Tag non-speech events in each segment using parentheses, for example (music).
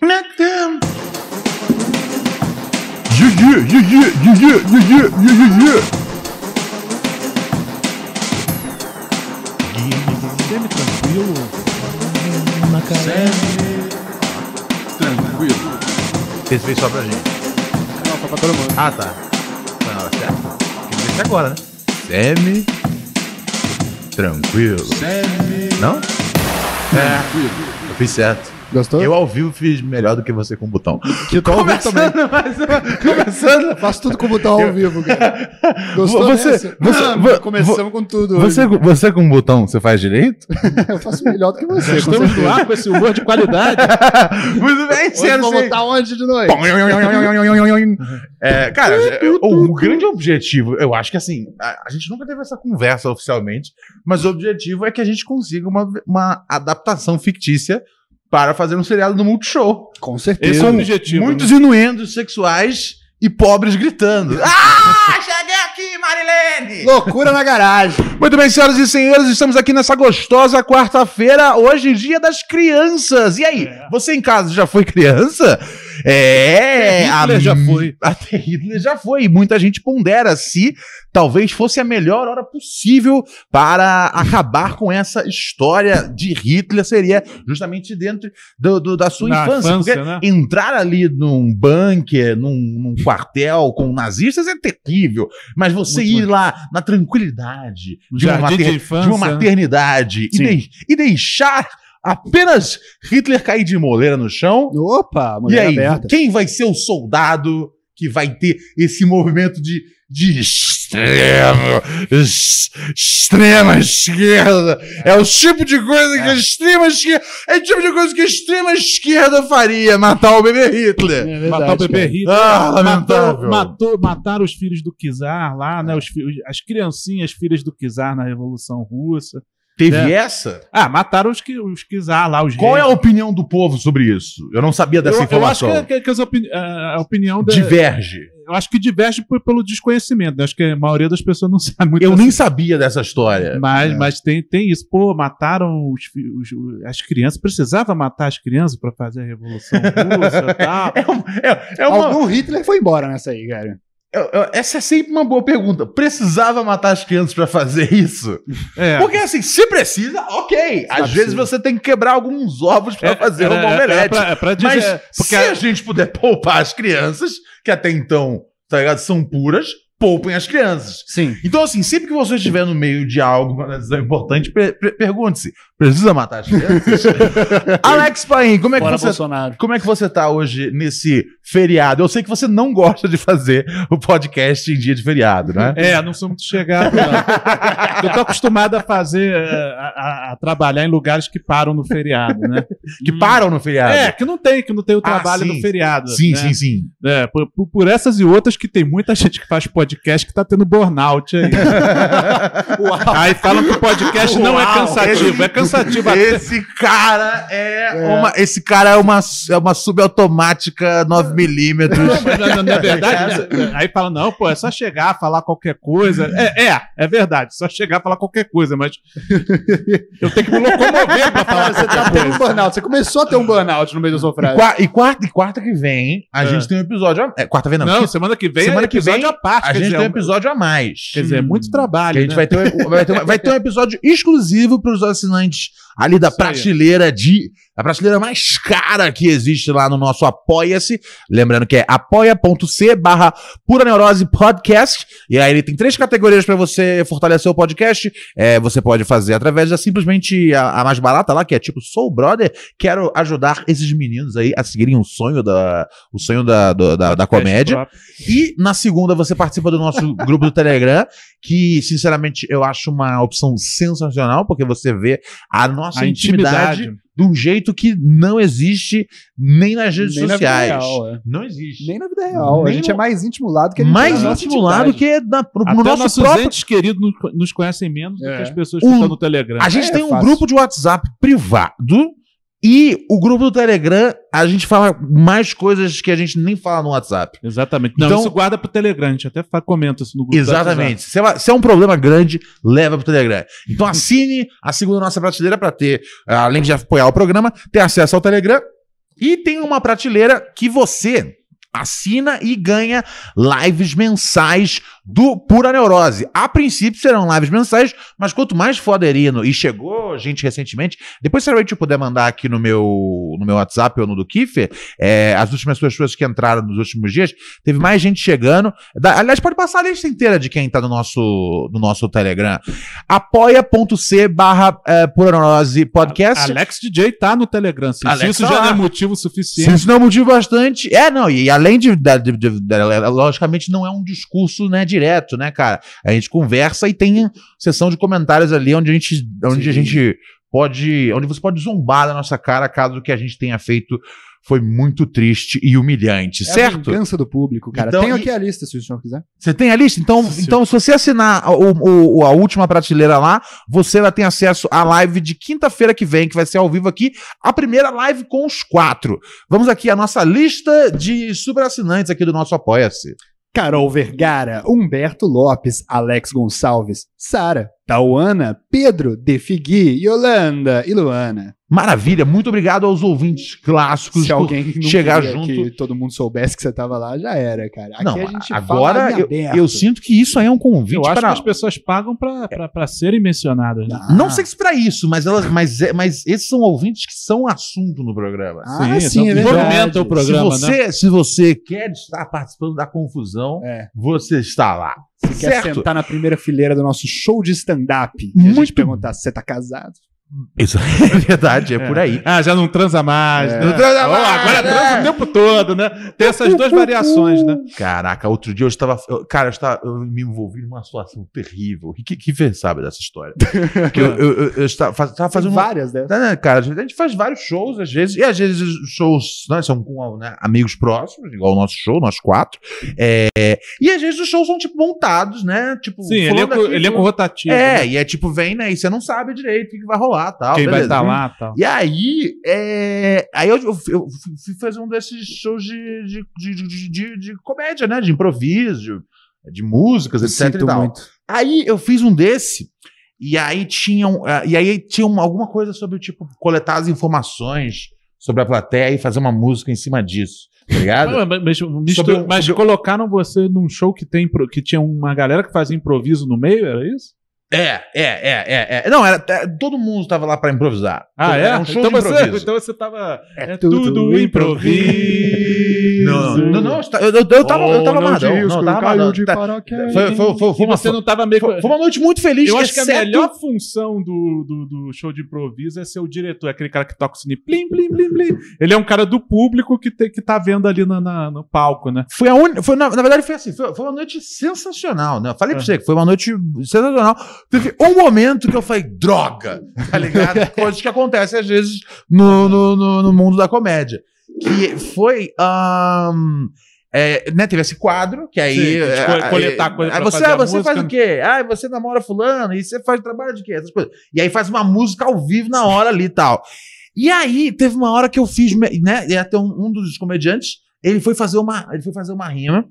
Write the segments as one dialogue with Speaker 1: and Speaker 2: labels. Speaker 1: Smack them.
Speaker 2: Yeah, yeah, yeah, yeah, yeah, yeah, yeah, yeah, yeah, yeah, yeah.
Speaker 3: Sempre tranquilo. Macaré.
Speaker 1: Tranquilo.
Speaker 4: Esse veio só pra gente.
Speaker 3: Não, só pra todo mundo.
Speaker 4: Ah, tá. Não, não, certo. Tem que ver se é agora, né? Semi. Tranquilo.
Speaker 1: Semi.
Speaker 4: Não?
Speaker 1: Tranquilo.
Speaker 4: Eu fiz certo.
Speaker 3: É. Gostou?
Speaker 4: Eu ao vivo fiz melhor do que você com o botão.
Speaker 3: que eu tô ao vivo também.
Speaker 4: Começando.
Speaker 3: Faço tudo com o botão ao vivo, cara. Gostou
Speaker 4: Você-
Speaker 3: dessa?
Speaker 4: você-
Speaker 3: Ah,
Speaker 4: vo-
Speaker 3: começamos com tudo.
Speaker 4: Você, você com o botão, você faz direito?
Speaker 3: Eu faço melhor do que você. com
Speaker 1: Estamos no
Speaker 3: certeza.
Speaker 1: ar com esse humor de qualidade.
Speaker 4: (laughs) Muito bem,
Speaker 3: Hoje
Speaker 4: senhoras e
Speaker 3: vamos
Speaker 4: senhores.
Speaker 3: botar onde de noite?
Speaker 4: (laughs) É, cara, o, o grande objetivo, eu acho que assim, a, a gente nunca teve essa conversa oficialmente, mas o objetivo é que a gente consiga uma, uma adaptação fictícia para fazer um seriado do Multishow.
Speaker 3: Com
Speaker 1: Esse
Speaker 3: certeza.
Speaker 1: é o objetivo.
Speaker 3: né?
Speaker 4: Muitos inuendos sexuais e pobres gritando. Ah, cheguei aqui, Marilene!
Speaker 3: Loucura na garagem.
Speaker 4: Muito bem, senhoras e senhores, estamos aqui nessa gostosa quarta-feira, hoje, dia das crianças. E aí,
Speaker 1: É.
Speaker 4: você em casa já foi criança? É,
Speaker 1: Até Hitler já foi.
Speaker 4: Até Hitler já foi. E muita gente pondera se talvez fosse a melhor hora possível para acabar com essa história de Hitler, seria justamente dentro do- do- da sua
Speaker 1: Na
Speaker 4: infância.
Speaker 1: infância,
Speaker 4: porque
Speaker 1: né?
Speaker 4: Entrar ali num bunker, num, num quartel com nazistas é terrível. Mas você
Speaker 1: Muito
Speaker 4: ir
Speaker 1: bom.
Speaker 4: lá na tranquilidade de uma,
Speaker 1: Jardim
Speaker 4: mater-
Speaker 1: de
Speaker 4: de
Speaker 1: infância.
Speaker 4: uma maternidade e,
Speaker 1: Sim.
Speaker 4: dei- e deixar apenas Hitler cair de moleira no chão.
Speaker 3: Opa,
Speaker 4: e
Speaker 3: mulher
Speaker 4: aí,
Speaker 3: aberta.
Speaker 4: quem vai ser o soldado que vai ter esse movimento de, de extremo, es- extrema esquerda? É o tipo de coisa que a extrema esquerda. É o tipo de coisa que a extrema esquerda faria: matar o bebê Hitler.
Speaker 3: É verdade,
Speaker 1: matar o bebê
Speaker 3: cara.
Speaker 1: Rita.
Speaker 4: Ah,
Speaker 1: matou,
Speaker 4: lamentável.
Speaker 1: matou, mataram os filhos do Kizar lá, né? Os, fi- as criancinhas filhas do Kizar na Revolução Russa.
Speaker 4: Teve
Speaker 1: É.
Speaker 4: essa?
Speaker 1: Ah, mataram os, Ki- os Kizar lá, os
Speaker 4: Qual é
Speaker 1: reis.
Speaker 4: a opinião do povo sobre isso? Eu não sabia dessa
Speaker 1: eu, eu acho
Speaker 4: informação.
Speaker 1: que, é que- que as opini- a a opinião da,
Speaker 4: Diverge.
Speaker 1: eu acho que diverge por- pelo desconhecimento. né? Acho que a maioria das pessoas não (laughs) sabe muito.
Speaker 4: Eu
Speaker 1: dessa-
Speaker 4: nem sabia dessa história. (laughs)
Speaker 1: Mas,
Speaker 3: É.
Speaker 1: mas tem, tem isso. Pô, mataram os fi- os- as crianças. Precisava matar as crianças pra fazer a Revolução Russa e tal. (laughs)
Speaker 4: É um- é- é uma-
Speaker 3: Algum Hitler foi embora nessa aí, cara.
Speaker 4: é- é- essa é sempre uma boa pergunta. Precisava matar as crianças pra fazer (laughs) isso?
Speaker 1: É.
Speaker 4: Porque assim, se precisa, ok. Às
Speaker 3: Sabe,
Speaker 4: vezes
Speaker 3: sim.
Speaker 4: você tem que quebrar alguns ovos pra
Speaker 1: É,
Speaker 4: fazer
Speaker 1: era-
Speaker 4: uma
Speaker 1: era
Speaker 4: omelete.
Speaker 1: pra- é pra
Speaker 4: Mas
Speaker 1: dizer-
Speaker 4: se
Speaker 1: porque
Speaker 4: a gente puder (laughs) poupar as crianças, que até então, tá ligado, são puras, poupem as crianças.
Speaker 3: Sim.
Speaker 4: Então, assim, sempre que você estiver no meio de algo, uma decisão é importante, per- per- pergunte-se: precisa matar as
Speaker 1: (laughs)
Speaker 4: crianças? Alex Paim, como é que
Speaker 3: Fora
Speaker 4: você
Speaker 3: Bolsonaro.
Speaker 4: Como é que você tá hoje nesse feriado? Eu sei que você não gosta de fazer o podcast em dia de feriado, né?
Speaker 1: É, não sou muito chegado, não. Eu tô acostumado a fazer, eh, a, a- a trabalhar em lugares que param no feriado, né?
Speaker 4: Que param no feriado.
Speaker 1: É, que não tem, que não tem o
Speaker 4: Ah,
Speaker 1: trabalho
Speaker 4: sim.
Speaker 1: no feriado.
Speaker 4: Sim,
Speaker 1: né?
Speaker 4: sim, sim.
Speaker 1: É, por, por- por essas e outras que tem muita gente que faz podcast que tá tendo
Speaker 4: (laughs)
Speaker 1: burnout aí. aí falam que podcast não é
Speaker 4: Uau,
Speaker 1: cansativo, é cansativo até.
Speaker 4: Esse cara é, uma. Esse cara é uma, é uma subautomática
Speaker 1: É.
Speaker 4: 9mm.
Speaker 1: (laughs) Não, mas na, na verdade, né, aí fala, não, pô, é só chegar, falar qualquer coisa. É, é, é verdade, só chegar, falar qualquer coisa, mas (laughs) eu tenho que me locomover pra falar
Speaker 3: Você tá
Speaker 1: qualquer
Speaker 3: tendo um
Speaker 1: coisa.
Speaker 3: burnout. Você começou a ter um burnout no meio da sua frase.
Speaker 4: Qua- E quarta, e quarta que vem, a
Speaker 1: É.
Speaker 4: gente tem um episódio. É, quarta vez não.
Speaker 1: Não, semana que vem
Speaker 4: semana
Speaker 1: é
Speaker 4: que vem
Speaker 1: episódio à parte,
Speaker 4: a
Speaker 1: quer
Speaker 4: gente
Speaker 1: dizer,
Speaker 4: tem um
Speaker 1: é um-
Speaker 4: episódio a mais.
Speaker 1: quer dizer, é muito trabalho,
Speaker 4: Que a gente
Speaker 1: né?
Speaker 4: vai ter, um, vai, ter um, vai ter um episódio exclusivo para os assinantes ali da
Speaker 1: Isso aí.
Speaker 4: prateleira de. A prateleira mais cara que existe lá no nosso Apoia-se. Lembrando que é apoia.c barra pura neurose podcast. E aí ele tem três categorias para você fortalecer o podcast. É, você pode fazer através da simplesmente a, a mais barata lá, que é tipo Soul Brother. Quero ajudar esses meninos aí a seguirem o sonho da, o sonho da, do- da, da comédia. E na segunda você participa do nosso grupo do Telegram, que sinceramente eu acho uma opção sensacional, porque você vê a nossa
Speaker 1: A
Speaker 4: intimidade,
Speaker 1: intimidade.
Speaker 4: de um jeito que não existe nem nas redes
Speaker 3: Nem na vida
Speaker 4: sociais.
Speaker 3: real, é.
Speaker 4: Não existe.
Speaker 3: (laughs) Nem na vida real. A
Speaker 4: Nem
Speaker 3: gente
Speaker 4: no-
Speaker 3: é mais íntimo lá do que a gente é
Speaker 4: Mais
Speaker 3: na nossa
Speaker 4: íntimo lá do
Speaker 3: intimidade.
Speaker 4: que na, pro,
Speaker 1: Até
Speaker 4: no nosso
Speaker 1: nossos
Speaker 4: próprio.
Speaker 1: entes queridos nos- nos conhecem menos do
Speaker 3: É.
Speaker 1: que as pessoas
Speaker 4: O-
Speaker 1: que estão no Telegram.
Speaker 4: A gente
Speaker 3: É,
Speaker 4: tem um
Speaker 3: fácil.
Speaker 4: grupo de WhatsApp privado e o grupo do Telegram, a gente fala mais coisas que a gente nem fala no WhatsApp.
Speaker 1: Exatamente. Não,
Speaker 4: Então-
Speaker 1: isso guarda pro Telegram, a gente até fa- comenta isso no grupo. do WhatsApp.
Speaker 4: Exatamente. Se é, se é um problema grande, leva pro Telegram. Então assine a segunda nossa prateleira para ter, ah, além de apoiar o programa, ter acesso ao Telegram. E tem uma prateleira que você assina e ganha lives mensais do Pura Neurose. A princípio serão lives mensais, mas quanto mais foda Erino, e chegou gente recentemente, depois se a Rachel puder mandar aqui no meu, no meu WhatsApp ou no do Kiffer, é, as últimas pessoas que entraram nos últimos dias, teve mais gente chegando, da- aliás, pode passar a lista inteira de quem tá no nosso, no nosso Telegram. apoia.c barra é, Pura Neurose Podcast.
Speaker 1: Alex DJ tá no Telegram. Se
Speaker 4: Alex
Speaker 1: se isso
Speaker 4: tá
Speaker 1: já
Speaker 4: lá.
Speaker 1: não é motivo
Speaker 4: Se
Speaker 1: suficiente.
Speaker 4: isso não é motivo bastante. É, não, e além de, da- de- de- da- Logicamente, não é um discurso né, direto, né, cara? A gente conversa e tem sessão de comentários ali onde a gente. Onde a gente pode. Onde você pode zombar da nossa cara caso o que a gente tenha feito foi muito triste e humilhante,
Speaker 3: É a
Speaker 4: certo?
Speaker 3: vingança do público, cara.
Speaker 4: Então,
Speaker 3: Tem
Speaker 4: e-
Speaker 3: aqui a lista, se o senhor quiser.
Speaker 4: Você tem a lista? Então,
Speaker 1: Sim.
Speaker 4: então se você assinar a, o- o- a última prateleira lá, você vai ter acesso à live de quinta-feira que vem, que vai ser ao vivo aqui, a primeira live com os quatro. Vamos aqui à nossa lista de super assinantes aqui do nosso Apoia-se.
Speaker 3: Carol Vergara, Humberto Lopes, Alex Gonçalves, Sara, Tauana, Pedro, Defigui, Yolanda e Luana.
Speaker 4: Maravilha, muito obrigado aos ouvintes clássicos.
Speaker 3: Se alguém não
Speaker 4: chegar
Speaker 3: queria
Speaker 4: junto-
Speaker 3: que todo mundo soubesse que você tava lá, já era, cara. tá Aqui
Speaker 4: Não,
Speaker 3: a gente
Speaker 4: agora
Speaker 3: fala em
Speaker 4: eu,
Speaker 3: aberto.
Speaker 4: eu sinto que isso aí é um convite
Speaker 1: Eu acho que
Speaker 4: para.
Speaker 1: as pessoas pagam pra, pra, pra serem mencionadas. Né?
Speaker 3: Ah,
Speaker 4: Não sei se para isso, mas, elas, mas, é- mas esses são ouvintes que são assunto no programa.
Speaker 3: Ah, sim,
Speaker 1: então
Speaker 3: é verdade.
Speaker 1: fomenta o programa,
Speaker 4: se,
Speaker 1: né?
Speaker 4: você, se você quer estar participando da confusão,
Speaker 3: É.
Speaker 4: você está lá.
Speaker 3: Se quer
Speaker 4: certo.
Speaker 3: sentar na primeira fileira do nosso show de stand-up, que a gente
Speaker 4: Muito-
Speaker 3: perguntar se você tá casado.
Speaker 4: Isso (laughs) é verdade, é, por aí. É.
Speaker 1: Ah, já não transa mais. né?
Speaker 4: Não transa
Speaker 1: Oh,
Speaker 4: mais,
Speaker 1: agora
Speaker 4: né?
Speaker 1: transa o tempo todo, né? Tem essas duas variações, né?
Speaker 4: Caraca, outro dia eu estava. eu- cara, eu, estava, eu me envolvi numa situação terrível. O que, que Fer sabe dessa
Speaker 3: (laughs)
Speaker 4: história? Que eu, eu, eu- eu estava, faz- estava fazendo.
Speaker 3: Fazendo
Speaker 4: um-
Speaker 3: várias né? dessas.
Speaker 4: Não, não, cara, a gente faz vários shows às vezes, e às vezes os shows né, são com né, amigos próximos, igual o nosso show, nós quatro. É, e às vezes os shows são tipo montados, né? Tipo,
Speaker 1: Sim,
Speaker 4: fulano
Speaker 1: elenco,
Speaker 4: daqui-
Speaker 1: elenco rotativo.
Speaker 4: É,
Speaker 1: né?
Speaker 4: e é tipo, vem, né? E você não sabe direito o que que vai rolar tal.
Speaker 1: Quem vai
Speaker 4: beleza. né?
Speaker 1: estar lá e tal.
Speaker 4: E aí, é, aí eu, eu- eu fui fazer um desses shows de, de, de, de- de- de comédia, né? De improviso, de, de músicas, etc. e
Speaker 3: Sinto
Speaker 4: tal.
Speaker 3: muito.
Speaker 4: Aí eu fiz um desse, e aí tinham. ah, e aí tinha uma- alguma coisa sobre, tipo, coletar as informações sobre a plateia e fazer uma música em cima disso. Tá ligado?
Speaker 1: Não, mas, mas, mistu-
Speaker 4: Sobre o-
Speaker 1: mas colocaram você num show que, tem, impro- que tinha uma galera que fazia improviso no meio, era isso?
Speaker 4: É, é, é, é, é. Não, era, é, todo mundo tava lá pra improvisar.
Speaker 1: Ah, é?
Speaker 4: Era um show
Speaker 1: então,
Speaker 4: de improviso.
Speaker 1: você, então você tava.
Speaker 3: É tudo
Speaker 1: improviso.
Speaker 4: Não, não, não, eu, eu, eu tava, eu tava
Speaker 3: Ou não
Speaker 4: amadão, não,
Speaker 3: diz
Speaker 4: eu
Speaker 3: que
Speaker 4: tava
Speaker 3: caiu
Speaker 4: amadão.
Speaker 3: de
Speaker 4: Tá-
Speaker 3: paraquedas.
Speaker 4: Foi, foi, foi, foi
Speaker 1: E
Speaker 4: uma,
Speaker 1: você
Speaker 4: foi,
Speaker 1: não tava meio.
Speaker 4: foi uma noite muito feliz,
Speaker 1: Eu acho que a
Speaker 4: exceto-
Speaker 1: melhor função do, do, do show de improviso é ser o diretor, aquele cara que toca o sino e plim, plim, plim, plim. Ele é um cara do público que, te, que tá vendo ali na, na- no palco, né?
Speaker 4: Foi a única. Foi, na, na verdade, foi assim. Foi, foi uma noite sensacional, né? Eu falei pra
Speaker 1: É.
Speaker 4: você que foi uma noite sensacional. Teve um momento que eu falei, droga, tá
Speaker 1: (laughs)
Speaker 4: ligado? Coisas que acontecem às vezes no, no, no, no mundo da comédia. Que foi. ahn, é, né, teve esse quadro, que aí.
Speaker 1: Sim, de
Speaker 4: é,
Speaker 1: co-
Speaker 4: é,
Speaker 1: coletar coisa
Speaker 4: aí
Speaker 1: pra
Speaker 4: você,
Speaker 1: fazer a
Speaker 4: ah, você
Speaker 1: música.
Speaker 4: faz o quê? Ah, você namora fulano, e você faz trabalho de quê? Essas coisas. E aí faz uma música ao vivo na hora ali e tal. E aí, teve uma hora que eu fiz, me- né? E até um, um dos comediantes, ele foi fazer uma, ele foi fazer uma rima.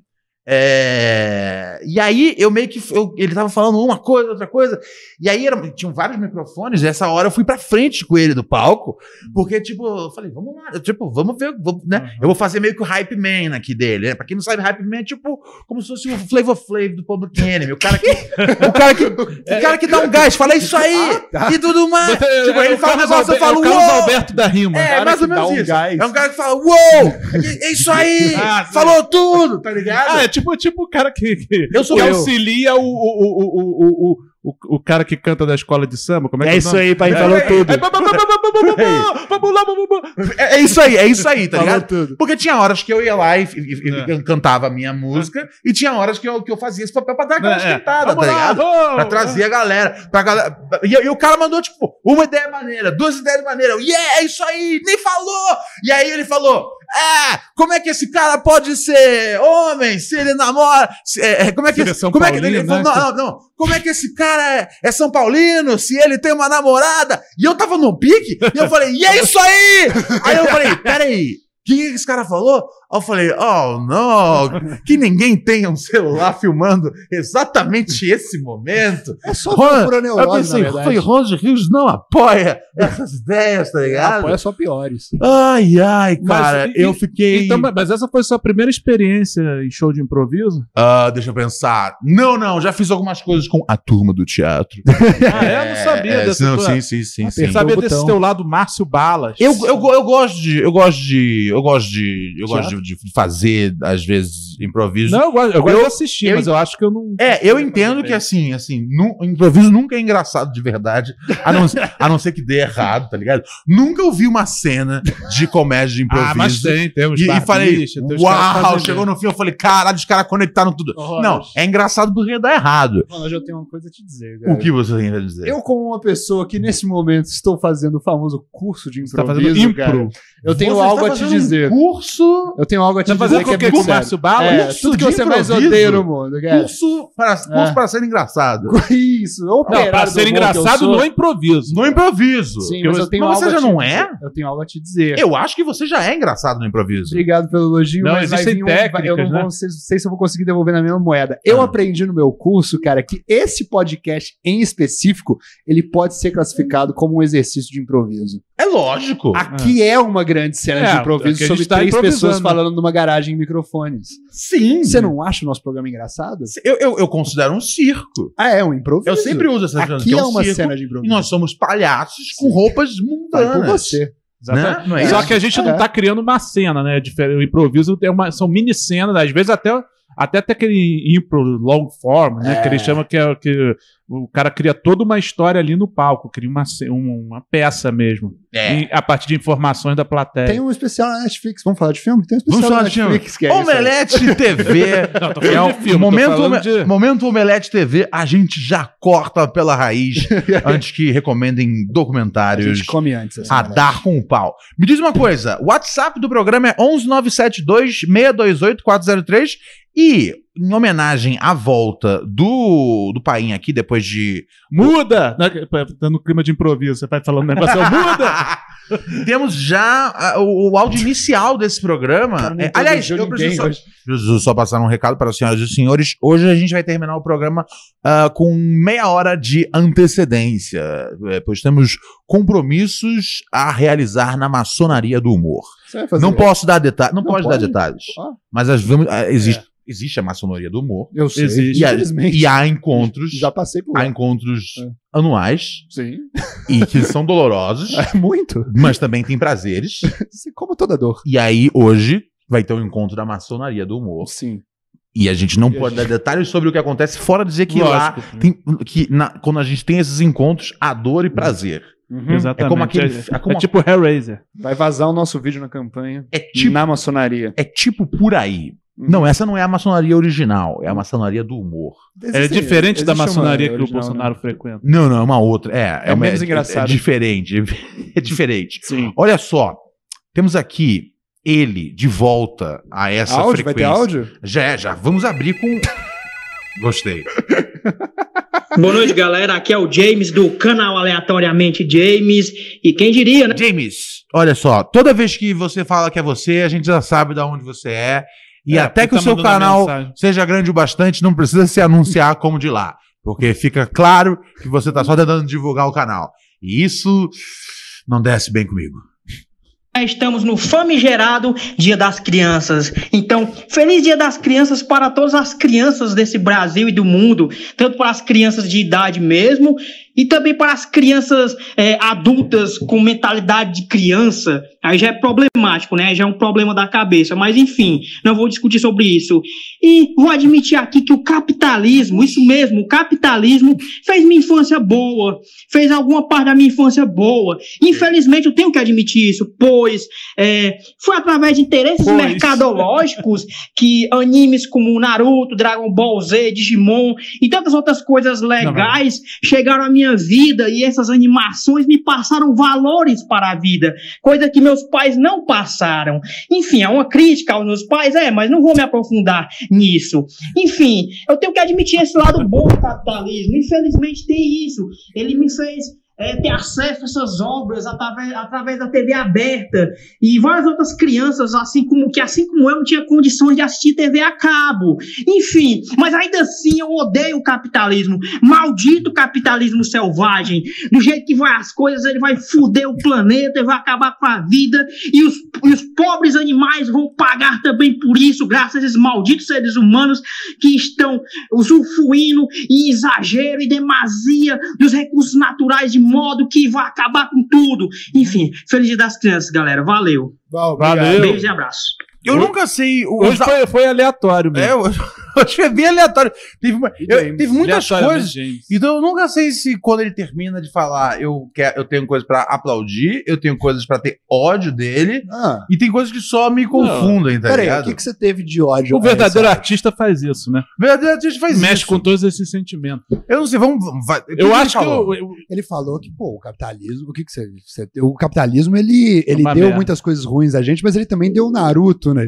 Speaker 4: é, e aí eu meio que f- eu- ele tava falando uma coisa, outra coisa, e aí era, tinham vários microfones, e essa hora eu fui pra frente com ele do palco, porque tipo, eu falei, vamos lá, eu, tipo, vamos ver, vamos, né? Eu vou fazer meio que o hype man aqui dele, né? Pra quem não sabe, hype man é tipo como se fosse o Flavor Flav do Public Enemy, o cara que o cara que, o cara que dá um gás, fala isso
Speaker 1: Ah,
Speaker 4: aí
Speaker 1: tá.
Speaker 4: e tudo mais.
Speaker 1: (laughs)
Speaker 4: tipo, ele fala um negócio, eu falo,
Speaker 1: o É, Carlos
Speaker 4: "Uou!"
Speaker 1: Alberto da rima.
Speaker 4: É,
Speaker 3: cara
Speaker 4: mais ou
Speaker 3: que
Speaker 4: menos
Speaker 3: dá um
Speaker 4: isso.
Speaker 3: gás.
Speaker 4: É um cara que fala, uou, é é isso aí,
Speaker 1: Ah, sim.
Speaker 4: falou tudo, tá ligado?
Speaker 1: é Ah, é tipo, tipo o cara que, que,
Speaker 4: Eu sou
Speaker 1: que
Speaker 4: eu.
Speaker 1: auxilia o, o, o, o, o, o, o, o cara que canta da escola de samba, como é, que
Speaker 3: É
Speaker 1: o
Speaker 3: isso
Speaker 1: nome?
Speaker 3: aí, pai, falou
Speaker 4: É,
Speaker 3: tudo.
Speaker 4: é, bá, bá, bá, bá, bá, bá, bá, bá, vamos lá, vamos lá. É, é isso aí, é isso aí, tá
Speaker 3: Falou
Speaker 4: ligado?
Speaker 3: tudo.
Speaker 4: Porque tinha horas que eu ia lá e, e- e-
Speaker 1: É.
Speaker 4: e cantava a minha música, e tinha horas que eu, que eu fazia esse papel pra dar aquela
Speaker 1: É, é.
Speaker 4: esquentada, tá
Speaker 1: Vamos lá,
Speaker 4: ligado?
Speaker 1: vamos!
Speaker 4: Pra trazer a galera. Pra galera e, e o cara mandou, tipo, uma ideia maneira, duas ideias maneiras. eu, Yeah, é isso aí, nem falou! E aí ele falou: Ah, como é que esse cara pode ser homem se ele namora? se- é, é, como é que.
Speaker 1: Se ele é São
Speaker 4: como é que
Speaker 1: Paulino,
Speaker 4: ele falou,
Speaker 1: né?
Speaker 4: não, não, não. Como é que esse cara é, é São Paulino se ele tem uma namorada? E eu tava num pique e eu falei: E é isso aí! Aí eu falei: Peraí. O que que esse cara falou? Aí eu falei, oh, não, que ninguém tenha um celular filmando exatamente esse momento.
Speaker 3: É só
Speaker 4: Juan,
Speaker 3: procura
Speaker 4: Eu
Speaker 3: neurose, na
Speaker 4: pensei,
Speaker 3: verdade.
Speaker 4: Rui Ronald assim, Rios não apoia essas ideias, tá ligado?
Speaker 3: Apoia é só piores.
Speaker 4: Ai, ai,
Speaker 1: Mas,
Speaker 4: cara,
Speaker 1: e-
Speaker 4: eu fiquei.
Speaker 1: Então, mas essa foi sua primeira experiência em show
Speaker 4: (laughs)
Speaker 1: de improviso?
Speaker 4: Ah, deixa eu pensar. Não, não, já fiz algumas coisas com a turma do teatro.
Speaker 1: Ah, é? Eu não sabia
Speaker 4: é,
Speaker 1: dessa
Speaker 4: não,
Speaker 1: tua-
Speaker 4: Sim, sim, sim, sim.
Speaker 1: Eu sabia
Speaker 3: Apertou o
Speaker 1: desse
Speaker 3: botão.
Speaker 1: teu lado Márcio Balas.
Speaker 4: Eu, eu, go- eu gosto de. Eu gosto de. Eu gosto de. Eu gosto de, de fazer, às vezes, improviso.
Speaker 1: Não, eu gosto, eu gosto
Speaker 4: Eu-
Speaker 1: de assistir,
Speaker 4: eu-
Speaker 1: mas eu acho que eu não.
Speaker 4: É, eu entendo que assim, assim, nu- o improviso nunca é engraçado de verdade, a não, ser- a não ser que dê errado, tá ligado? Nunca ouvi uma cena de comédia de improviso.
Speaker 1: Ah, mas tem, tem uns
Speaker 4: E, e falei, então
Speaker 1: barbichas, tem uns caras
Speaker 4: uau,
Speaker 1: fazendo-
Speaker 4: chegou no fim, eu falei, caralho, os caras conectaram tudo.
Speaker 3: Horror.
Speaker 4: Não, é engraçado porque dá errado.
Speaker 3: Mano, eu já tenho uma coisa a te dizer, cara.
Speaker 4: O que você tem a dizer?
Speaker 3: Eu, como uma pessoa que nesse momento estou fazendo o famoso curso de
Speaker 1: Você tá
Speaker 3: improviso,
Speaker 1: fazendo
Speaker 3: cara,
Speaker 1: impro. tá
Speaker 3: eu tenho
Speaker 4: Você está
Speaker 3: algo a te
Speaker 4: fazendo um
Speaker 3: dizer.
Speaker 4: curso,
Speaker 3: Eu tenho algo a te
Speaker 1: Você tá fazendo
Speaker 3: dizer que
Speaker 1: com
Speaker 3: é
Speaker 1: o que
Speaker 3: muito
Speaker 1: com o
Speaker 3: sério.
Speaker 1: Márcio Balas?
Speaker 3: É,
Speaker 4: Curso
Speaker 3: tudo que
Speaker 4: de
Speaker 3: você mais
Speaker 4: improviso?
Speaker 3: odeia no mundo, cara.
Speaker 4: curso, para, curso
Speaker 3: É.
Speaker 4: para ser engraçado.
Speaker 3: (laughs) Isso, eu
Speaker 1: Não, pra ser engraçado é- no improviso.
Speaker 4: No improviso.
Speaker 3: Sim,
Speaker 1: que
Speaker 3: mas
Speaker 1: eu-
Speaker 3: eu tenho
Speaker 4: mas
Speaker 3: algo
Speaker 4: você
Speaker 3: a
Speaker 4: já
Speaker 3: te
Speaker 4: não
Speaker 3: dizer.
Speaker 4: é?
Speaker 3: Eu tenho algo a te dizer.
Speaker 4: Eu acho que você já é engraçado no improviso.
Speaker 3: Obrigado pelo elogio,
Speaker 1: Não,
Speaker 3: mas vai
Speaker 1: existem
Speaker 3: vir um- vai- eu não
Speaker 1: técnicas, né?
Speaker 3: vou- sei, sei se eu vou conseguir devolver na mesma moeda. Eu
Speaker 4: Ah.
Speaker 3: aprendi no meu curso, cara, que esse podcast em específico, ele pode ser classificado como um exercício de improviso.
Speaker 4: É lógico.
Speaker 3: Aqui é uma grande cena
Speaker 1: É,
Speaker 3: de
Speaker 1: é que a
Speaker 3: improviso sobre
Speaker 1: gente tá
Speaker 3: três
Speaker 1: improvisando.
Speaker 3: pessoas falando numa garagem em microfones.
Speaker 4: Sim.
Speaker 3: Você não acha o nosso programa engraçado?
Speaker 4: Eu, eu, eu considero um circo.
Speaker 3: Ah, é um improviso.
Speaker 4: Eu sempre uso essa cena,
Speaker 3: Aqui
Speaker 4: um que
Speaker 3: é uma
Speaker 4: circo,
Speaker 3: cena de
Speaker 4: E
Speaker 3: improviso.
Speaker 4: nós somos palhaços com roupas
Speaker 3: Vai com
Speaker 4: mundanas.
Speaker 3: você.
Speaker 1: Exatamente.
Speaker 4: Né? Não é
Speaker 1: Só
Speaker 4: isso?
Speaker 1: que a gente não
Speaker 3: É.
Speaker 1: tá criando uma cena, né? É diferente. O improviso é uma, são mini cenas, às vezes até até até aquele impro long form, né? Que eles chamam que, é, que o cara cria toda uma história ali no palco, cria uma, ce- um- uma peça mesmo,
Speaker 4: É.
Speaker 1: E a partir de informações da plateia.
Speaker 3: Tem um especial na Netflix. Vamos falar de filme? Tem um especial
Speaker 4: falar
Speaker 3: na
Speaker 4: de filme.
Speaker 3: Netflix que é isso aí.
Speaker 4: Omelete TV.
Speaker 1: Não, tô falando
Speaker 4: É
Speaker 1: de
Speaker 4: um
Speaker 1: filme, tô
Speaker 4: momento,
Speaker 1: falando
Speaker 4: Ome-
Speaker 1: de-
Speaker 4: momento Omelete TV, a gente já corta pela raiz antes que recomendem
Speaker 3: A
Speaker 4: documentários
Speaker 3: gente come antes. assim, né? essa
Speaker 4: a
Speaker 3: merda.
Speaker 4: dar com o pau. Me diz uma coisa, o WhatsApp do programa é 11972-628-403 e, em homenagem à volta do, do Paim aqui, depois de
Speaker 1: Muda! Né, que- Tá no clima de improviso, você vai falando um negócio, eu, muda!
Speaker 4: Temos já ah, o, o áudio inicial desse programa.
Speaker 3: Cara, não
Speaker 4: É, aliás,
Speaker 3: introduziu
Speaker 4: eu preciso só,
Speaker 3: ninguém hoje.
Speaker 4: preciso só passar um recado para as senhoras e os senhores. Hoje a gente vai terminar o programa ah, com meia hora de antecedência, é, pois temos compromissos a realizar na maçonaria do humor.
Speaker 3: Você vai fazer um
Speaker 4: não posso dar detalhes, não,
Speaker 3: Não
Speaker 4: pode,
Speaker 3: pode?
Speaker 4: dar detalhes.
Speaker 3: Ó.
Speaker 4: Mas as, vamos, ah, existe, existe a maçonaria do humor
Speaker 3: Eu sei.
Speaker 1: Existe.
Speaker 4: e, há-
Speaker 3: Infelizmente.
Speaker 4: e há encontros,
Speaker 3: Já passei por
Speaker 4: há
Speaker 3: lá.
Speaker 4: encontros
Speaker 3: É.
Speaker 4: anuais
Speaker 3: Sim. (laughs)
Speaker 4: e que são dolorosos,
Speaker 3: É muito.
Speaker 4: mas também tem prazeres.
Speaker 3: Assim, Como toda dor.
Speaker 4: E aí, hoje, vai ter o encontro da maçonaria do humor.
Speaker 3: Sim.
Speaker 4: E a gente não
Speaker 3: a
Speaker 4: pode dar detalhes sobre o que acontece, fora dizer que lá.
Speaker 1: Lógico.
Speaker 4: Tem, que na- quando a gente tem esses encontros, há dor e
Speaker 3: Hum.
Speaker 4: prazer.
Speaker 1: Exatamente.
Speaker 4: É como aquele-
Speaker 1: É,
Speaker 4: é como-
Speaker 1: é tipo Hellraiser.
Speaker 3: Uhum. Vai vazar o nosso vídeo na campanha.
Speaker 4: É tipo,
Speaker 3: Na maçonaria.
Speaker 4: é tipo por aí.
Speaker 3: Uhum.
Speaker 4: Não, essa não é a maçonaria original, é a maçonaria do humor.
Speaker 1: É diferente da
Speaker 3: Existe uma
Speaker 1: maçonaria que o
Speaker 3: original,
Speaker 1: Bolsonaro
Speaker 3: né?
Speaker 1: frequenta.
Speaker 4: Não, não, é uma outra. É,
Speaker 3: É
Speaker 4: uma-
Speaker 3: menos engraçado.
Speaker 4: É diferente. É (laughs) diferente.
Speaker 3: Sim.
Speaker 4: Olha só, temos aqui ele de volta a essa
Speaker 3: áudio? Vai ter
Speaker 4: frequência.
Speaker 3: áudio?
Speaker 4: Já é, já. Vamos abrir com. Gostei.
Speaker 5: Boa noite, galera. Aqui é o James do canal Aleatoriamente James. E quem diria, né?
Speaker 4: James, olha só, toda vez que você fala que é você, a gente já sabe de onde você é. E
Speaker 1: É,
Speaker 4: até que
Speaker 1: porque
Speaker 4: o
Speaker 1: tá
Speaker 4: seu
Speaker 1: mandando
Speaker 4: canal
Speaker 1: mensagem.
Speaker 4: seja grande o bastante, não precisa se anunciar como de lá. Porque fica claro que você tá só tentando divulgar o canal. E isso não desce bem comigo.
Speaker 5: Já Estamos no famigerado Dia das Crianças. Então, feliz Dia das Crianças para todas as crianças desse Brasil e do mundo, tanto para as crianças de idade mesmo E também para as crianças é, adultas com mentalidade de criança, aí já é problemático, né? Já é um problema da cabeça. Mas enfim, não vou discutir sobre isso. E vou admitir aqui que o capitalismo, isso mesmo, o capitalismo fez minha infância boa, fez alguma parte da minha infância boa. Infelizmente, eu tenho que admitir isso, pois é, foi através de interesses
Speaker 1: Pois.
Speaker 5: mercadológicos que animes como Naruto, Dragon Ball Z, Digimon e tantas outras coisas legais chegaram à minha vida e essas animações me passaram valores para a vida, coisa que meus pais não passaram. Enfim, é uma crítica aos meus pais, é, mas não vou me aprofundar nisso. Enfim, eu tenho que admitir esse lado bom do capitalismo. Infelizmente tem isso. Ele me fez é, ter acesso a essas obras através, através da TV aberta. E várias outras crianças, assim como que assim como eu, não tinha condições de assistir TV a cabo. Enfim, mas ainda assim eu odeio o capitalismo. Maldito capitalismo selvagem. Do jeito que vai as coisas, ele vai foder o planeta, ele vai acabar com a vida. E os, e os pobres animais vão pagar também por isso, graças a esses malditos seres humanos que estão usufruindo em exagero e demasia dos recursos naturais de modo que vai acabar com tudo. Enfim, feliz dia das crianças, galera. Valeu.
Speaker 3: Bom,
Speaker 1: Valeu.
Speaker 3: obrigado.
Speaker 5: Beijo e abraço.
Speaker 4: Eu nunca sei. o-
Speaker 1: Hoje foi, foi aleatório
Speaker 4: É,
Speaker 1: mesmo.
Speaker 4: eu, hoje (laughs) é bem aleatório. Teve, uma- eu- teve muitas
Speaker 1: Aleatoriamente,
Speaker 4: coisas.
Speaker 1: né, gente.
Speaker 4: Então eu nunca sei se quando ele termina de falar, eu, quero, eu tenho coisas pra aplaudir, eu tenho coisas pra ter ódio dele,
Speaker 3: Ah,
Speaker 4: e tem coisas que só me confundem, tá
Speaker 3: peraí, o
Speaker 4: ligado?
Speaker 3: que, que você teve de ódio?
Speaker 1: O verdadeiro artista faz isso, né?
Speaker 4: Verdadeiro artista faz
Speaker 1: Mexe
Speaker 4: isso.
Speaker 1: com todos esses sentimentos.
Speaker 4: Eu não sei, vamos. vamos- vai- o que
Speaker 1: Eu
Speaker 4: ele
Speaker 1: acho que
Speaker 4: falou?
Speaker 1: eu, eu-
Speaker 3: Ele falou que, pô, o capitalismo, o que que você, você- o capitalismo ele, ele
Speaker 1: Uma
Speaker 3: deu
Speaker 1: merda.
Speaker 3: muitas coisas ruins a gente, mas ele também deu o Naruto, né?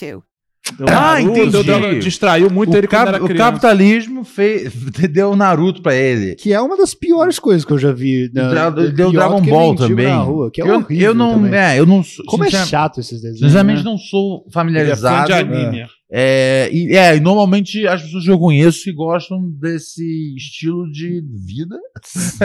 Speaker 1: deu
Speaker 4: Ah,
Speaker 1: Naruto,
Speaker 4: entendi.
Speaker 1: deu Dragon- distraiu muito ele
Speaker 4: o, cap-
Speaker 1: quando era
Speaker 4: o
Speaker 1: criança.
Speaker 4: capitalismo fez, (laughs) deu o Naruto pra ele.
Speaker 3: Que é uma das piores coisas que eu já vi.
Speaker 4: Dra-
Speaker 3: Na,
Speaker 4: deu
Speaker 3: é pior
Speaker 4: Dragon
Speaker 3: do que
Speaker 4: Ball
Speaker 3: mendigo
Speaker 4: também.
Speaker 3: Na rua, que é
Speaker 4: eu,
Speaker 3: horrível
Speaker 4: eu não,
Speaker 3: também.
Speaker 4: é, eu não sou-
Speaker 3: Como é
Speaker 4: sincer-
Speaker 3: chato esses desenhos.
Speaker 4: Sinceramente,
Speaker 3: né?
Speaker 4: não sou
Speaker 1: Ele é fã
Speaker 4: familiarizado.
Speaker 1: de anime.
Speaker 4: É, e, é, e normalmente as pessoas que eu conheço que gostam desse estilo de vida,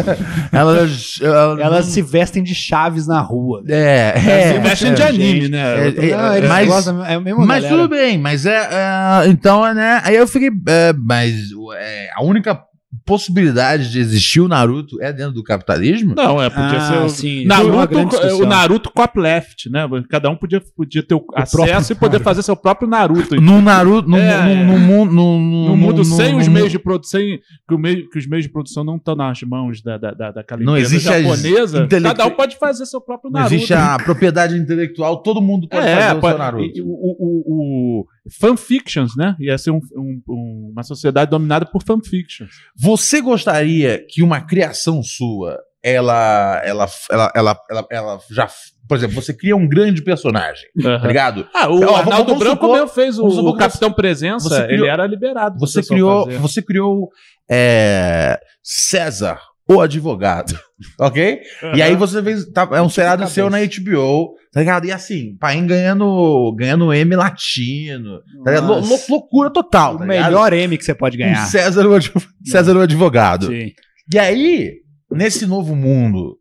Speaker 4: (laughs) elas. Elas,
Speaker 3: Elas
Speaker 4: não-
Speaker 3: se vestem de chaves na rua.
Speaker 4: É, é,
Speaker 1: se vestem de
Speaker 4: é,
Speaker 1: anime,
Speaker 4: gente,
Speaker 1: né?
Speaker 4: é, é,
Speaker 3: Ah, eles
Speaker 4: mas
Speaker 3: gostam- é a mesma
Speaker 4: mas
Speaker 3: galera.
Speaker 4: tudo bem, mas é. é, então, é, né? Aí eu fiquei. é, mas é, a única possibilidade de existir o Naruto é dentro do capitalismo?
Speaker 1: Não, é, podia
Speaker 3: Ah,
Speaker 1: ser. o-
Speaker 3: sim, isso é uma grande
Speaker 1: Naruto,
Speaker 3: discussão.
Speaker 1: o Naruto cop left, né? Cada um podia, podia ter o, acesso
Speaker 3: próprio
Speaker 1: e poder fazer seu próprio (laughs) Naruto.
Speaker 4: No Naruto, no,
Speaker 1: É,
Speaker 4: no,
Speaker 1: é.
Speaker 4: no, mundo- no, no-
Speaker 1: No mundo
Speaker 4: no-
Speaker 1: sem
Speaker 4: no-
Speaker 1: os
Speaker 4: no-
Speaker 1: meios de produção, sem- que, o meio- que os meios de produção não estão nas mãos da, da, da, daquela
Speaker 4: Não
Speaker 1: empresa
Speaker 4: existe as
Speaker 1: japonesa,
Speaker 4: intele-
Speaker 1: cada um pode fazer seu próprio
Speaker 4: Não
Speaker 1: Naruto.
Speaker 4: existe a propriedade intelectual, todo mundo pode
Speaker 1: é,
Speaker 4: fazer o
Speaker 1: pode-
Speaker 4: seu Naruto.
Speaker 1: e- e O, o, o, o fanfictions, né? Ia ser um- um- um- uma sociedade dominada por fanfictions.
Speaker 4: Você gostaria que uma criação sua, ela, ela, ela, ela, ela, ela já, por exemplo, você cria um grande personagem, tá ligado?
Speaker 1: Ah, o
Speaker 4: Ó, vamos-
Speaker 1: Arnaldo
Speaker 4: vamos
Speaker 1: Branco
Speaker 4: supor-
Speaker 1: mesmo fez o,
Speaker 4: vamos supor
Speaker 1: o
Speaker 4: que você-
Speaker 1: Capitão Presença,
Speaker 4: você criou-
Speaker 1: ele era liberado. pra
Speaker 4: Você
Speaker 1: pessoa
Speaker 4: criou,
Speaker 1: fazer.
Speaker 4: você criou é, César, o advogado, (laughs) ok? E aí você fez, tá, é um seriado seu na HBO, tá ligado? E assim, pai ganhando, ganhando M latino, tá ligado? Lou- lou- loucura total,
Speaker 3: O
Speaker 4: tá ligado?
Speaker 3: melhor M que você pode
Speaker 4: Um
Speaker 3: ganhar.
Speaker 4: César, o advo- César o advogado.
Speaker 3: Sim.
Speaker 4: E aí, Nesse novo mundo,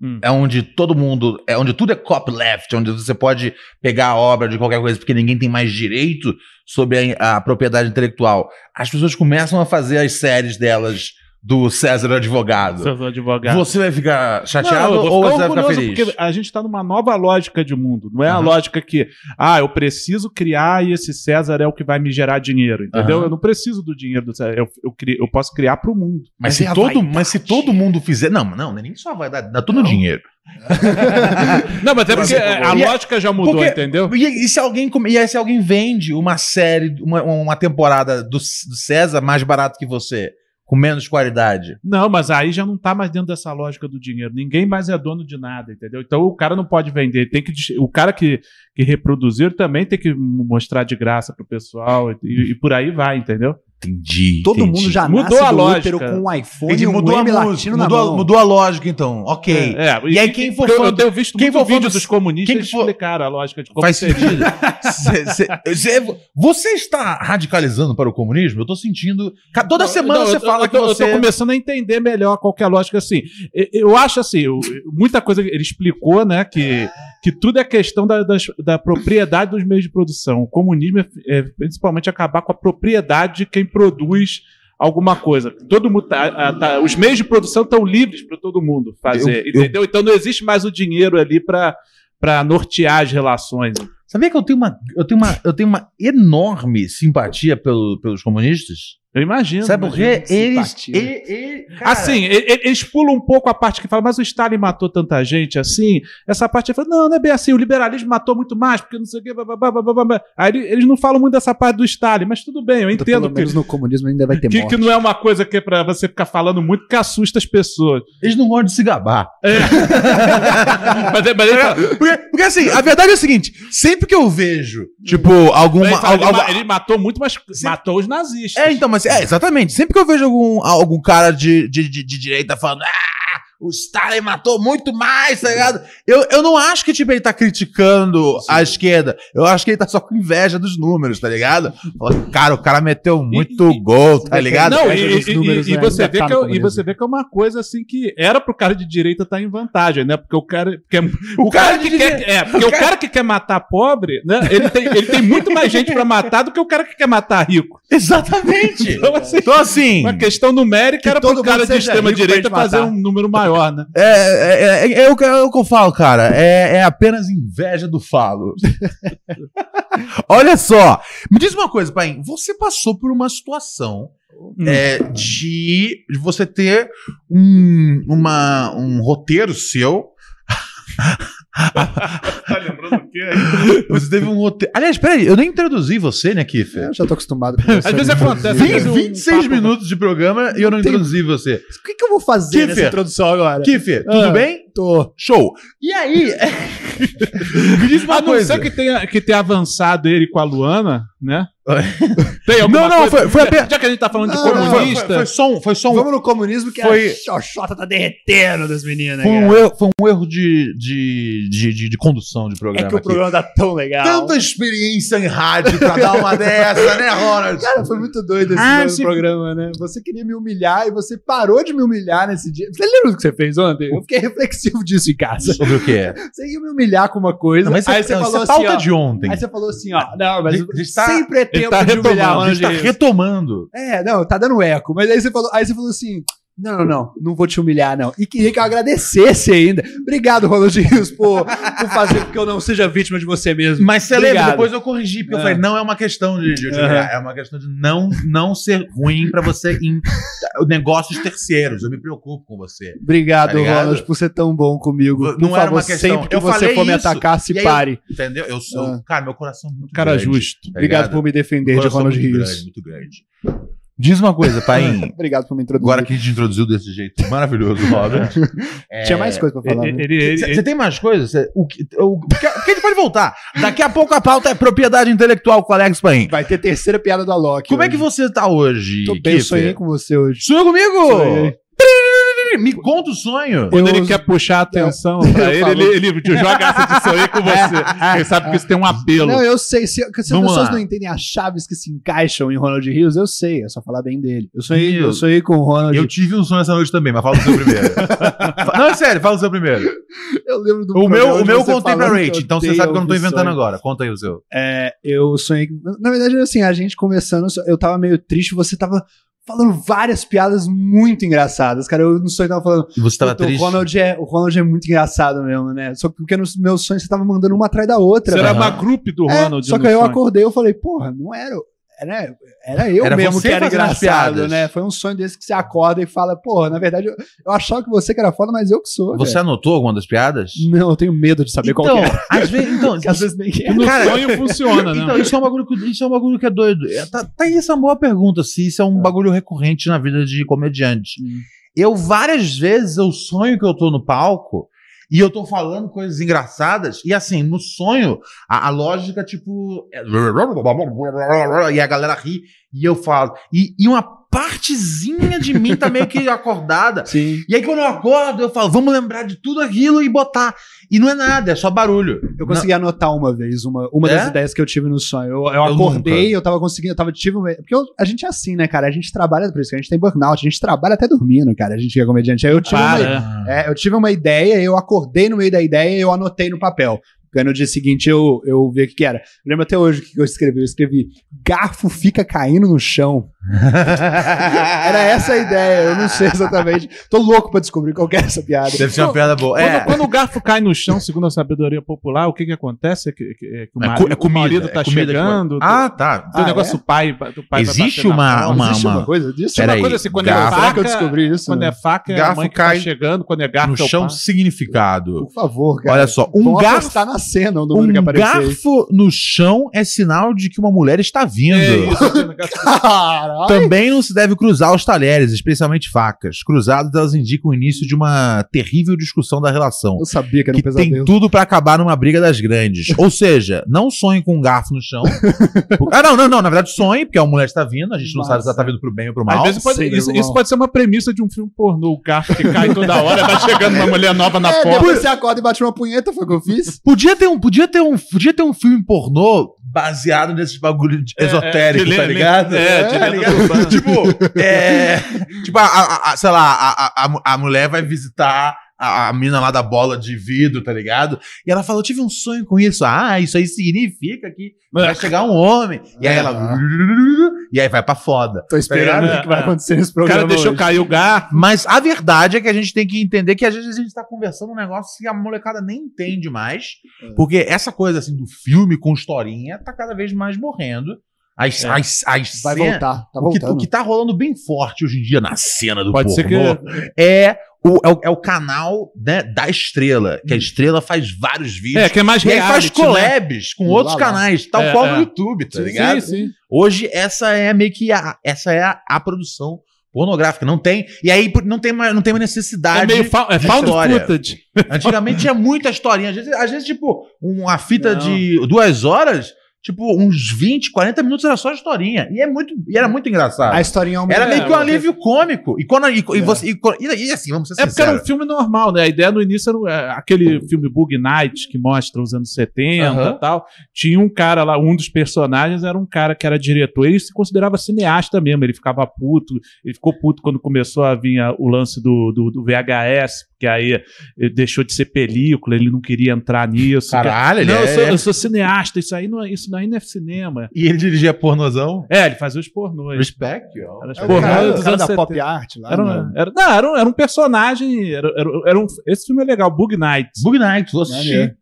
Speaker 1: Hum.
Speaker 4: é onde todo mundo. É onde tudo é copyleft, onde você pode pegar a obra de qualquer coisa, porque ninguém tem mais direito sobre a, a propriedade intelectual. As pessoas começam a fazer as séries delas do César Advogado.
Speaker 1: Seus advogados.
Speaker 4: Você vai ficar chateado
Speaker 1: Não, eu vou
Speaker 4: ou você
Speaker 1: ficar
Speaker 4: vai ficar
Speaker 1: orgulhoso,
Speaker 4: feliz?
Speaker 1: Porque a gente está numa nova lógica de mundo. Não é a
Speaker 4: Aham.
Speaker 1: lógica que, ah, eu preciso criar e esse César é o que vai me gerar dinheiro, entendeu?
Speaker 4: Aham.
Speaker 1: Eu não preciso do dinheiro do César. Eu, eu, cri- eu posso criar para o mundo.
Speaker 4: Mas,
Speaker 3: Mas
Speaker 4: se
Speaker 3: é a
Speaker 4: todo,
Speaker 3: vaidade.
Speaker 4: mas se todo mundo fizer. Não, não, não é nem só a vaidade, dá tudo no dinheiro.
Speaker 1: Não, mas é
Speaker 4: Mas
Speaker 1: porque
Speaker 4: é-
Speaker 1: é, a
Speaker 4: e é-
Speaker 1: lógica já mudou,
Speaker 4: porque-
Speaker 1: entendeu?
Speaker 4: E, e se alguém, come- e aí se alguém vende uma série, uma, uma temporada do, C- do César mais barato que você, com menos qualidade?
Speaker 1: Não, mas aí já não tá mais dentro dessa lógica do dinheiro. Ninguém mais é dono de nada, entendeu? Então o cara não pode vender. Tem que dis- o cara que, que reproduzir também tem que mostrar de graça pro pessoal e, e por aí vai, entendeu?
Speaker 4: Entendi.
Speaker 3: Todo mundo já
Speaker 1: Mudou
Speaker 3: nasce
Speaker 1: a
Speaker 3: do
Speaker 1: lógica.
Speaker 3: útero com um iPhone
Speaker 4: Entendi,
Speaker 3: e um
Speaker 4: mudou a
Speaker 3: M
Speaker 4: música,
Speaker 3: latino na
Speaker 4: mudou, a-
Speaker 3: mão.
Speaker 4: mudou a lógica então. Ok.
Speaker 1: É,
Speaker 4: E aí quem for
Speaker 1: eu,
Speaker 4: fã
Speaker 1: eu
Speaker 4: do-
Speaker 1: tenho visto
Speaker 4: quem
Speaker 1: muito
Speaker 4: for fã
Speaker 1: vídeo
Speaker 4: do-
Speaker 1: dos comunistas
Speaker 4: quem for-
Speaker 1: explicaram a lógica de como
Speaker 4: Faz
Speaker 1: seria.
Speaker 4: sentido. (laughs) Cê- cê- cê- você está radicalizando para o comunismo? Eu tô sentindo. Ca- Toda semana
Speaker 1: Não,
Speaker 4: você
Speaker 1: eu tô-
Speaker 4: fala
Speaker 1: eu tô,
Speaker 4: que você.
Speaker 1: Eu tô começando a entender melhor qual que é a lógica, assim. E- Eu acho, assim, eu- muita coisa que ele explicou, né, que, que tudo é questão da, das- da propriedade dos meios de produção. O comunismo é, é principalmente acabar com a propriedade de quem produz alguma coisa. Todo mundo tá- ah, tá- os meios de produção estão livres para todo mundo fazer,
Speaker 4: Eu- eu-
Speaker 1: entendeu? Então não existe mais o dinheiro ali para para nortear as relações.
Speaker 4: Sabia que eu tenho uma, eu tenho uma, eu tenho uma enorme simpatia pelo- pelos comunistas?
Speaker 1: Eu imagino.
Speaker 4: Sabe por quê?
Speaker 3: imagino,
Speaker 4: Eles.
Speaker 3: simpatia.
Speaker 4: ele- ele- cara,
Speaker 1: Assim, e- e- eles pulam um pouco a parte que fala, mas o Stalin matou tanta gente assim. Essa parte ele fala, não, não é bem assim, o liberalismo matou muito mais, porque não sei o quê. blá, blá, blá, blá, blá, blá. Aí ele- eles não falam muito dessa parte do Stalin, mas tudo bem, eu
Speaker 3: Pelo
Speaker 1: entendo que,
Speaker 3: menos no comunismo ainda vai ter
Speaker 1: que,
Speaker 3: morte.
Speaker 1: que não é uma coisa que é pra você ficar falando muito que assusta as
Speaker 4: (laughs)
Speaker 1: pessoas.
Speaker 4: eles não gostam de se gabar.
Speaker 1: mas, é- mas ele fala-
Speaker 4: Porque, porque, assim, a verdade é o seguinte: sempre que eu vejo, tipo, alguma.
Speaker 1: ele, fala, ele
Speaker 4: alguma-
Speaker 1: ma- ele matou muito, mas matou os nazistas.
Speaker 4: É, então, mas é, exatamente. Sempre que eu vejo algum, algum cara de, de, de, de direita falando, ah, o Stalin matou muito mais, tá ligado? Eu, eu não acho que, tipo, ele tá criticando a esquerda. Eu acho que ele tá só com inveja dos números, tá ligado? Fala, cara, o cara meteu muito
Speaker 1: E- e-
Speaker 4: gol, tá ligado?
Speaker 1: Não,
Speaker 3: A
Speaker 1: e,
Speaker 3: regra dos
Speaker 1: e-
Speaker 3: números,
Speaker 1: e- e
Speaker 3: né,
Speaker 1: você
Speaker 3: ainda
Speaker 1: vê
Speaker 3: tá
Speaker 1: que
Speaker 3: no
Speaker 1: é, e
Speaker 3: comunismo.
Speaker 1: você vê que é uma coisa assim que era pro cara de direita estar em vantagem, né? Porque o cara. Porque é- o, cara,
Speaker 4: cara de
Speaker 1: que quer, é, porque o cara que quer matar pobre, né? Ele tem, ele tem muito mais gente pra matar do que o cara que quer matar rico.
Speaker 4: Exatamente.
Speaker 1: Então, assim,
Speaker 4: Então, assim,
Speaker 1: uma questão numérica
Speaker 3: Que
Speaker 1: era pro
Speaker 3: todo
Speaker 1: cara
Speaker 3: mundo
Speaker 1: de
Speaker 3: seja
Speaker 1: extrema
Speaker 3: rico pra
Speaker 1: direita
Speaker 3: gente matar.
Speaker 1: fazer um número maior, né?
Speaker 4: é, é, é- é o que, é o que eu falo, cara. É, é apenas inveja do falo. (laughs) Olha só. Me diz uma coisa, Paim. Você passou por uma situação
Speaker 3: Hum.
Speaker 4: é, de de você ter um, uma, um roteiro seu.
Speaker 1: Tá lembrando o quê?
Speaker 4: Você teve um roteiro. Aliás, peraí, eu nem introduzi você, né, Kiffer?
Speaker 3: Eu já tô acostumado com isso.
Speaker 1: Às vezes acontece.
Speaker 3: inclusive.
Speaker 1: Sim.
Speaker 4: 20, 26 minutos de programa e eu não
Speaker 3: um Tem-
Speaker 4: introduzi você.
Speaker 3: O que, que eu vou fazer
Speaker 4: Kiffer.
Speaker 3: nessa introdução agora?
Speaker 4: Kiffer, tudo
Speaker 3: Ah.
Speaker 4: bem?
Speaker 3: Tô.
Speaker 4: Show. E aí? Me diz
Speaker 1: A
Speaker 4: uma
Speaker 1: não
Speaker 4: coisa.
Speaker 1: ser que tenha, que tenha avançado ele com a Luana, né? Tem alguma
Speaker 4: Não, não,
Speaker 1: coisa?
Speaker 4: foi, foi apenas.
Speaker 1: Já que a gente tá falando de
Speaker 3: Não, não,
Speaker 4: Foi, foi,
Speaker 1: comunista.
Speaker 4: foi só um. Foi só um
Speaker 3: Vamos no comunismo que
Speaker 4: Foi-
Speaker 3: a xoxota tá derretendo das meninas.
Speaker 4: Foi um
Speaker 3: cara.
Speaker 4: erro, foi um erro de, de, de, de, de condução de programa.
Speaker 3: É que o
Speaker 4: aqui.
Speaker 3: programa tá tão legal.
Speaker 4: Tanta experiência em rádio pra dar uma dessa, né, Ronald?
Speaker 3: Cara, foi muito doido esse
Speaker 1: Ah,
Speaker 3: nome do
Speaker 1: esse-
Speaker 3: programa, né? Você queria me humilhar e você parou de me humilhar nesse dia. Você lembra do que você fez ontem? Eu fiquei reflexivo disso em casa.
Speaker 4: Sobre o que é?
Speaker 3: Você ia me humilhar com uma coisa,
Speaker 4: Não, mas
Speaker 3: aí
Speaker 4: isso
Speaker 3: você
Speaker 4: é- isso
Speaker 3: falou
Speaker 4: é
Speaker 3: assim,
Speaker 4: pauta
Speaker 3: ó,
Speaker 4: de ontem.
Speaker 3: Aí você falou assim, ó, não, mas
Speaker 4: Ele- ele tá-
Speaker 3: sempre é tempo
Speaker 1: tá
Speaker 3: de humilhar.
Speaker 1: retomando,
Speaker 4: a
Speaker 3: Ronald
Speaker 4: gente tá
Speaker 3: Reagan.
Speaker 4: retomando.
Speaker 3: É, não, tá dando eco. Mas aí você falou, aí você falou assim: não, não, não, não vou te humilhar, não. E queria que eu agradecesse ainda. Obrigado, Ronald Rios, por, por fazer com que eu não seja vítima de você mesmo.
Speaker 4: Mas você lembra,
Speaker 3: Obrigado.
Speaker 4: depois eu corrigi, porque eu
Speaker 3: É.
Speaker 4: falei, não é uma questão de, de- de- é uma questão de não, não ser ruim pra você em negócios terceiros. Eu me preocupo com você.
Speaker 3: Obrigado,
Speaker 4: Tá ligado?
Speaker 3: Ronald, por ser tão bom comigo. Por
Speaker 4: Não
Speaker 3: favor,
Speaker 4: era uma questão.
Speaker 3: sempre que
Speaker 4: Eu
Speaker 3: você
Speaker 4: falei
Speaker 3: for me
Speaker 4: isso,
Speaker 3: atacar, se
Speaker 4: e aí eu-
Speaker 3: pare.
Speaker 4: Entendeu? Eu sou,
Speaker 3: Ah.
Speaker 4: cara, meu coração é muito
Speaker 1: Cara
Speaker 4: grande,
Speaker 1: justo.
Speaker 4: tá
Speaker 3: Obrigado
Speaker 4: ligado?
Speaker 3: por me defender de
Speaker 4: Coração
Speaker 3: Ronald
Speaker 4: muito
Speaker 3: Rios.
Speaker 4: grande, muito grande. Diz uma coisa, Paim.
Speaker 3: Obrigado por me
Speaker 4: (laughs)
Speaker 3: introduzir.
Speaker 4: Agora que a gente introduziu desse jeito maravilhoso, Robert.
Speaker 3: (laughs)
Speaker 4: É,
Speaker 3: Tinha mais coisa pra falar. né?
Speaker 1: Ele- ele-
Speaker 4: Você tem mais coisas? Cê- O que, o, porque, porque a gente pode voltar. Daqui a pouco a pauta é propriedade intelectual com o Alex Paim.
Speaker 3: Vai ter terceira piada do Alok.
Speaker 4: é. Como é
Speaker 3: hoje.
Speaker 4: que você tá hoje?
Speaker 3: Tô bem,
Speaker 4: Kiefer?
Speaker 3: sonhei com você hoje.
Speaker 4: Sonhou comigo?
Speaker 3: Sonhei.
Speaker 4: Ele me conta o sonho.
Speaker 3: Eu
Speaker 1: Quando
Speaker 3: é,
Speaker 1: ele
Speaker 3: uso-
Speaker 1: quer puxar a atenção pra ele, ele, ele te joga essa de sonhei
Speaker 3: (laughs)
Speaker 1: com você. Ele sabe que isso tem um apelo.
Speaker 3: Não, eu sei. Se, se as
Speaker 1: Vamos
Speaker 3: pessoas
Speaker 1: lá.
Speaker 3: não entendem as chaves que se encaixam em Ronald Rios, eu sei. É só falar bem dele. Eu sonhei,
Speaker 4: Meu.
Speaker 3: eu sonhei com o Ronald.
Speaker 4: Eu tive um sonho essa noite também, mas fala o seu
Speaker 3: (laughs)
Speaker 4: primeiro. não, é sério, fala o seu primeiro.
Speaker 3: Eu lembro do
Speaker 4: O meu,
Speaker 3: programa
Speaker 4: o
Speaker 3: de
Speaker 4: meu eu
Speaker 3: você
Speaker 4: contei pra
Speaker 3: falando que
Speaker 4: Rach,
Speaker 3: eu
Speaker 4: então você
Speaker 3: odeio
Speaker 4: sabe que eu não tô
Speaker 3: ouvir
Speaker 4: inventando
Speaker 3: sonho.
Speaker 4: agora. Conta aí o seu.
Speaker 3: É, eu sonhei. Na verdade, assim, a gente conversando, eu tava meio triste, você tava falando várias piadas muito engraçadas, cara. Eu no sonho tava falando.
Speaker 4: E você tava
Speaker 3: "Puta, O
Speaker 4: triste.
Speaker 3: Ronald, é, o Ronald é muito engraçado mesmo, né? Só que porque nos meus sonhos você tava mandando uma atrás da outra.
Speaker 1: Será
Speaker 3: velho.
Speaker 1: uma grupo do
Speaker 3: É,
Speaker 1: Ronald.
Speaker 3: Só
Speaker 1: no
Speaker 3: que aí eu
Speaker 1: sonho.
Speaker 3: acordei e falei, porra, não era. Era, era eu
Speaker 4: Era
Speaker 3: mesmo
Speaker 4: você
Speaker 3: que era
Speaker 4: fazendo as
Speaker 3: engraçado,
Speaker 4: piadas.
Speaker 3: né? Foi um sonho desse que você acorda e fala, porra, na verdade eu, eu achava que você que era foda, mas eu que sou.
Speaker 4: Você é
Speaker 3: velho."
Speaker 4: anotou alguma das piadas?
Speaker 3: Não, eu tenho medo de saber qual que é.
Speaker 4: às vezes, então,
Speaker 3: (laughs) Porque Então, às
Speaker 4: (laughs)
Speaker 3: vezes nem é.
Speaker 1: No
Speaker 4: Cara,
Speaker 1: sonho funciona, né?
Speaker 4: Então, isso é um bagulho que, isso é um bagulho que é doido. É, tá, tá aí essa boa pergunta, se isso é um bagulho recorrente na vida de comediante. Eu, várias vezes, eu sonho que eu tô no palco e eu tô falando coisas engraçadas. E assim, no sonho, a, a lógica, tipo. é- E a galera ri e eu falo. E, e uma partezinha de mim tá meio que acordada.
Speaker 3: Sim.
Speaker 4: E aí, quando eu acordo, eu falo, vamos lembrar de tudo aquilo e botar. E não é nada, é só barulho.
Speaker 3: Eu consegui anotar uma vez, uma, uma
Speaker 4: É?
Speaker 3: das ideias que eu tive no sonho. Eu, eu
Speaker 4: Eu
Speaker 3: acordei,
Speaker 4: nunca.
Speaker 3: eu tava conseguindo, eu tava, tive uma- Porque eu- a gente é assim, né, cara? A gente trabalha, por isso que a gente tem burnout, a gente trabalha até dormindo, cara. A gente que é comediante. Aí eu tive, uma,
Speaker 1: Para.
Speaker 3: é, eu tive uma ideia, eu acordei no meio da ideia e eu anotei no papel. Porque aí no dia seguinte eu, eu vi o que, que era. Eu lembro até hoje o que que eu escrevi. Eu escrevi: garfo fica caindo
Speaker 4: (laughs)
Speaker 3: no chão. (laughs) Era essa a ideia, eu não sei exatamente. Tô louco pra descobrir qual que é essa piada.
Speaker 4: Deve ser uma piada boa.
Speaker 1: Quando,
Speaker 4: É.
Speaker 1: quando o garfo cai no chão, segundo a sabedoria popular, o que que acontece? É que, que- é que o,
Speaker 4: É,
Speaker 1: mari-
Speaker 4: co- é
Speaker 1: o marido tá
Speaker 4: comida de
Speaker 1: chegando.
Speaker 4: coisa. Ah, tá.
Speaker 1: Tem o
Speaker 3: Ah,
Speaker 1: negócio
Speaker 3: é?
Speaker 1: do pai, do pai
Speaker 4: Existe
Speaker 1: vai bater na
Speaker 4: uma-
Speaker 1: porta.
Speaker 4: uma-
Speaker 3: Existe uma coisa disso?
Speaker 1: Isso é uma
Speaker 4: Peraí,
Speaker 1: coisa assim, quando
Speaker 4: garfo.
Speaker 1: é
Speaker 3: Será
Speaker 1: faca,
Speaker 3: que eu descobri isso? né?
Speaker 1: quando é faca, é a
Speaker 4: Garfo
Speaker 1: mãe que
Speaker 4: cai
Speaker 1: tá chegando, quando é garfo
Speaker 4: No
Speaker 1: é o
Speaker 4: chão,
Speaker 1: pai.
Speaker 4: significado.
Speaker 3: Por favor, cara.
Speaker 4: Olha só, um
Speaker 3: Vão
Speaker 4: garfo,
Speaker 3: apostar na cena tá o número que
Speaker 4: um
Speaker 3: apareceu. aí.
Speaker 4: garfo no chão é sinal de que uma mulher está vindo.
Speaker 1: É isso,
Speaker 3: (laughs) Caralho.
Speaker 4: Também não se deve cruzar os talheres, especialmente facas. Cruzadas, elas indicam o início de uma terrível discussão da relação.
Speaker 3: Eu sabia que era um
Speaker 4: que tem
Speaker 3: pesadelo.
Speaker 4: tudo pra acabar numa briga das
Speaker 1: (laughs)
Speaker 4: grandes. Ou seja, não sonhe com um garfo no chão. ah, não, não, não. Na verdade, sonhe, porque a mulher está vindo, a gente não sabe se ela tá vindo pro bem ou pro mal.
Speaker 1: Às vezes pode,
Speaker 3: Sim,
Speaker 1: isso,
Speaker 3: normal.
Speaker 1: isso pode ser uma premissa de um filme pornô. O garfo que cai toda hora, vai chegando uma mulher nova na
Speaker 3: É,
Speaker 1: porta.
Speaker 3: depois você acorda e bate uma punheta, foi o que eu fiz.
Speaker 4: Podia ter um, podia ter um, podia ter um filme pornô baseado nesses bagulho de-
Speaker 1: É, é,
Speaker 4: esotérico,
Speaker 1: de
Speaker 4: tá
Speaker 1: lenda-
Speaker 4: ligado?
Speaker 1: é, de
Speaker 4: tá
Speaker 1: lenda
Speaker 4: ligado? (laughs) Tipo, é, (laughs) tipo a, a- a- sei lá, a, a- a, a mulher vai visitar a, a mina lá da bola de vidro, tá ligado? E ela falou, tive um sonho com isso. Ah, isso aí significa que vai chegar um homem. E aí ela, (laughs) e aí vai pra foda.
Speaker 3: Tô esperando
Speaker 1: É,
Speaker 3: o que, que vai
Speaker 1: é.
Speaker 3: acontecer nesse
Speaker 1: O
Speaker 3: programa.
Speaker 1: cara deixou
Speaker 3: hoje.
Speaker 1: cair o garfo.
Speaker 4: Mas a verdade é que a gente tem que entender que às vezes a gente tá conversando um negócio que a molecada nem entende mais.
Speaker 1: É.
Speaker 4: Porque essa coisa assim do filme com historinha tá cada vez mais morrendo. As,
Speaker 1: É.
Speaker 4: as, as
Speaker 3: Vai
Speaker 4: cenas-
Speaker 3: voltar, tá
Speaker 4: o, que,
Speaker 3: voltando.
Speaker 4: o que tá rolando bem forte hoje em dia na cena do
Speaker 1: Pode ser que.
Speaker 4: pornô é, o, é, o, é o canal né, da estrela. Que a estrela faz vários vídeos.
Speaker 1: Hum. É, que é mais
Speaker 4: E aí
Speaker 1: reality,
Speaker 4: faz
Speaker 1: né?
Speaker 4: collabs com
Speaker 3: Lá,
Speaker 4: outros
Speaker 3: lá.
Speaker 4: canais, tal
Speaker 1: É,
Speaker 4: qual
Speaker 1: é.
Speaker 4: no YouTube, tá ligado?
Speaker 1: Sim, sim.
Speaker 4: Hoje essa é meio que a, essa é a, a produção pornográfica, não tem. E aí por- não tem mais, não tem mais
Speaker 1: É
Speaker 4: necessidade.
Speaker 1: meio fa é
Speaker 4: de
Speaker 1: found
Speaker 4: história.
Speaker 1: footage.
Speaker 4: Antigamente (laughs) tinha muita historinha, às vezes, às vezes, tipo uma fita
Speaker 1: Não.
Speaker 4: de duas horas, tipo uns 20, 40 minutos era só historinha. E é muito e era muito engraçado.
Speaker 3: A historinha é uma...
Speaker 4: Era meio que um
Speaker 1: é, você-
Speaker 4: alívio cômico. E quando e, e
Speaker 3: É.
Speaker 4: você e, quando- e- e assim, vamos ser
Speaker 1: É porque era um
Speaker 4: sinceros.
Speaker 1: filme normal, né? A ideia no início era um, é, aquele
Speaker 4: Uhum.
Speaker 1: filme Bug Night que mostra os anos 70
Speaker 4: Aham.
Speaker 1: e tal. Tinha um cara lá, um dos personagens era um cara que era diretor, ele se considerava cineasta mesmo, ele ficava puto, ele ficou puto quando começou a vir a- o lance do, do, do VHS, porque aí eh, deixou de ser película, ele não queria entrar nisso.
Speaker 4: Caralho, ele
Speaker 1: não, eu,
Speaker 4: é-
Speaker 1: sou, eu sou cineasta, isso aí não é, isso daí não é cinema.
Speaker 4: E ele dirigia pornozão.
Speaker 1: É, ele fazia os pornôs.
Speaker 4: Respect, ó.
Speaker 1: Era os
Speaker 3: É o
Speaker 1: pornôs
Speaker 3: cara,
Speaker 1: dos
Speaker 3: o cara
Speaker 1: anos
Speaker 3: da
Speaker 1: 70.
Speaker 3: pop art lá.
Speaker 1: Era,
Speaker 3: né?
Speaker 1: um, era, não, era, um, era um personagem. Era, era, era um, esse filme é legal, Bug Night.
Speaker 4: Bug Night, vou assistir.
Speaker 1: É, é-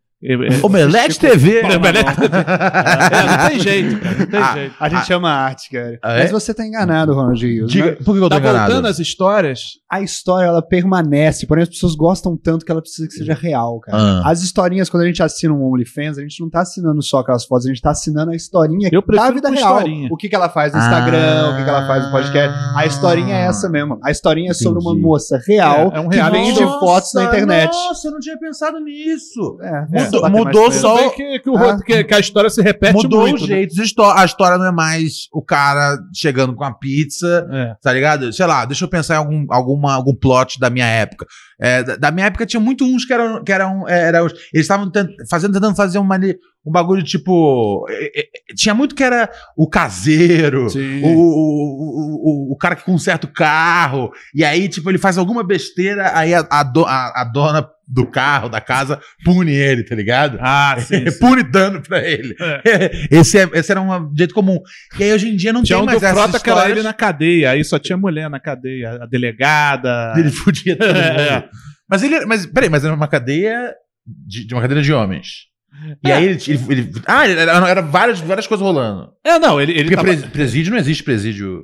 Speaker 4: Omelete TV.
Speaker 1: Não,
Speaker 4: (laughs)
Speaker 1: mas- é, não tem jeito, cara, não tem
Speaker 4: Ah,
Speaker 1: jeito.
Speaker 3: A gente ama arte, cara.
Speaker 4: Ah, é?
Speaker 3: Mas você tá enganado, Ronald Rios.
Speaker 4: Diga, por que eu tô
Speaker 1: Tá
Speaker 4: enganado?
Speaker 1: voltando as histórias?
Speaker 3: a história ela permanece, porém as pessoas gostam tanto que ela precisa que seja real,
Speaker 1: assim.
Speaker 3: cara.
Speaker 4: Ah.
Speaker 3: As historinhas, quando a gente assina um OnlyFans, a gente não tá assinando só aquelas fotos, a gente tá assinando a historinha
Speaker 1: Eu
Speaker 3: da
Speaker 1: prefiro
Speaker 3: vida
Speaker 1: com
Speaker 3: real.
Speaker 1: historinha.
Speaker 3: O que, que ela faz no Instagram, o que, que ela faz no podcast. A historinha é essa mesmo. A historinha é sobre
Speaker 4: Entendi.
Speaker 3: uma moça real
Speaker 1: É, é um
Speaker 3: que
Speaker 1: reality.
Speaker 3: vende fotos na internet.
Speaker 4: Nossa, eu não tinha pensado nisso.
Speaker 3: É,
Speaker 4: Muito
Speaker 3: Mudou-
Speaker 4: mudou,
Speaker 3: mudou
Speaker 4: só. Ah.
Speaker 1: Só que, que o rote- que- que a história se repete
Speaker 4: Mudou
Speaker 1: muito.
Speaker 4: o
Speaker 1: né?
Speaker 4: jeito. de histó- A história não é mais o cara chegando com a pizza,
Speaker 1: É.
Speaker 4: tá ligado? Sei lá, deixa eu pensar em algum, alguma, algum plot da minha época. É, da, da minha época tinha muito uns que eram. Que eram, é, eram os- eles estavam tent- fazendo, tentando fazer uma, li- um bagulho tipo. é, é, é, tinha muito que era o caseiro.
Speaker 1: Sim.
Speaker 4: O, o, o, o- o cara que conserta o carro, e aí, tipo, ele faz alguma besteira, aí a, a, do- a- a dona do carro, da casa, pune ele, tá ligado?
Speaker 1: Ah,
Speaker 4: (laughs)
Speaker 1: sim. sim.
Speaker 4: pune dano pra ele. (laughs) Esse, é- esse era um jeito comum. E aí hoje em dia não
Speaker 1: Tinha
Speaker 4: tem
Speaker 1: um do
Speaker 4: mais essas
Speaker 1: Frota que era
Speaker 4: histórias.
Speaker 1: ele né? na cadeia, aí só tinha mulher na cadeia, a delegada.
Speaker 4: Ele fudia todo mundo.
Speaker 1: É.
Speaker 4: Mas ele era- mas peraí, mas era uma cadeia de, de uma cadeia de homens.
Speaker 1: É.
Speaker 4: E aí ele, ele- ele- ah, ele- era, era várias, várias coisas rolando.
Speaker 1: É, não, ele, ele
Speaker 4: Porque
Speaker 1: tava...
Speaker 4: presi- presídio não existe presídio.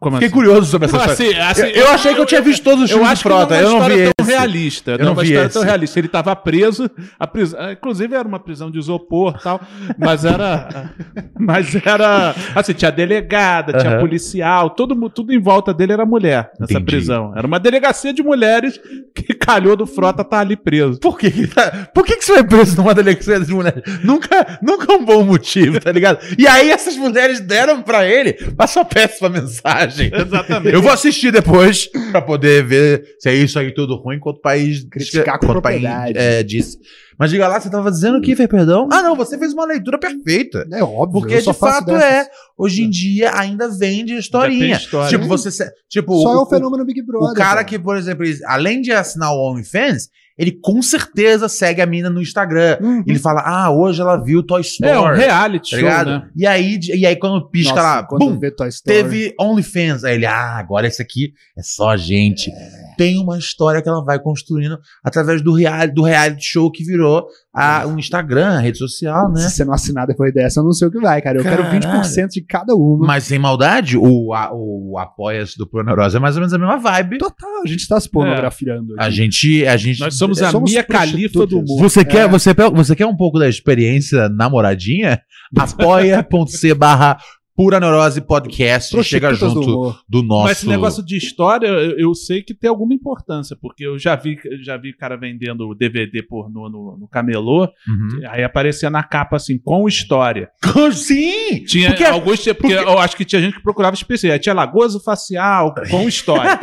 Speaker 1: Como
Speaker 4: Fiquei
Speaker 1: assim?
Speaker 4: curioso sobre essa
Speaker 1: Não,
Speaker 4: história.
Speaker 1: assim, assim,
Speaker 4: eu, eu achei que eu tinha visto todos os
Speaker 1: Eu
Speaker 4: filmes
Speaker 1: acho
Speaker 4: de Frota.
Speaker 1: que
Speaker 4: eu
Speaker 1: não é
Speaker 4: não
Speaker 1: uma
Speaker 4: vi
Speaker 1: história tão
Speaker 4: esse.
Speaker 1: realista.
Speaker 4: Eu
Speaker 1: não é
Speaker 4: não
Speaker 1: uma
Speaker 4: vi
Speaker 1: história
Speaker 4: esse.
Speaker 1: tão realista. Ele estava preso, a prisão, ah, inclusive era uma prisão de isopor e tal, mas era. (laughs) mas era. Assim, tinha delegada, tinha
Speaker 4: Aham.
Speaker 1: policial, todo, mu- tudo em volta dele era mulher nessa
Speaker 4: Entendi.
Speaker 1: prisão. Era uma delegacia de mulheres que calhou do Frota tá ali preso.
Speaker 4: Por que, que tá- por que, que você vai preso numa delegacia das mulheres? Nunca, nunca é um bom motivo, tá ligado? E aí essas mulheres deram pra ele a sua péssima mensagem.
Speaker 1: Exatamente.
Speaker 4: Eu vou assistir depois pra poder ver se é isso aí tudo ruim quanto o país
Speaker 3: Criticar com
Speaker 4: quanto o país
Speaker 3: propriedade.
Speaker 4: é, disse. Mas diga lá, você tava dizendo o que, Fer, perdão? Ah, não, você fez uma leitura perfeita.
Speaker 3: É óbvio.
Speaker 4: Porque
Speaker 3: eu só
Speaker 4: de
Speaker 3: faço
Speaker 4: fato
Speaker 3: dessas.
Speaker 4: é, hoje em dia ainda vende historinha.
Speaker 1: história.
Speaker 4: Tipo, você. se- Tipo,
Speaker 3: Só é
Speaker 4: o-
Speaker 3: o fenômeno Big Brother.
Speaker 4: o cara
Speaker 3: pô.
Speaker 4: que, por exemplo, ele- além de assinar o OnlyFans, ele com certeza segue a mina no Instagram.
Speaker 3: Uhum.
Speaker 4: Ele fala, ah, hoje ela viu Toy Story.
Speaker 1: É um reality
Speaker 4: tá
Speaker 1: show,
Speaker 4: ligado?
Speaker 1: né?
Speaker 4: E, aí, de- e aí quando pisca
Speaker 3: Nossa,
Speaker 4: lá,
Speaker 3: quando
Speaker 4: bum,
Speaker 3: vê Toy Story.
Speaker 4: teve OnlyFans. Aí ele, ah, agora esse aqui é só gente. Tem uma história que ela vai construindo através do reality, do reality show que virou a, um Instagram, a rede social, né?
Speaker 3: Se você não assinar depois dessa, eu não sei o que vai, cara. Eu
Speaker 4: Caralho.
Speaker 3: quero 20% de cada uma.
Speaker 4: Mas sem maldade, o, a- o apoia-se do Pro Neurose é mais ou menos a mesma vibe.
Speaker 3: Total, a gente tá se pornografiando.
Speaker 4: A gente, a gente
Speaker 1: Nós somos a
Speaker 3: Somos
Speaker 1: Mia Califa do
Speaker 3: prostitutas.
Speaker 1: mundo.
Speaker 4: Você quer, você, pe- você quer um pouco da experiência namoradinha? Apoia.c barra Pura Neurose Podcast e chega
Speaker 3: Prostitutas do
Speaker 4: junto
Speaker 3: humor.
Speaker 4: do nosso...
Speaker 1: Mas esse negócio de história, eu, eu sei que tem alguma importância, porque eu já vi, já vi cara vendendo DVD pornô no, no camelô,
Speaker 4: Uhum.
Speaker 1: aí aparecia na capa assim, com história. (laughs)
Speaker 4: Sim!
Speaker 1: Tinha
Speaker 4: Porque-
Speaker 1: alguns, tinha- porque, eu acho que tinha gente que procurava especial, aí tinha lagoso facial com (laughs) história.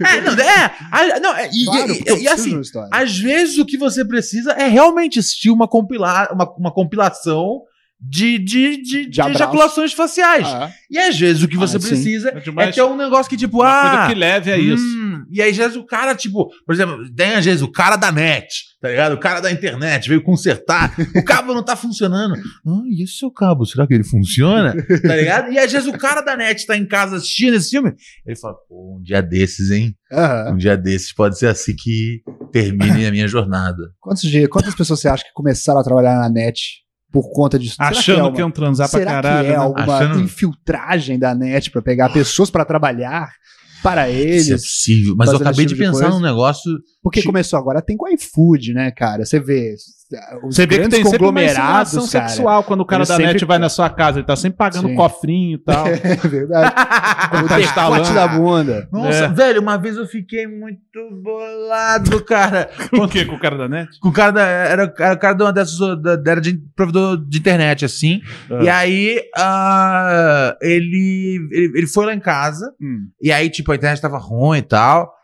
Speaker 4: É, não, é, a- não, é, e,
Speaker 3: Claro,
Speaker 4: e-
Speaker 3: porque eu
Speaker 4: e- e
Speaker 3: preciso de
Speaker 4: assim,
Speaker 3: uma história.
Speaker 4: às vezes o que você precisa é realmente assistir uma, compila uma, uma compilação de, de, de, de
Speaker 3: abraço.
Speaker 4: ejaculações faciais.
Speaker 3: Ah,
Speaker 4: E às vezes o que você
Speaker 3: Ah, sim.
Speaker 4: precisa
Speaker 1: É
Speaker 4: é
Speaker 1: demais.
Speaker 4: ter um negócio que tipo,
Speaker 1: Uma
Speaker 4: ah...
Speaker 1: coisa que leve é isso.
Speaker 4: Hum, e aí, às vezes, o cara, tipo, por exemplo, tem às vezes o cara da net, tá ligado? O cara da internet veio consertar, o cabo não tá funcionando. (laughs) Ah, e esse seu cabo, será que ele funciona? Tá ligado? E às vezes o cara da net tá em casa assistindo esse filme, ele fala, pô, um dia desses, hein?
Speaker 1: ah.
Speaker 3: aham.
Speaker 4: Um dia desses pode ser assim que termine a minha (laughs) jornada.
Speaker 3: Quantos dias, quantas pessoas você acha que começaram a trabalhar na net por conta disso? Será
Speaker 1: Achando que,
Speaker 3: é
Speaker 1: iam transar pra
Speaker 3: será
Speaker 1: caralho.
Speaker 3: que é
Speaker 1: né?
Speaker 3: alguma
Speaker 4: Achando-
Speaker 3: infiltragem da net pra pegar pessoas pra trabalhar para
Speaker 4: Isso é
Speaker 3: eles?
Speaker 4: possível. Mas eu
Speaker 3: fazendo
Speaker 4: acabei
Speaker 3: esse
Speaker 4: de
Speaker 3: tipo de
Speaker 4: pensar
Speaker 3: coisa.
Speaker 4: num negócio.
Speaker 3: Porque começou agora, tem com iFood, né, cara? Você vê os
Speaker 1: Você vê que
Speaker 3: grandes
Speaker 1: tem sempre é uma insinuação
Speaker 3: conglomerados, cara.
Speaker 1: sexual quando o cara
Speaker 3: Ele
Speaker 1: da net
Speaker 3: sempre-
Speaker 1: vai na sua casa, ele tá sempre pagando
Speaker 3: Sim.
Speaker 1: cofrinho e (laughs)
Speaker 3: (laughs)
Speaker 1: tal.
Speaker 3: É
Speaker 4: (laughs)
Speaker 3: verdade.
Speaker 1: Quando
Speaker 3: o
Speaker 1: tá
Speaker 3: decote
Speaker 1: instalando.
Speaker 3: da bunda.
Speaker 4: Nossa,
Speaker 1: É.
Speaker 4: velho, uma vez eu fiquei muito bolado, cara.
Speaker 1: O que é com o cara da net?
Speaker 4: Com o cara da, era, era o cara de uma dessas. da- Era de provedor de internet, assim.
Speaker 1: Ah.
Speaker 4: E aí ah, ele, ele. ele foi lá em casa.
Speaker 1: Hum.
Speaker 4: E aí, tipo, a internet tava ruim e tal.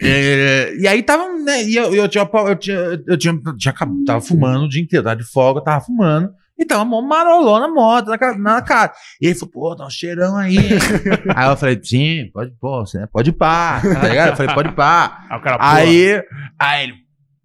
Speaker 4: E, e aí tava, né? E eu, eu tinha. Eu, tinha, eu tinha, eu tinha acab- tava fumando o dia inteiro, tava de folga, tava fumando. E tava uma marolona morta na, ca- na cara. E ele falou, pô, dá um cheirão aí. aí eu falei, sim, pode, pô, você- pode pá, tá ligado? Eu falei, pode pá.
Speaker 1: Aí o cara, porra,
Speaker 4: Aí, aí ele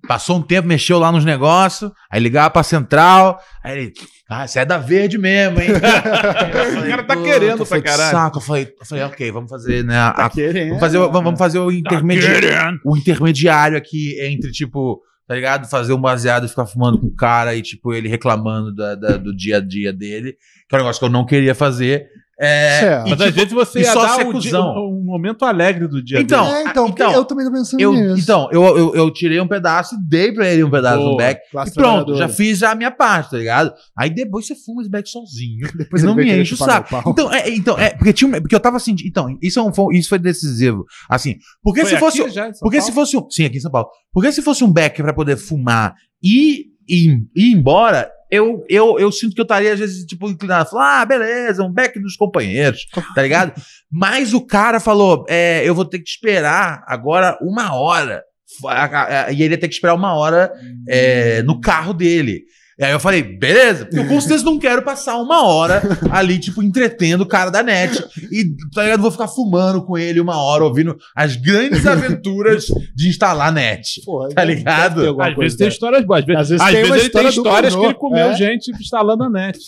Speaker 4: passou um tempo, mexeu lá nos negócios, aí ligava pra central, aí ele, ah, você é da verde mesmo,
Speaker 1: (laughs)
Speaker 4: hein?
Speaker 1: O cara tá querendo pra caralho."
Speaker 4: Saco. Eu falei, eu falei, ok, vamos fazer, né? a-
Speaker 3: Tá
Speaker 4: a-
Speaker 3: querendo.
Speaker 4: vamos, fazer, o- vamos vamos fazer o intermediário.
Speaker 1: Tá querendo.
Speaker 4: O intermediário aqui entre, tipo, tá ligado? Fazer um baseado e ficar fumando com o cara e, tipo, ele reclamando da- da- do dia a dia dele, que é um negócio que eu não queria fazer. É,
Speaker 3: Certo.
Speaker 4: e
Speaker 1: Mas às
Speaker 4: tipo,
Speaker 1: vezes você
Speaker 4: e
Speaker 1: ia
Speaker 4: só
Speaker 1: dar
Speaker 4: ser
Speaker 1: um, dia-
Speaker 4: cuzão.
Speaker 1: um- um momento alegre do dia.
Speaker 4: Então,
Speaker 1: dele.
Speaker 3: é,
Speaker 4: então,
Speaker 3: então, porque eu também tô pensando
Speaker 4: eu,
Speaker 3: nisso.
Speaker 4: então eu, eu, eu tirei um pedaço, dei pra ele um pedaço do
Speaker 1: Boa.
Speaker 4: back.
Speaker 3: Classe
Speaker 4: E pronto,
Speaker 3: trabalhadora.
Speaker 4: já fiz a minha parte, tá ligado? Aí depois você fuma esse back sozinho.
Speaker 3: Depois
Speaker 4: Eu
Speaker 3: ele
Speaker 4: não
Speaker 3: veio
Speaker 4: me
Speaker 3: querer
Speaker 4: enche o
Speaker 3: chupar
Speaker 4: saco.
Speaker 3: meu pau.
Speaker 4: Então, é, então, é, porque, tinha, um- porque eu tava sentindo. Então, isso, é um, foi- isso foi decisivo. Assim, porque
Speaker 1: Foi
Speaker 4: se fosse.
Speaker 1: aqui já é em São
Speaker 4: Porque se
Speaker 1: Paulo?
Speaker 4: fosse um. Sim, aqui em São Paulo. Porque se fosse um back pra poder fumar e e- e ir embora, eu, eu, eu sinto que eu estaria, às vezes, tipo, inclinado. Falar, ah, beleza, um back dos companheiros, tá ligado? Mas o cara falou: é, eu vou ter que esperar agora uma hora. A- a- a- E ele ia ter que esperar uma hora é,
Speaker 1: Hum.
Speaker 4: no carro dele. E aí eu falei, beleza, porque eu com certeza não quero passar uma hora ali, tipo, entretendo o cara da net. E, tá ligado? Vou ficar fumando com ele uma hora, ouvindo as
Speaker 3: (laughs)
Speaker 4: grandes aventuras de instalar net.
Speaker 3: Porra,
Speaker 4: Tá
Speaker 3: deve
Speaker 4: ligado?
Speaker 3: ter alguma
Speaker 1: Às vezes
Speaker 3: coisa
Speaker 1: tem
Speaker 3: dessa.
Speaker 1: histórias boas. Às vezes,
Speaker 3: Às vezes
Speaker 1: às
Speaker 3: tem
Speaker 1: vezes
Speaker 3: uma
Speaker 1: ele tem
Speaker 3: história do
Speaker 1: histórias que
Speaker 3: Bruno,
Speaker 1: ele comeu
Speaker 3: é.
Speaker 1: gente instalando a net.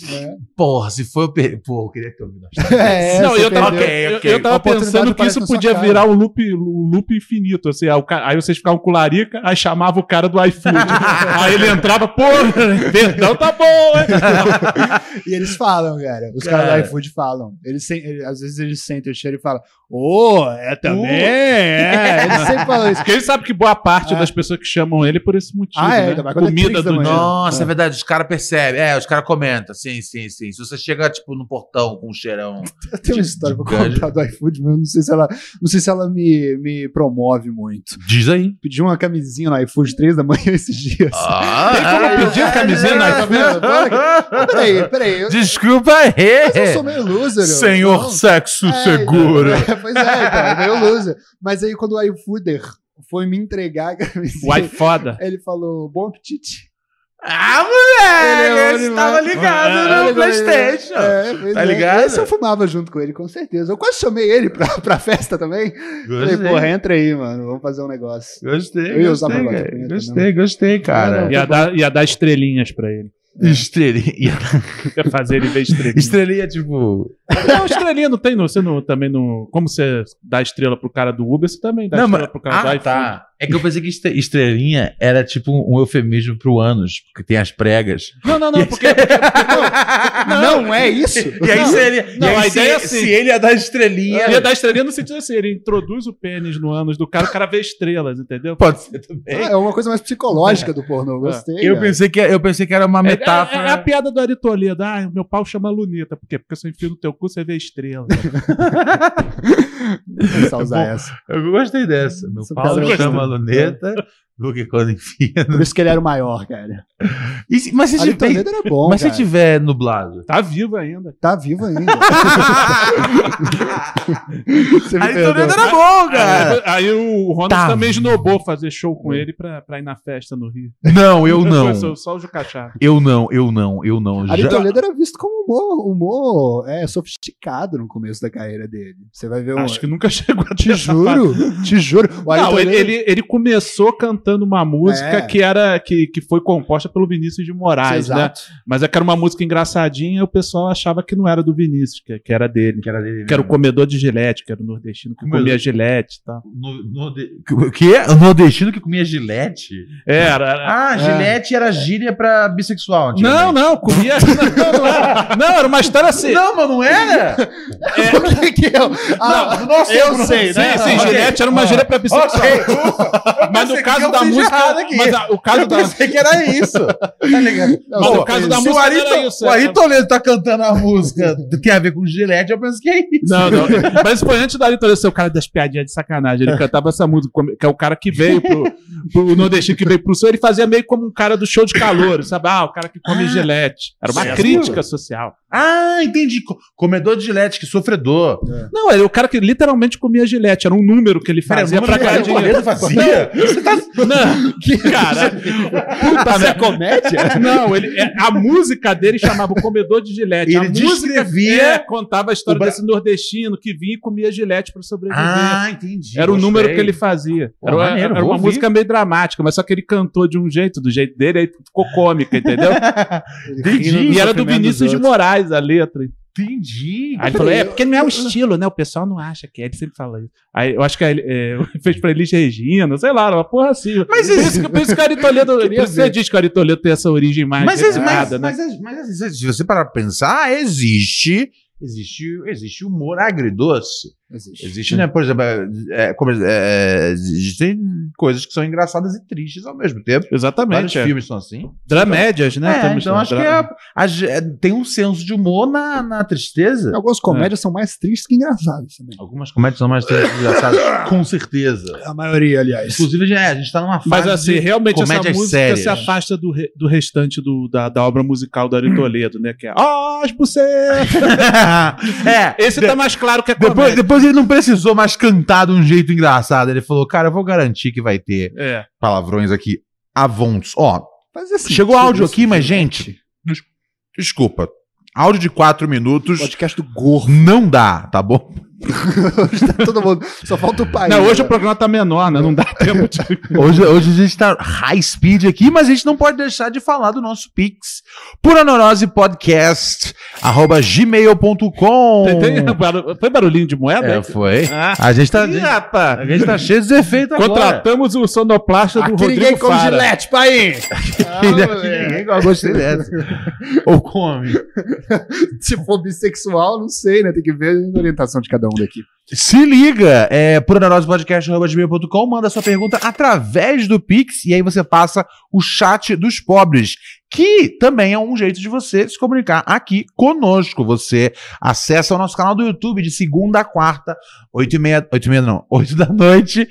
Speaker 4: Porra, se foi eu per... Pô, eu queria ter ouvido.
Speaker 3: (laughs) É,
Speaker 1: não,
Speaker 3: você
Speaker 1: eu tava,
Speaker 3: perdeu.
Speaker 4: Ok,
Speaker 1: eu-
Speaker 4: ok.
Speaker 1: eu tava
Speaker 3: Oportunidade
Speaker 1: pensando que
Speaker 3: aparece
Speaker 1: isso
Speaker 3: na sua
Speaker 1: podia
Speaker 3: cara.
Speaker 1: virar um loop, um loop infinito. Assim, aí, o ca- aí vocês ficavam com larica, aí chamava o cara do
Speaker 4: (laughs)
Speaker 1: iFood. aí ele entrava, pô, perdão tá bom, hein?
Speaker 3: E eles falam, cara. Os
Speaker 4: Cara.
Speaker 3: caras do iFood falam. Eles sen- ele- às vezes eles sentem o cheiro e falam, ô, é também? É, eles sempre falam isso.
Speaker 1: Porque ele sabe que boa parte das pessoas que chamam ele é por esse motivo.
Speaker 3: Ah, é,
Speaker 1: né?
Speaker 3: ainda mais quando é
Speaker 1: Comida
Speaker 3: três
Speaker 1: do
Speaker 3: da manhã.
Speaker 1: dia.
Speaker 4: Nossa, é verdade, os caras percebem. É, os caras comentam. Sim, sim, sim. Se você chega, tipo, no portão com um
Speaker 3: (laughs)
Speaker 4: cheirão.
Speaker 3: Eu tenho uma história pra
Speaker 4: Ganja.
Speaker 3: contar do iFood, mas eu não sei se ela, não sei se ela me, me promove muito.
Speaker 4: Diz aí.
Speaker 3: Pedi uma camisinha no iFood três da manhã (laughs) esses dias.
Speaker 4: Ah,
Speaker 1: Tem como pedir a camisinha no
Speaker 3: Tá vendo? Para- Peraí, peraí. Eu,
Speaker 4: Desculpa
Speaker 3: mas
Speaker 1: É.
Speaker 3: eu
Speaker 4: aí.
Speaker 3: sou meio loser. eu
Speaker 4: Senhor
Speaker 3: não-
Speaker 4: sexo
Speaker 3: É,
Speaker 4: seguro.
Speaker 3: então, é, (laughs) pois é, então, é meio loser. Mas aí quando o iFooder foi me entregar a camisinha,
Speaker 1: Uai, foda.
Speaker 3: ele falou, bom apetite.
Speaker 4: Ah, moleque!
Speaker 3: Ele é
Speaker 4: Você
Speaker 3: bom
Speaker 4: tava
Speaker 3: demais.
Speaker 4: ligado
Speaker 1: Ah,
Speaker 4: né? no
Speaker 3: Ele vai-
Speaker 4: Playstation.
Speaker 3: É, pois
Speaker 4: É, Tá
Speaker 3: é.
Speaker 4: ligado?
Speaker 3: Esse eu fumava junto com ele, com certeza. Eu quase chamei ele pra, (laughs) pra festa também. É. Falei,
Speaker 4: é.
Speaker 3: porra, entra aí, mano. Vamos fazer um negócio.
Speaker 4: Gostei,
Speaker 3: Eu ia usar
Speaker 4: gostei,
Speaker 3: pra bater
Speaker 4: cara.
Speaker 3: punheta
Speaker 4: gostei, gostei, cara.
Speaker 1: Ia dar, ia dar estrelinhas
Speaker 4: (laughs)
Speaker 1: pra ele.
Speaker 4: Estrelinha. (laughs)
Speaker 1: Ia fazer ele ver estrelinha.
Speaker 4: Estrelinha, tipo...
Speaker 1: Não, estrelinha não tem, não. Você não, também não. Como você dá estrela pro cara do Uber, você também dá
Speaker 4: Não,
Speaker 1: estrela
Speaker 4: mas-
Speaker 1: pro cara do
Speaker 4: ah,
Speaker 1: iFood.
Speaker 4: tá. É que eu pensei que este- estrelinha era tipo um eufemismo pro ânus, porque tem as pregas.
Speaker 1: Não, não, não, porque. porque-
Speaker 3: Não, é isso?
Speaker 4: E aí, se ele,
Speaker 1: Não,
Speaker 4: e aí
Speaker 1: a
Speaker 4: se,
Speaker 1: ideia é assim.
Speaker 4: se ele ia dar estrelinha...
Speaker 1: Ele é ia dar estrelinha no sentido assim, ele introduz o pênis no ânus do cara, o cara vê estrelas, entendeu?
Speaker 4: Pode ser também.
Speaker 3: Ah, (laughs) é uma coisa mais psicológica do pornô. Gostei.
Speaker 4: Ah. Eu
Speaker 3: cara.
Speaker 4: pensei, que, eu pensei que era uma
Speaker 1: É- é-
Speaker 4: metáfora.
Speaker 1: É, a piada do Ari Toledo. Ah, meu pau chama luneta. Por quê? Porque se eu enfio no teu cu, você vê estrela.
Speaker 3: Vou começar a usar
Speaker 4: (laughs)
Speaker 3: essa.
Speaker 4: Eu gostei dessa. Meu
Speaker 3: Essa
Speaker 4: pau
Speaker 3: piada eu gostei.
Speaker 4: chama a luneta, porque quando enfia...
Speaker 3: Por isso que ele era o maior, cara.
Speaker 4: E se- mas se
Speaker 3: Ali
Speaker 4: tiver,
Speaker 3: Toledo era então é bom,
Speaker 4: mas se
Speaker 3: cara.
Speaker 4: tiver nublado...
Speaker 1: Tá vivo ainda.
Speaker 3: Tá
Speaker 4: (laughs)
Speaker 3: vivo ainda. Você me
Speaker 4: Ari
Speaker 3: perdoa.
Speaker 4: Toledo era bom, cara!
Speaker 1: Aí, aí o Ronald
Speaker 4: É. Tá
Speaker 1: também
Speaker 4: vivo.
Speaker 1: esnobou fazer show com ele pra, pra ir na festa no Rio.
Speaker 4: Não, eu
Speaker 1: Foi
Speaker 4: não.
Speaker 1: só, só o Jucachá.
Speaker 4: Eu não, eu não, eu não.
Speaker 3: Ari
Speaker 4: Já-
Speaker 3: Toledo era visto como humor, humor é, sofisticado no começo da carreira dele. Você vai
Speaker 4: Então,
Speaker 3: ver um.
Speaker 4: é.
Speaker 1: Acho que nunca (laughs) chegou a ter
Speaker 3: Te
Speaker 1: essa
Speaker 3: juro, te juro. O Ari
Speaker 1: Não, ele,
Speaker 3: Toledo-
Speaker 1: ele, ele começou cantando uma música
Speaker 3: É.
Speaker 1: que era que, que foi composta pelo Vinícius de Moraes, né?
Speaker 3: Exato.
Speaker 1: Mas é que era uma música engraçadinha e o pessoal achava que não era do Vinícius, que, que era dele. Que era, o comedor de gilete, que era o nordestino que
Speaker 4: Comedor.
Speaker 1: comia gilete e tal.
Speaker 4: No, norde- O quê? O nordestino que comia gilete?
Speaker 1: É, Era, era-
Speaker 4: Ah, gilete era gíria pra bissexual.
Speaker 1: Não,
Speaker 4: antigamente.
Speaker 1: não, comia. (laughs) não, não, era, não, era uma história assim.
Speaker 4: Não, mas não era?
Speaker 1: né?
Speaker 3: (laughs) O é que que eu. Ah,
Speaker 4: nossa,
Speaker 3: eu sei,
Speaker 1: Sim,
Speaker 3: né?
Speaker 1: sim,
Speaker 4: Ok.
Speaker 1: gilete era uma gilete pra bissexual.
Speaker 4: (laughs)
Speaker 1: Mas
Speaker 4: pensei
Speaker 1: no
Speaker 4: que
Speaker 1: caso
Speaker 4: eu
Speaker 1: da
Speaker 4: fiz um errado
Speaker 1: música.
Speaker 4: aqui.
Speaker 1: Mas a- o caso
Speaker 4: Eu
Speaker 1: da.
Speaker 4: pensei que era
Speaker 1: (laughs)
Speaker 4: isso. Tá ligado?
Speaker 3: Ah, Não,
Speaker 1: Mas
Speaker 3: Pô,
Speaker 1: no caso da
Speaker 4: se o
Speaker 1: música
Speaker 4: Ari,
Speaker 1: não era isso.
Speaker 4: o
Speaker 1: era-
Speaker 4: Ari Toledo tá cantando a música que tem a ver com gilete, eu penso que é isso.
Speaker 1: Não, não. (laughs) Mas foi antes da Lito ser o cara das piadinhas de sacanagem. Ele cantava essa música, como- que é o cara que veio pro, pro nordestino que veio pro sul. Ele fazia meio como um cara do show de calor, sabe? Ah, o cara que come
Speaker 4: Ah,
Speaker 1: gilete. Era uma
Speaker 4: certo.
Speaker 1: crítica social.
Speaker 4: Ah, entendi. Co- Comedor de gilete, que sofredor.
Speaker 1: Não, era o cara que literalmente comia gilete. Era um número que ele fazia
Speaker 4: Era
Speaker 1: pra
Speaker 4: número
Speaker 1: ganhar
Speaker 4: que o
Speaker 1: dinheiro.
Speaker 4: Toledo fazia? Você tá
Speaker 1: Não, que cara. Puta
Speaker 3: Isso é
Speaker 1: merda.
Speaker 3: comédia?
Speaker 1: Não, ele, é, a música dele chamava o comedor de gilete. a
Speaker 4: Ele
Speaker 1: música
Speaker 4: descrevia-
Speaker 1: é, contava a história
Speaker 4: o ba-
Speaker 1: desse nordestino que vinha e comia gilete pra sobreviver.
Speaker 4: Ah, entendi.
Speaker 1: Era o
Speaker 4: gostei.
Speaker 1: número que ele fazia.
Speaker 4: Pô,
Speaker 1: era, uma-
Speaker 4: maneiro,
Speaker 1: era
Speaker 4: vou
Speaker 1: uma
Speaker 4: ouvir.
Speaker 1: música meio dramática, mas só que ele cantou de um jeito, do jeito dele, aí ficou cômica, (laughs) entendeu?
Speaker 4: Entendi.
Speaker 1: E era do Vinícius de Moraes a letra.
Speaker 4: Entendi.
Speaker 1: Aí ele falou, é porque não (laughs) é o estilo, né? O pessoal não acha que é, ele sempre fala isso. Aí eu acho que ele é, (laughs) fez pra Elis Regina, sei lá, uma porra assim. Mas por isso, que- por isso (laughs) que o Ari Toledo, por isso que você diz que o Ari
Speaker 4: Ah, é
Speaker 1: Toledo tem essa origem mais né?
Speaker 4: Mas, mas,
Speaker 1: retirada,
Speaker 4: mas, mas, mas se você parar pra pensar, existe existe, existe humor agridoce.
Speaker 3: Existe.
Speaker 4: Existe, né? Por exemplo, é, é, como- é, existem coisas que são engraçadas e tristes ao mesmo tempo. Vários
Speaker 1: Exatamente. É.
Speaker 4: filmes são assim.
Speaker 1: Dramédias, né?
Speaker 4: É,
Speaker 1: Temos-
Speaker 4: então acho que
Speaker 1: dra-
Speaker 4: é- a ge- é, tem um senso de humor na, na tristeza.
Speaker 3: Algumas comédias
Speaker 1: É.
Speaker 3: são mais tristes que engraçadas também.
Speaker 4: Algumas comédias são mais tristes, engraçadas, com certeza.
Speaker 3: A maioria, aliás.
Speaker 4: Inclusive, é, a gente tá numa fase.
Speaker 1: Mas assim,
Speaker 4: de (laughs)
Speaker 1: realmente essa
Speaker 4: comédias
Speaker 1: música
Speaker 4: sérias.
Speaker 1: se afasta do, re- do restante do- da, da obra musical do Ari Toledo, né? Que é. Ah, as bucetas!
Speaker 4: é,
Speaker 1: Esse
Speaker 4: de-
Speaker 1: tá mais claro que é
Speaker 4: depois,
Speaker 1: comédia.
Speaker 4: depois ele não precisou mais cantar de um jeito engraçado. Ele falou, cara, eu vou garantir que vai ter
Speaker 1: É.
Speaker 4: palavrões aqui avontos. Ó,
Speaker 3: Mas assim,
Speaker 4: chegou
Speaker 3: tudo
Speaker 4: áudio
Speaker 3: isso,
Speaker 4: aqui, mas, gente. des- Desculpa. Áudio de quatro minutos
Speaker 3: Podcast do gordo.
Speaker 4: não dá, tá bom?
Speaker 1: (laughs)
Speaker 3: tá todo mundo. Só falta o país.
Speaker 1: Não, hoje o programa tá menor, né? (laughs) Não dá tempo de.
Speaker 4: Hoje, hoje a gente tá high speed aqui, mas a gente não pode deixar de falar do nosso Pix. Pura Neurose Podcast, arroba gmail.com.
Speaker 1: Tem- tem (laughs) barulho- É. Foi barulhinho de moeda?
Speaker 4: É,
Speaker 1: hein?
Speaker 4: foi.
Speaker 1: Ah.
Speaker 4: A gente tá,
Speaker 1: Ih, rapaz.
Speaker 4: a gente tá cheio dos efeitos agora.
Speaker 1: Contratamos o sonoplasta do
Speaker 3: Aqui ninguém
Speaker 1: Rodrigo
Speaker 3: come
Speaker 1: Fara.
Speaker 3: gilete,
Speaker 4: (laughs)
Speaker 3: pai!
Speaker 4: Ninguém gosta dessa. Ou come.
Speaker 3: Se for bissexual, não sei, né? Tem que ver a orientação de cada um daqui.
Speaker 4: Se liga, é puranarosepodcast.com, manda sua pergunta através do Pix e aí você passa o chat dos pobres, que também é um jeito de você se comunicar aqui conosco. Você acessa o nosso canal do YouTube de segunda a quarta, oito e meia, oito e meia não, oito da noite,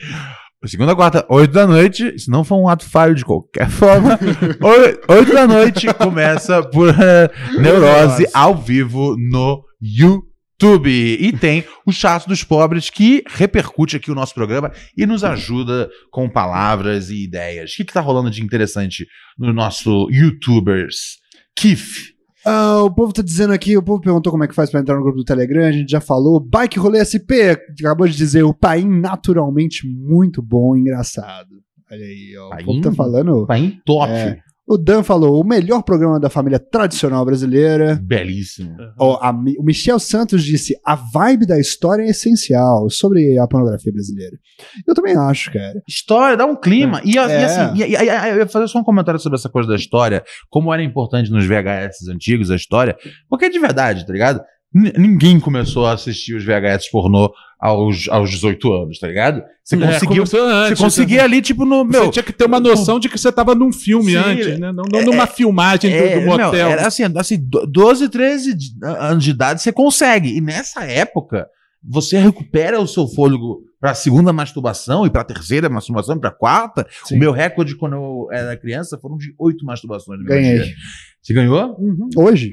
Speaker 4: segunda a quarta, oito da noite, se não for um ato falho de qualquer (laughs) forma, oi- oito da noite começa por eh, Neurose ao vivo no YouTube. E tem o Chato dos Pobres, que repercute aqui o nosso programa e nos ajuda com palavras e ideias. O que, que tá rolando de interessante no nosso YouTubers? Kif.
Speaker 3: Ah, o povo tá dizendo aqui, o povo perguntou como é que faz pra entrar no grupo do Telegram, a gente já falou. Bike Rolê SP, acabou de dizer, o Paim naturalmente muito bom e engraçado. Olha aí, ó.
Speaker 4: Paim?
Speaker 3: O povo tá falando.
Speaker 4: Paim top.
Speaker 3: É. O Dan falou, o melhor programa da família tradicional brasileira.
Speaker 4: Belíssimo.
Speaker 3: Ó, a Mi- o Michel Santos disse: a vibe da história é essencial sobre a pornografia brasileira. Eu também acho, cara.
Speaker 4: História, dá um clima. E, a- e
Speaker 3: É.
Speaker 4: assim, e- e- e- eu ia fazer só um comentário sobre essa coisa da história, como era importante nos VHS antigos a história, porque de verdade, tá ligado? N- ninguém começou a assistir os VHS pornô aos, aos 18 anos, tá ligado? Você
Speaker 1: É,
Speaker 4: conseguiu.
Speaker 1: começou
Speaker 4: Você
Speaker 1: antes, né?
Speaker 4: conseguia ali, tipo, no.
Speaker 1: Você
Speaker 4: Meu,
Speaker 1: tinha que ter uma noção de que você tava num filme
Speaker 4: Sim,
Speaker 1: antes, né? Não, não
Speaker 4: é-
Speaker 1: numa filmagem do-
Speaker 4: É,
Speaker 1: do, motel.
Speaker 4: não, era assim, assim, do- 12, 13 de- a- anos de idade você consegue. E nessa época, você recupera o seu fôlego para segunda masturbação e para terceira masturbação e para quarta.
Speaker 3: Sim.
Speaker 4: O meu recorde quando eu era criança foram de oito masturbações. no meu
Speaker 3: Ganhei.
Speaker 4: dia. Você ganhou?
Speaker 1: Uhum.
Speaker 3: Hoje.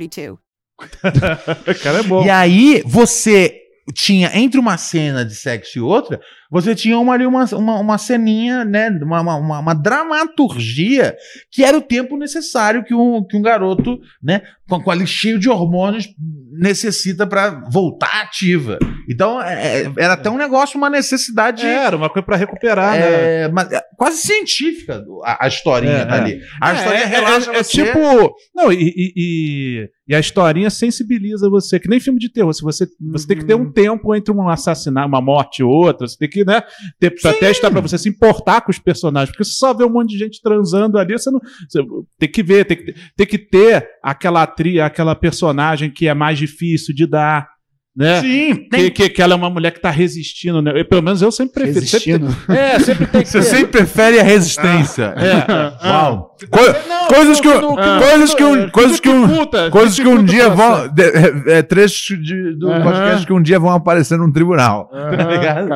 Speaker 1: assim. (laughs) cara é bom.
Speaker 4: E aí, você tinha, entre uma cena de sexo e outra, você tinha uma, ali uma, uma, uma ceninha, né? Uma, uma, uma- uma dramaturgia que era o tempo necessário que um, que um garoto, né, com, com ali cheio de hormônios, necessita pra voltar ativa. Então, é, é, era até um negócio, uma necessidade.
Speaker 1: É, era uma coisa pra recuperar, né?
Speaker 4: é, mas- é, quase científica a, a historinha
Speaker 1: É,
Speaker 4: tá
Speaker 1: é.
Speaker 4: ali. A
Speaker 1: É,
Speaker 4: história
Speaker 1: é,
Speaker 4: relata
Speaker 1: é, é
Speaker 4: você-
Speaker 1: tipo. Não, e, e- e- E a historinha sensibiliza você, que nem filme de terror. Se você, você tem que ter
Speaker 4: Uhum.
Speaker 1: um tempo entre um assassinato, uma morte e outra. Você tem que, né? Ter estratégia pra você se importar com os personagens. Porque se só vê um monte de gente transando ali, você não. você tem que ver, tem que, ter- tem que ter aquela atriz, aquela personagem que é mais difícil de dar. Né?
Speaker 4: Sim,
Speaker 1: Que, que, que ela é uma mulher que tá resistindo, né? Eu, pelo menos eu sempre prefiro. Sempre
Speaker 3: Resistindo. (laughs)
Speaker 1: tem- é, sempre tem
Speaker 4: (laughs)
Speaker 1: que
Speaker 4: Você
Speaker 1: ter.
Speaker 4: sempre prefere a (laughs) resistência.
Speaker 1: É.
Speaker 4: Uau. Co- coisas que,
Speaker 1: não, não,
Speaker 4: coisas
Speaker 1: não,
Speaker 4: que um,
Speaker 1: é,
Speaker 4: coisas que um,
Speaker 1: dificulta,
Speaker 4: coisas que um
Speaker 1: dificulta
Speaker 4: dia
Speaker 1: o
Speaker 4: vão, de- é, é, trechos de- do
Speaker 1: tipo Aham.
Speaker 4: podcast que um dia vão aparecer num tribunal.
Speaker 1: Tá ligado?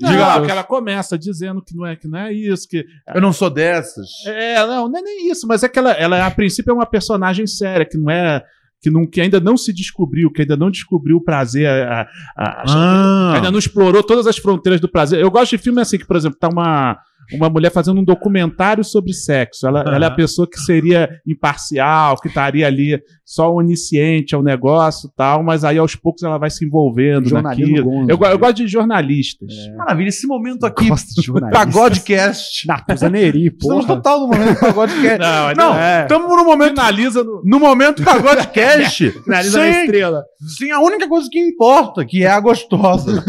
Speaker 1: Não, que ela começa dizendo que não é, que não é isso, que.
Speaker 4: Eu não sou dessas.
Speaker 1: É, não, não é nem isso, mas é que ela, ela, a princípio, é uma personagem séria, que não é. Que, não, que ainda não se descobriu, que ainda não descobriu o prazer, a- a- a- ainda
Speaker 4: Ah,
Speaker 1: não explorou todas as fronteiras do prazer. Eu gosto de filme assim, que, por exemplo, tá uma, uma mulher fazendo um documentário sobre sexo. Ela, ela é a pessoa que seria imparcial, que estaria ali só onisciente ao negócio e tal, mas aí aos poucos ela vai se envolvendo
Speaker 3: Jornalino
Speaker 1: naquilo.
Speaker 3: Gonzo. né?
Speaker 1: Eu, go- eu gosto de jornalistas.
Speaker 4: maravilha, esse momento aqui,
Speaker 3: Gosto
Speaker 4: (laughs)
Speaker 3: de jornalista.
Speaker 4: pagodecast. (laughs)
Speaker 3: Natuza Neri,
Speaker 4: Estamos
Speaker 3: porra.
Speaker 4: total no momento
Speaker 3: (laughs)
Speaker 4: pagodecast.
Speaker 1: Não,
Speaker 4: Não,
Speaker 1: é.
Speaker 4: estamos no momento,
Speaker 1: Finaliza no.
Speaker 4: no momento pagodecast.
Speaker 1: (laughs) Finaliza na
Speaker 4: Sim.
Speaker 1: estrela.
Speaker 4: Sim, a única coisa que importa, que é a
Speaker 3: (laughs)
Speaker 4: gostosa.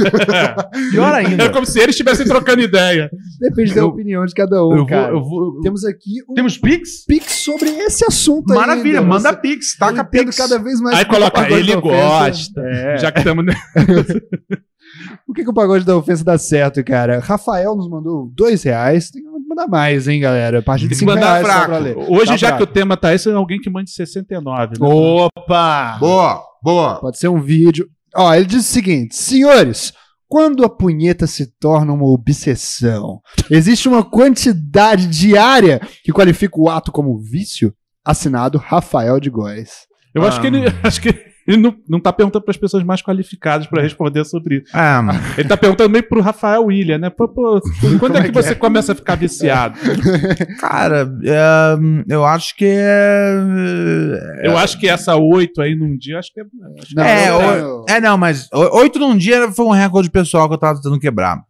Speaker 4: Pior ainda.
Speaker 1: É como se eles estivessem trocando ideia.
Speaker 3: Depende da
Speaker 4: Eu-
Speaker 3: opinião de cada um,
Speaker 4: Eu vou,
Speaker 3: cara.
Speaker 4: eu vou-
Speaker 3: Temos aqui um
Speaker 4: Temos Pix?
Speaker 3: pix sobre esse assunto ainda.
Speaker 4: Maravilha,
Speaker 3: Você
Speaker 4: manda Pix, taca
Speaker 3: entendo
Speaker 4: Pix.
Speaker 3: cada vez mais
Speaker 1: Aí
Speaker 3: que o
Speaker 1: coloca,
Speaker 3: pagode
Speaker 1: ele
Speaker 3: da ofensa-
Speaker 1: gosta.
Speaker 3: É.
Speaker 1: Já que estamos.
Speaker 3: Por que, que o pagode da ofensa dá certo, cara? Rafael nos mandou dois reais. Tem que mandar mais, hein, galera? A partir de
Speaker 1: Tem que
Speaker 3: cinco
Speaker 1: mandar
Speaker 3: reais só
Speaker 4: fraco.
Speaker 3: pra ler.
Speaker 1: Hoje,
Speaker 3: Tá
Speaker 1: já que
Speaker 3: fraco.
Speaker 1: o tema tá esse, é alguém que mande 69. Né?
Speaker 3: Opa!
Speaker 4: Boa, boa.
Speaker 3: Pode ser um vídeo. Ó, ele diz o seguinte: senhores, quando a punheta se torna uma obsessão, existe uma quantidade diária que qualifica o ato como vício? Assinado Rafael de Góes.
Speaker 1: Eu acho que ele, acho que ele não, não tá perguntando para as pessoas mais qualificadas para responder sobre isso.
Speaker 4: Ah,
Speaker 1: Ele tá perguntando meio pro Rafael William, né? Pô, pô, quando é que você começa a ficar viciado?
Speaker 4: cara, é, eu acho que é.
Speaker 1: Eu acho que essa 8 aí num dia, acho que é.
Speaker 3: Não,
Speaker 4: é,
Speaker 3: não,
Speaker 4: o-
Speaker 3: não.
Speaker 4: é, não, mas o- oito num dia foi um recorde pessoal que eu tava tentando quebrar.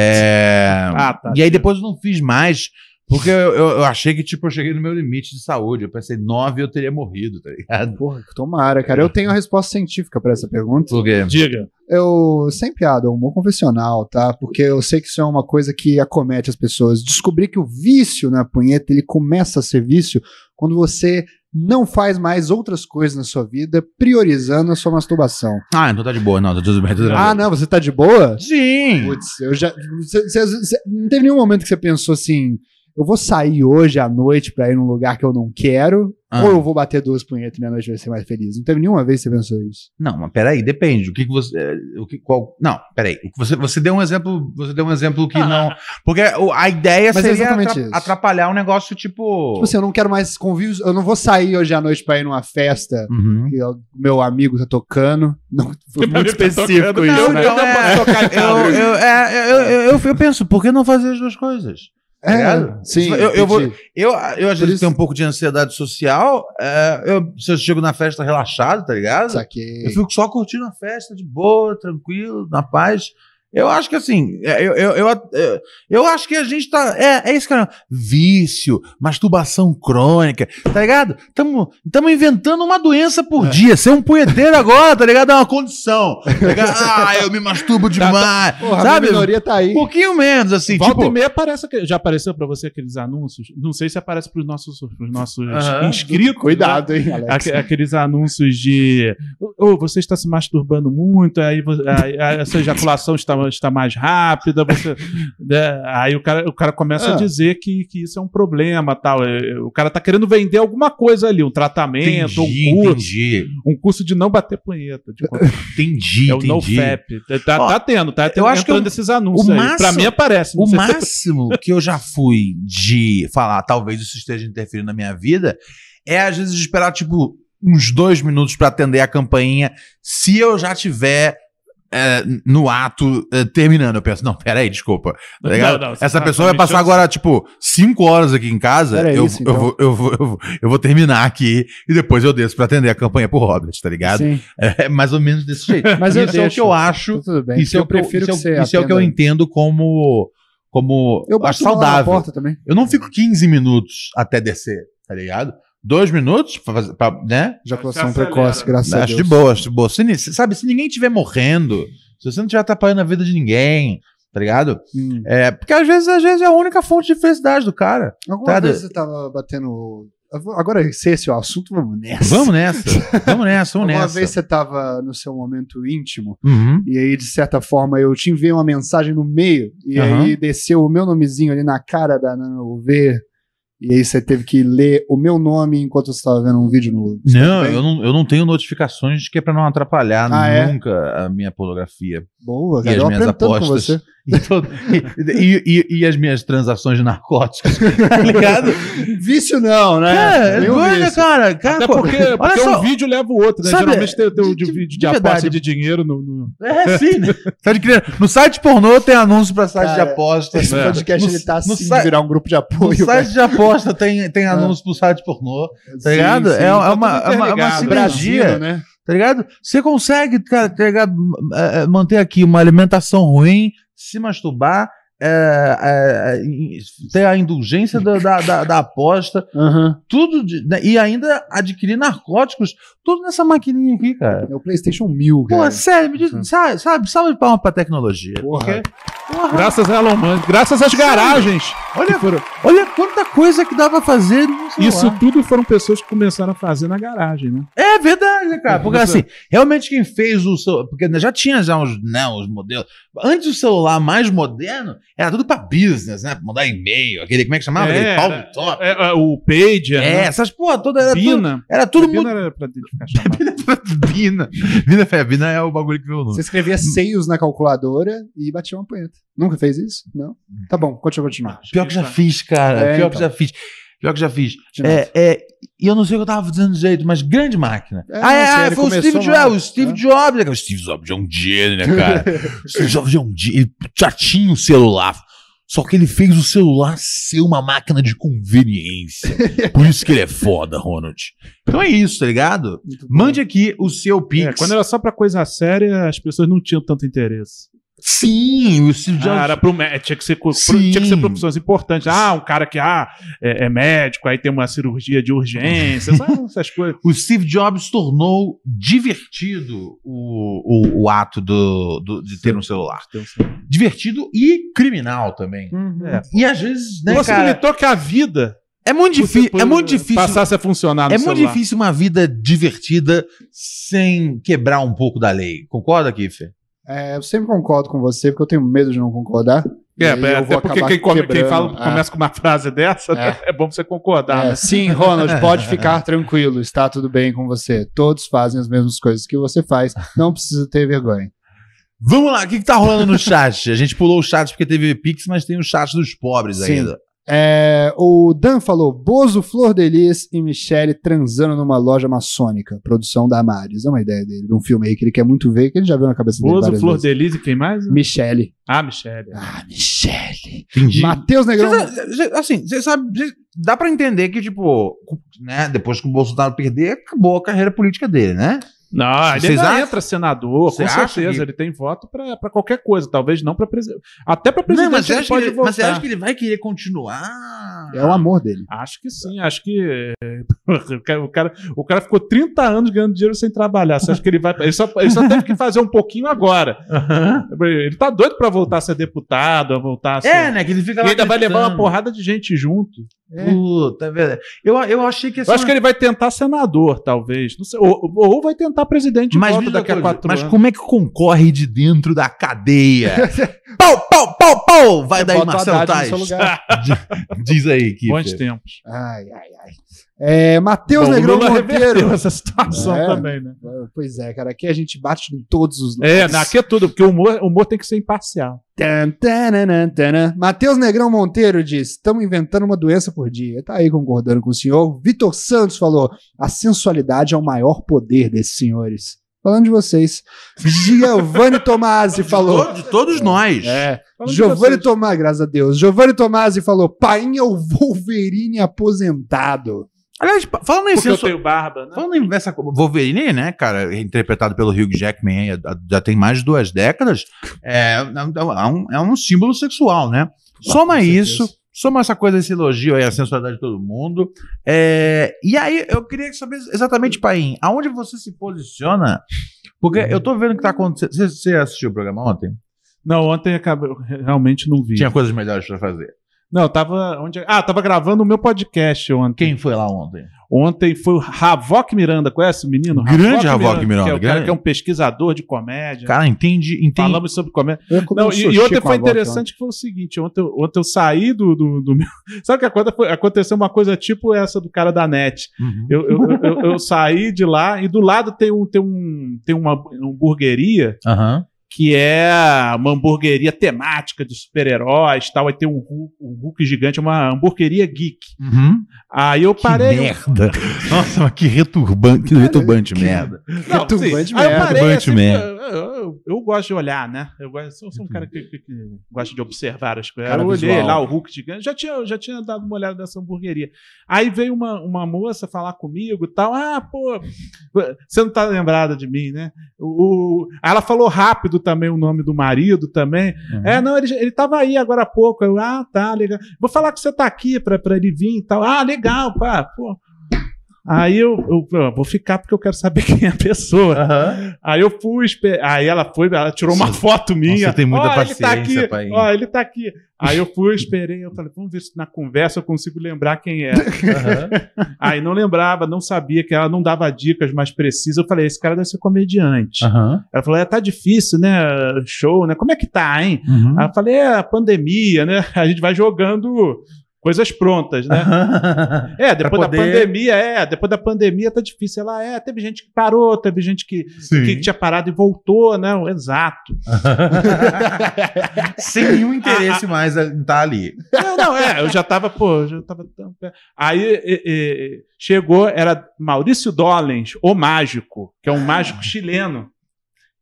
Speaker 4: É,
Speaker 1: Ah, tá.
Speaker 4: E aí depois eu não fiz mais. Porque eu, eu- eu achei que, tipo, eu cheguei no meu limite de saúde. Eu pensei, nove eu teria morrido, tá ligado?
Speaker 3: Porra, tomara, cara. Eu tenho a resposta científica pra essa pergunta.
Speaker 4: Por quê?
Speaker 1: Diga.
Speaker 3: Eu, sem piada, humor confessional, tá? Porque eu sei que isso é uma coisa que acomete as pessoas. Descobrir que o vício na punheta, ele começa a ser vício quando você não faz mais outras coisas na sua vida, priorizando a sua masturbação.
Speaker 4: Ah, então tá de boa, não, tá tudo bem, tudo bem.
Speaker 3: Ah, não, você tá de boa?
Speaker 4: sim!
Speaker 3: Putz, eu já. cê- cê- cê- não teve nenhum momento que você pensou assim. Eu vou sair hoje à noite pra ir num lugar que eu não quero,
Speaker 4: Ah.
Speaker 3: ou eu vou bater duas punhetas e minha noite vai ser mais feliz. Não teve nenhuma vez que você pensou isso.
Speaker 4: Não, mas peraí, depende. O que, que você. eh, O que, qual, não, peraí. O que Você, você deu um exemplo. Você deu um exemplo que não. Porque o- a ideia
Speaker 3: Mas é
Speaker 4: seria
Speaker 3: exatamente
Speaker 4: atra-
Speaker 3: isso.
Speaker 4: atrapalhar um negócio tipo.
Speaker 3: Tipo assim, eu não quero mais convívios, eu não vou sair hoje à noite pra ir numa festa
Speaker 4: Uhum. tá
Speaker 3: que o meu amigo tá tocando. (laughs)
Speaker 4: (laughs)
Speaker 3: Não, foi muito específico
Speaker 1: tocando,
Speaker 3: isso,
Speaker 4: Não,
Speaker 3: né?
Speaker 4: então é, eu, eu, é, eu, eu, eu- eu penso, por que não fazer as duas coisas?
Speaker 3: É,
Speaker 4: Obrigado.
Speaker 3: sim,
Speaker 4: Eu- eu vou-
Speaker 3: entendi.
Speaker 4: Eu, eu às
Speaker 3: Por
Speaker 4: vezes
Speaker 3: isso-
Speaker 4: tenho um pouco de ansiedade social. é, eu, se eu chego na festa relaxado, tá ligado? Eu
Speaker 3: Saquei.
Speaker 4: fico só curtindo a festa de boa, tranquilo, na paz. Eu acho que assim, é, eu, eu, eu, eu, eu acho que a gente tá. É, é isso, cara. Vício, masturbação crônica, tá ligado? Tamo, tamo inventando uma doença por dia. Ser um punheteiro agora, tá ligado? É uma condição. Tá ligado? Ah, eu me masturbo demais.
Speaker 3: Porra, a
Speaker 4: sabe?
Speaker 3: minha minoria tá aí.
Speaker 4: Um pouquinho menos, assim.
Speaker 1: Volta e
Speaker 4: Tipo,
Speaker 1: meia aparece. aquele- Já apareceu pra você aqueles anúncios? Não sei se aparece pros nossos, pros nossos
Speaker 4: Aham.
Speaker 1: inscritos. né?
Speaker 3: Cuidado, hein, Alex.
Speaker 1: Aque- Aqueles anúncios de ô, ô, você está se masturbando muito, aí, vo- aí- aí essa ejaculação está, está mais rápida, você, né? aí o cara, o cara começa
Speaker 3: Ah.
Speaker 1: a dizer que, que isso é um problema tal. É, é, O cara tá querendo vender alguma coisa ali, um tratamento,
Speaker 4: entendi,
Speaker 1: um curso,
Speaker 4: entendi.
Speaker 1: um curso de não bater punheta. de qualquer-
Speaker 4: (laughs) Entendi,
Speaker 1: é o
Speaker 4: entendi.
Speaker 1: NoFap. Tá,
Speaker 4: Ó,
Speaker 1: tá tendo, tá tendo
Speaker 4: eu acho que
Speaker 1: entrando
Speaker 4: o-
Speaker 1: esses anúncios aí.
Speaker 4: máximo-
Speaker 1: pra mim aparece. não
Speaker 4: O
Speaker 1: sei se-
Speaker 4: máximo que eu já fui de falar, talvez isso esteja interferindo na minha vida, é às vezes esperar, tipo, uns dois minutos pra atender a campainha. Se eu já tiver. é, no ato é, terminando, eu penso, não, peraí, desculpa. tá
Speaker 1: Não,
Speaker 4: ligado?
Speaker 1: não, você
Speaker 4: Essa
Speaker 1: tá-
Speaker 4: pessoa
Speaker 1: tá
Speaker 4: vai
Speaker 1: me
Speaker 4: passar
Speaker 1: enchendo-
Speaker 4: agora, tipo, cinco horas aqui em casa.
Speaker 3: Era
Speaker 4: Eu,
Speaker 3: isso, então.
Speaker 4: eu, vou, eu, vou, eu, vou, eu vou terminar aqui e depois eu desço pra atender a campanha pro Robert, tá ligado?
Speaker 3: Sim,
Speaker 4: É mais ou menos desse jeito.
Speaker 3: Mas eu
Speaker 4: isso é o que
Speaker 3: deixo.
Speaker 4: eu acho
Speaker 3: tá tudo bem.
Speaker 4: isso é, o que eu- isso é o- isso é o que eu
Speaker 3: atenda. né?
Speaker 4: entendo como, como
Speaker 3: Eu
Speaker 4: acho
Speaker 3: bato mal na
Speaker 4: saudável.
Speaker 3: porta também.
Speaker 4: Eu não fico 15 minutos até descer, tá ligado? Dois minutos? pra fazer- pra- né?
Speaker 3: Ejaculação
Speaker 1: Acelera.
Speaker 3: precoce, graças a
Speaker 4: Acho
Speaker 3: Deus.
Speaker 4: de boa, acho de boa. Se, ni- sabe, se ninguém estiver morrendo, se você não estiver atrapalhando a vida de ninguém, tá ligado?
Speaker 3: Hum.
Speaker 4: É, porque às vezes, às vezes é a única fonte de felicidade do cara.
Speaker 3: Alguma
Speaker 4: Tá, do-
Speaker 3: vez você tava batendo. Agora eu sei esse é o assunto, vamos nessa.
Speaker 4: Vamos
Speaker 3: (laughs)
Speaker 4: nessa. Vamos nessa, vamos
Speaker 3: Alguma
Speaker 4: nessa.
Speaker 3: vez você tava no seu momento íntimo,
Speaker 4: Uhum.
Speaker 3: e aí, de certa forma, eu te enviei uma mensagem no meio, e
Speaker 4: Aham.
Speaker 3: aí desceu o meu nomezinho ali na cara da Nana UV, e aí você teve que ler o meu nome enquanto você tava vendo um vídeo no.
Speaker 4: Não,
Speaker 3: bem?
Speaker 4: eu não, eu não tenho notificações de que é pra não atrapalhar
Speaker 3: Ah, é?
Speaker 4: nunca a minha pornografia.
Speaker 3: Boa,
Speaker 4: E
Speaker 3: cara.
Speaker 4: as
Speaker 3: Eu
Speaker 4: minhas
Speaker 3: aprendo tanto com
Speaker 4: apostas.
Speaker 3: você.
Speaker 4: (laughs) E, todo- e- e- e as minhas transações de narcóticos. Tá ligado?
Speaker 3: Vício não, né?
Speaker 4: Cara,
Speaker 3: Nenhum
Speaker 4: doida,
Speaker 3: vício.
Speaker 4: É, cara. cara
Speaker 1: Até
Speaker 4: pô,
Speaker 1: porque, porque
Speaker 4: olha só.
Speaker 1: um vídeo leva o outro, né?
Speaker 4: Sabe,
Speaker 1: Geralmente tem, tem o de,
Speaker 4: de-
Speaker 1: vídeo de,
Speaker 4: de
Speaker 1: aposta
Speaker 4: verdade.
Speaker 1: de dinheiro no. no-
Speaker 4: É, sim. né? Tá adquirindo. No site pornô tem anúncio pra site
Speaker 3: Cara,
Speaker 4: de aposta.
Speaker 3: Esse
Speaker 4: É.
Speaker 3: podcast
Speaker 4: No-
Speaker 3: ele tá
Speaker 4: no
Speaker 3: assim Ah.
Speaker 4: site-
Speaker 3: de virar um grupo de
Speaker 4: No
Speaker 3: apoio.
Speaker 4: site de aposta tem, tem anúncio pro site pornô, tá ligado? É, é uma, é uma, é uma
Speaker 1: interligado.
Speaker 4: sinergia,
Speaker 3: né?
Speaker 4: tá ligado? Você consegue, cara, tá ligado? É, é, manter aqui uma alimentação ruim, se masturbar, é, é, e ter a indulgência da, da, da- da aposta,
Speaker 3: Aham.
Speaker 4: tudo, de- né, e ainda adquirir narcóticos, tudo nessa maquininha aqui, cara.
Speaker 3: É o PlayStation 1000,
Speaker 4: Pô, assim,
Speaker 1: É.
Speaker 3: cara.
Speaker 4: sério, me diz,
Speaker 1: Uhum.
Speaker 4: sabe, sabe, salve de palmas pra tecnologia.
Speaker 3: Porra.
Speaker 1: Graças a Elon Musk, graças às garagens.
Speaker 4: Olha, olha quanta coisa que dá pra fazer no celular.
Speaker 1: Isso tudo foram pessoas que começaram a fazer na garagem, né?
Speaker 4: É verdade, né, cara. Porque
Speaker 1: Isso.
Speaker 4: assim, realmente quem fez o seu. Porque já tinha já uns, né, uns modelos. Antes o celular mais moderno era tudo pra business, né? Pra mandar e-mail, aquele, como é que chamava?
Speaker 1: É,
Speaker 4: aquele
Speaker 1: era-
Speaker 4: palm top.
Speaker 1: É, é, o Pager,
Speaker 4: É,
Speaker 1: né?
Speaker 4: essas porra toda era tudo.
Speaker 1: Bina.
Speaker 4: Era tudo
Speaker 1: Bina
Speaker 4: muito. (laughs)
Speaker 1: era pra identificar chamada.
Speaker 4: Bina. Bina, é, Bina é o bagulho que veio o
Speaker 3: Você
Speaker 4: nome.
Speaker 3: escrevia seios na calculadora e batia uma punheta. Nunca fez isso? Não?
Speaker 4: Hum.
Speaker 3: Tá bom, continua, continua.
Speaker 4: Pior que já fiz, cara.
Speaker 3: É,
Speaker 4: Pior
Speaker 3: então.
Speaker 4: que já fiz. Pior que já fiz.
Speaker 3: De nada.
Speaker 4: É, é, e eu não sei o que eu tava dizendo direito, mas grande máquina. ah,
Speaker 3: É,
Speaker 4: é,
Speaker 3: não sei,
Speaker 4: ah,
Speaker 3: ele
Speaker 4: foi o
Speaker 3: começou
Speaker 4: Steve
Speaker 3: mal,
Speaker 4: Jobs, o Steve
Speaker 3: né?
Speaker 4: Jobs, né? O Steve Jobs é um gênio, né,
Speaker 3: (laughs)
Speaker 4: cara? O Steve Jobs é um gênio, ele já tinha o celular. Só que ele fez o celular ser uma máquina de
Speaker 3: (laughs)
Speaker 4: conveniência. Por isso que ele é foda, Ronald. Então é isso, tá ligado? Mande aqui o seu (laughs) Pix.
Speaker 1: É, quando era só pra coisa séria, as pessoas não tinham tanto interesse.
Speaker 4: Sim, o Steve Jobs.
Speaker 1: Ah, era pro mé- tinha que ser co- pro-
Speaker 4: Sim.
Speaker 1: tinha que ser profissões importantes. Ah, um cara que ah, é, é médico, aí tem uma cirurgia de urgência, sabe? essas coisas.
Speaker 4: o Steve Jobs tornou divertido o, o, o ato do, do- de ter um celular. Divertido e criminal também.
Speaker 1: É.
Speaker 4: E às vezes, né, cara?
Speaker 1: Possibilitou que a vida
Speaker 4: É muito, difí é muito difícil.
Speaker 1: passasse a funcionar no
Speaker 4: É muito
Speaker 1: celular.
Speaker 4: difícil uma vida divertida sem quebrar um pouco da lei. Concorda, Kiffer?
Speaker 3: É, eu sempre concordo com você, porque eu tenho medo de não concordar. E
Speaker 1: É,
Speaker 3: aí eu
Speaker 1: é,
Speaker 3: vou
Speaker 1: até porque
Speaker 3: acabar
Speaker 1: quem, come- quem
Speaker 3: quebrando.
Speaker 1: fala,
Speaker 3: Ah.
Speaker 4: é.
Speaker 1: começa com uma frase dessa, né, é, bom você concordar.
Speaker 3: É, sim, Ronald, pode
Speaker 1: (laughs)
Speaker 3: ficar tranquilo, está tudo bem com você. Todos fazem as mesmas coisas que você faz, não precisa ter vergonha.
Speaker 4: Vamos lá, o que, que tá rolando no chat? A gente pulou o chat porque teve Pix, mas tem o chat dos pobres
Speaker 3: Sim.
Speaker 4: ainda.
Speaker 3: É, o Dan falou: Bozo, Flor Delis e Michele transando numa loja maçônica, produção da Amares. É uma ideia dele, de um filme aí que ele quer muito ver, que ele já viu na cabeça dele.
Speaker 1: Bozo,
Speaker 3: várias
Speaker 1: Flor
Speaker 3: vezes.
Speaker 1: de Elise, quem mais?
Speaker 3: Michele.
Speaker 1: Ah, Michele.
Speaker 3: Ah, Michele.
Speaker 4: Entendi.
Speaker 3: Matheus Negrão.
Speaker 4: Cê sa- cê- assim, você sabe, cê- dá pra entender que, tipo, né, depois que o Bolsonaro perder, acabou a carreira política dele, né?
Speaker 1: Não, ele
Speaker 4: Vocês
Speaker 1: ainda
Speaker 4: acham?
Speaker 1: entra senador,
Speaker 4: Você
Speaker 1: com
Speaker 4: acha
Speaker 1: certeza.
Speaker 4: que-
Speaker 1: Ele tem voto pra pra qualquer coisa, talvez não pra presidente. Até pra presidente
Speaker 4: Não, mas você,
Speaker 1: ele
Speaker 4: acha que
Speaker 1: pode
Speaker 4: ele, mas você
Speaker 1: votar.
Speaker 4: acha que ele vai querer continuar?
Speaker 3: É o amor dele.
Speaker 1: Acho que sim, acho que. (laughs) O cara, o, cara, o cara ficou 30 anos ganhando dinheiro sem trabalhar. Você acha que ele vai. Ele só, ele só teve que fazer um pouquinho agora. Ele tá doido pra voltar a ser deputado, a voltar a ser.
Speaker 4: É, né? Que ele fica
Speaker 1: E
Speaker 4: lá
Speaker 1: ainda vai levar uma
Speaker 4: gritando.
Speaker 1: porrada de gente junto.
Speaker 4: Puta, é verdade. Eu, eu achei que é
Speaker 1: Eu acho que ele vai tentar senador, talvez. Não sei, ou, ou vai tentar presidente de
Speaker 4: mas,
Speaker 1: volta
Speaker 4: me diz uma
Speaker 1: daqui a
Speaker 4: coisa,
Speaker 1: quatro
Speaker 4: mas
Speaker 1: anos.
Speaker 4: como é que concorre de dentro da (laughs) cadeia? pau, pau, pau, pau! Vai daí,
Speaker 3: Bota o
Speaker 4: Marcelo
Speaker 3: Haddad no
Speaker 4: Tais.
Speaker 3: seu lugar.
Speaker 4: (laughs) Diz aí, Kiffer.
Speaker 1: Bons tempos.
Speaker 3: Ai, ai, ai. É, Matheus
Speaker 1: Bom, o
Speaker 3: Negrão
Speaker 1: Lula reverteu
Speaker 3: Monteiro.
Speaker 1: essa situação
Speaker 3: É.
Speaker 1: também, né?
Speaker 3: Pois é, cara, aqui a gente bate em todos os
Speaker 1: É, não, aqui é tudo, porque o humor, o humor tem que ser imparcial.
Speaker 3: Tan, tananã, tanã. Matheus Negrão Monteiro diz: estamos inventando uma doença por dia. Tá aí concordando com o senhor. Vitor Santos falou: a sensualidade é o maior poder desses senhores. Falando de vocês.
Speaker 1: (laughs)
Speaker 3: Giovanni Tomasi falou.
Speaker 4: To- De todos nós.
Speaker 3: É, Giovanni Tomasi, graças a Deus. Giovanni Tomasi falou: painha o Wolverine aposentado.
Speaker 4: Aliás, pa- falando em
Speaker 1: Porque eu
Speaker 4: sensualidade.
Speaker 1: tenho barba, né?
Speaker 4: Falando em essa co- Wolverine, né, cara, interpretado pelo Hugh Jackman aí, há- já tem mais de duas décadas, é, é um- é um, é um símbolo é sexual, né? Soma
Speaker 3: certeza.
Speaker 4: isso, Soma essa coisa, esse elogio aí, a sensualidade de todo mundo. É, e aí, eu queria saber exatamente, Paim, aonde você se posiciona? Porque eu tô vendo que tá acontecendo. Você, você assistiu o programa ontem?
Speaker 1: Não, ontem acabei, eu realmente não vi.
Speaker 4: Tinha coisas melhores pra fazer.
Speaker 1: Não, eu tava. Onde... Ah, eu tava gravando o meu podcast ontem.
Speaker 4: Quem foi lá ontem?
Speaker 1: Ontem foi o Ravok Miranda, conhece o menino?
Speaker 4: Grande Ravok Miranda,
Speaker 1: que é o cara
Speaker 4: grande.
Speaker 1: que é um pesquisador de comédia.
Speaker 4: Cara, entende, entende.
Speaker 1: Falamos sobre comédia.
Speaker 3: Eu comi
Speaker 1: Não,
Speaker 3: um
Speaker 1: e, e
Speaker 3: sushi
Speaker 1: ontem
Speaker 3: com
Speaker 1: foi
Speaker 3: a boca
Speaker 1: interessante que foi o seguinte: ontem, eu- ontem eu saí do. do, do meu... (laughs) Sabe o que aconte- foi- aconteceu uma coisa tipo essa do cara da net.
Speaker 4: Uhum.
Speaker 1: Eu, eu, eu- eu- eu saí de lá e do lado tem, um, tem, um, tem uma hamburgueria
Speaker 4: Aham.
Speaker 1: que é uma hamburgueria temática de super-heróis e tal. Aí tem um Hulk, um Hulk gigante, uma hamburgueria geek.
Speaker 4: Uhum.
Speaker 1: Aí eu parei.
Speaker 4: Que merda. (laughs) Nossa, mas que returbante, que returbante merda.
Speaker 1: Não,
Speaker 3: Que turbante
Speaker 1: assim, aí eu
Speaker 3: merda.
Speaker 1: parei
Speaker 4: Turbante
Speaker 1: assim,
Speaker 4: merda.
Speaker 1: eu, eu- eu gosto de olhar, né? Eu gosto, sou, sou um cara que, que- que gosta de observar as coisas.
Speaker 3: Cara
Speaker 1: eu olhei
Speaker 3: visual.
Speaker 1: lá o Hulk gigante, já tinha, já tinha dado uma olhada nessa hamburgueria. Aí veio uma, uma moça falar comigo e tal. Ah, pô, você não tá lembrada de mim, né? O, o- aí ela falou rápido também o nome do marido também.
Speaker 4: Uhum.
Speaker 1: É, não, ele, ele tava aí agora há pouco. Eu, ah, tá, legal. Vou falar que você tá aqui pra, pra ele vir e tal. Ah, legal, pá, pô. Aí eu, eu, pô, vou ficar porque eu quero saber (laughs) quem é a pessoa. Aí eu fui, espe- aí ela foi, ela tirou uma
Speaker 4: Nossa,
Speaker 1: foto minha.
Speaker 4: você tem muita
Speaker 1: Ó,
Speaker 4: paciência,
Speaker 1: ele tá
Speaker 4: pai.
Speaker 1: aqui, ó, ele tá aqui. Aí eu fui, esperei, eu falei, vamos ver se na conversa eu consigo lembrar quem é. aí não lembrava, não sabia que ela não dava dicas mais precisas. Eu falei, esse cara deve ser comediante.
Speaker 4: Aham.
Speaker 1: Ela falou, é, tá difícil, né? Show, né? Como é que tá, hein?
Speaker 4: Uhum.
Speaker 1: Aí eu falei, é a pandemia, né? (laughs) A gente vai jogando coisas
Speaker 4: (laughs)
Speaker 1: prontas, né? É, depois
Speaker 4: Pra poder-
Speaker 1: da pandemia, é, depois da pandemia tá difícil. Ela é, teve gente que parou, teve gente que,
Speaker 4: Sim.
Speaker 1: que tinha parado e voltou, né? Exato.
Speaker 4: (laughs) Sem nenhum
Speaker 1: Ah,
Speaker 4: interesse mais em estar ali.
Speaker 1: Não, não, é, eu já tava, pô, eu já tava tão perto. Aí e- e- chegou, era Maurício Dollens, o mágico, que é um mágico chileno.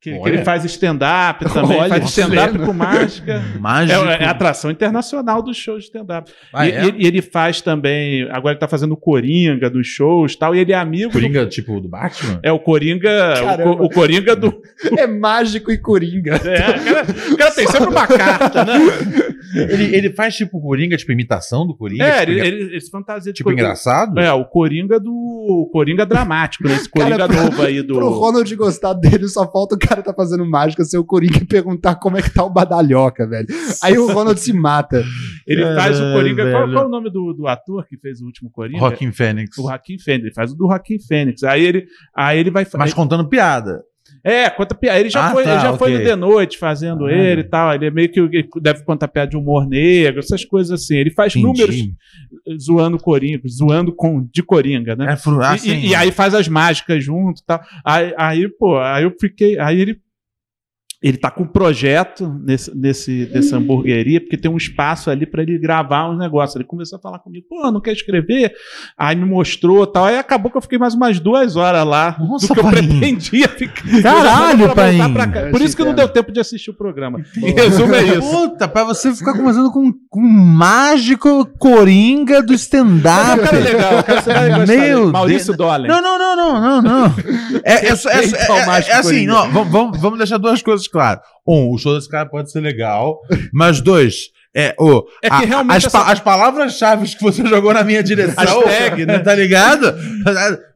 Speaker 1: Que, que
Speaker 4: Olha.
Speaker 1: ele faz stand-up também,
Speaker 3: Olha,
Speaker 1: faz stand-up
Speaker 3: chileno.
Speaker 1: com
Speaker 4: (laughs)
Speaker 1: mágica. É,
Speaker 4: Mágico.
Speaker 1: é a atração internacional dos shows de stand-up.
Speaker 4: Ah,
Speaker 1: e,
Speaker 4: é?
Speaker 1: e- e ele faz também, agora ele tá fazendo o Coringa dos shows e tal, e ele é amigo. do-
Speaker 4: Coringa, tipo, do Batman?
Speaker 1: é o Coringa, o
Speaker 3: Caramba.
Speaker 1: Co- o, Coringa do.
Speaker 3: É mágico e
Speaker 1: (laughs)
Speaker 3: coringa.
Speaker 1: É, o cara, o cara tem sempre uma carta, né?
Speaker 4: Ele, ele faz, tipo, Coringa, tipo, imitação do Coringa?
Speaker 1: (laughs) É,
Speaker 4: tipo,
Speaker 1: ele,
Speaker 4: engra-
Speaker 1: ele, esse fantasia de
Speaker 4: tipo,
Speaker 1: Coringa.
Speaker 4: engraçado?
Speaker 1: É, o Coringa do. O Coringa dramático, né? Esse
Speaker 3: (laughs)
Speaker 1: Coringa
Speaker 3: Cara, pro-
Speaker 1: novo aí do.
Speaker 3: Pro Ronald gostar dele, só falta o cara tá fazendo mágica ser o Coringa e perguntar como é que tá o Badalhoca, velho. Aí o Ronald se mata.
Speaker 1: Ele faz o
Speaker 4: Caralho,
Speaker 1: Coringa. Qual,
Speaker 4: velho.
Speaker 1: qual é o nome do, do ator que fez o último Coringa?
Speaker 4: Rockin' Fênix.
Speaker 1: é, O Joaquim Fênix. Ele faz o do Joaquim Fênix. Aí ele, aí ele vai.
Speaker 4: Mas contando piada.
Speaker 1: É, conta piada. Ele já,
Speaker 4: Ah,
Speaker 1: foi,
Speaker 4: tá,
Speaker 1: ele já foi
Speaker 4: ok.
Speaker 1: no The Noite fazendo
Speaker 4: Ah.
Speaker 1: ele e tal. Ele é meio que ele deve contar piada de humor negro, essas coisas assim. Ele faz
Speaker 4: Entendi.
Speaker 1: números eh, zoando Coringa, zoando com, de Coringa, né?
Speaker 4: É, fru- ah,
Speaker 1: E-
Speaker 4: sim.
Speaker 1: e, e aí (laughs) faz as mágicas junto e tal. Aí, aí, pô, aí eu fiquei. Aí ele. Ele tá com um projeto nesse, nesse, nessa hamburgueria, porque tem um espaço ali pra ele gravar uns negócios. Ele começou a falar comigo, pô, não quer escrever? Aí me mostrou e tal. Aí acabou que eu fiquei mais umas duas horas lá
Speaker 4: Nossa,
Speaker 1: do que eu
Speaker 4: Paim.
Speaker 1: pretendia (laughs) ficar.
Speaker 4: Caralho,
Speaker 1: Eu já tava pra voltar
Speaker 4: Paim.
Speaker 1: pra cá.
Speaker 3: Eu
Speaker 1: Por
Speaker 3: te
Speaker 1: isso que não
Speaker 3: entendo.
Speaker 1: deu tempo de assistir o programa. Em resumo, é isso.
Speaker 4: Puta, pra você ficar conversando com, com um mágico coringa do
Speaker 1: Mas
Speaker 4: stand-up.
Speaker 1: o cara é legal, o cara você (laughs) vai gostar
Speaker 4: Meu
Speaker 1: dele. Maurício
Speaker 4: Deus.
Speaker 1: Dolan.
Speaker 4: Não, não, não, não, não, não. É, é só- é-
Speaker 3: Respeito ao
Speaker 4: é- é-
Speaker 3: mágico
Speaker 4: é assim,
Speaker 3: coringa.
Speaker 4: não, vamos- vamos, vamos deixar duas coisas claras. Um, o show desse cara pode ser legal, mas dois, é, o,
Speaker 1: É que
Speaker 4: a-
Speaker 1: realmente
Speaker 4: as, pa-
Speaker 1: essa-
Speaker 4: as palavras-chave que você (laughs) jogou na minha direção,
Speaker 1: Hashtag,
Speaker 4: (laughs)
Speaker 1: né?
Speaker 4: tá ligado?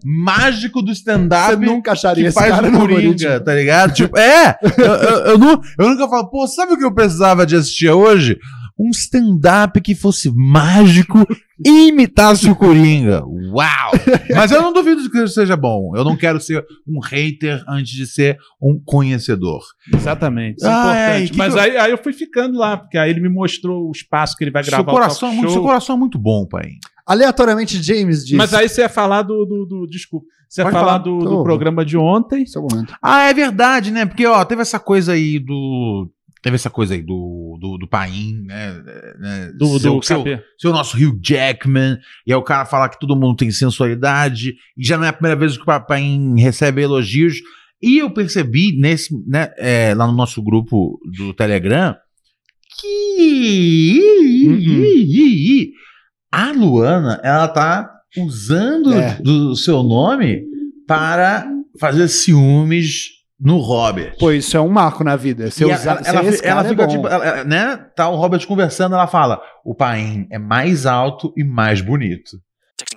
Speaker 4: Mágico do stand-up.
Speaker 3: Você nunca acharia
Speaker 4: que
Speaker 3: esse
Speaker 4: faz
Speaker 3: cara
Speaker 4: o
Speaker 3: no
Speaker 4: Coringa,
Speaker 3: algoritmo.
Speaker 4: tá ligado? Tipo, é, eu, eu, eu nu- eu nunca falo, pô, sabe o que eu precisava de assistir hoje? Um stand-up que fosse
Speaker 3: (laughs)
Speaker 4: mágico e imitasse o Coringa. Uau! Mas eu não duvido de que isso seja bom. Eu não quero ser um hater antes de ser um conhecedor.
Speaker 1: Exatamente, isso é
Speaker 4: Ai,
Speaker 1: importante.
Speaker 4: Ah, que
Speaker 1: Mas
Speaker 4: que eu-
Speaker 1: aí, aí eu fui ficando lá, porque aí ele me mostrou o espaço que ele vai
Speaker 4: Seu
Speaker 1: gravar
Speaker 4: coração, é
Speaker 1: o
Speaker 4: muito,
Speaker 1: talk
Speaker 4: seu
Speaker 1: show.
Speaker 4: coração é muito bom, pai.
Speaker 3: Aleatoriamente, James diz.
Speaker 1: Mas aí você ia falar do. do, do- desculpa. Você ia
Speaker 4: Pode
Speaker 1: falar,
Speaker 4: falar.
Speaker 3: Tô
Speaker 1: do, do
Speaker 3: ouvindo.
Speaker 1: programa de ontem.
Speaker 3: Seu momento.
Speaker 4: Ah, é verdade, né? Porque, ó, teve essa coisa aí do. Teve essa coisa aí do, do, do Paim, né? né?
Speaker 1: Do,
Speaker 4: Seu-
Speaker 1: do
Speaker 4: seu-
Speaker 1: KP.
Speaker 4: ser o nosso Hugh Jackman, e aí o cara falar que todo mundo tem sensualidade, e já não é a primeira vez que o papai recebe elogios. E eu percebi nesse, né, é, lá no nosso grupo do Telegram que a Luana, ela tá usando
Speaker 3: É.
Speaker 4: do seu nome para fazer ciúmes no Robert.
Speaker 3: Pô, isso é um marco na vida. Você
Speaker 4: E
Speaker 3: usar,
Speaker 4: ela, ela,
Speaker 3: ser esse
Speaker 4: ela
Speaker 3: cara é
Speaker 4: fica
Speaker 3: bom.
Speaker 4: tipo, ela- ela- né? Tá o Robert conversando, ela fala: o Paim é mais alto e mais bonito.
Speaker 6: Texting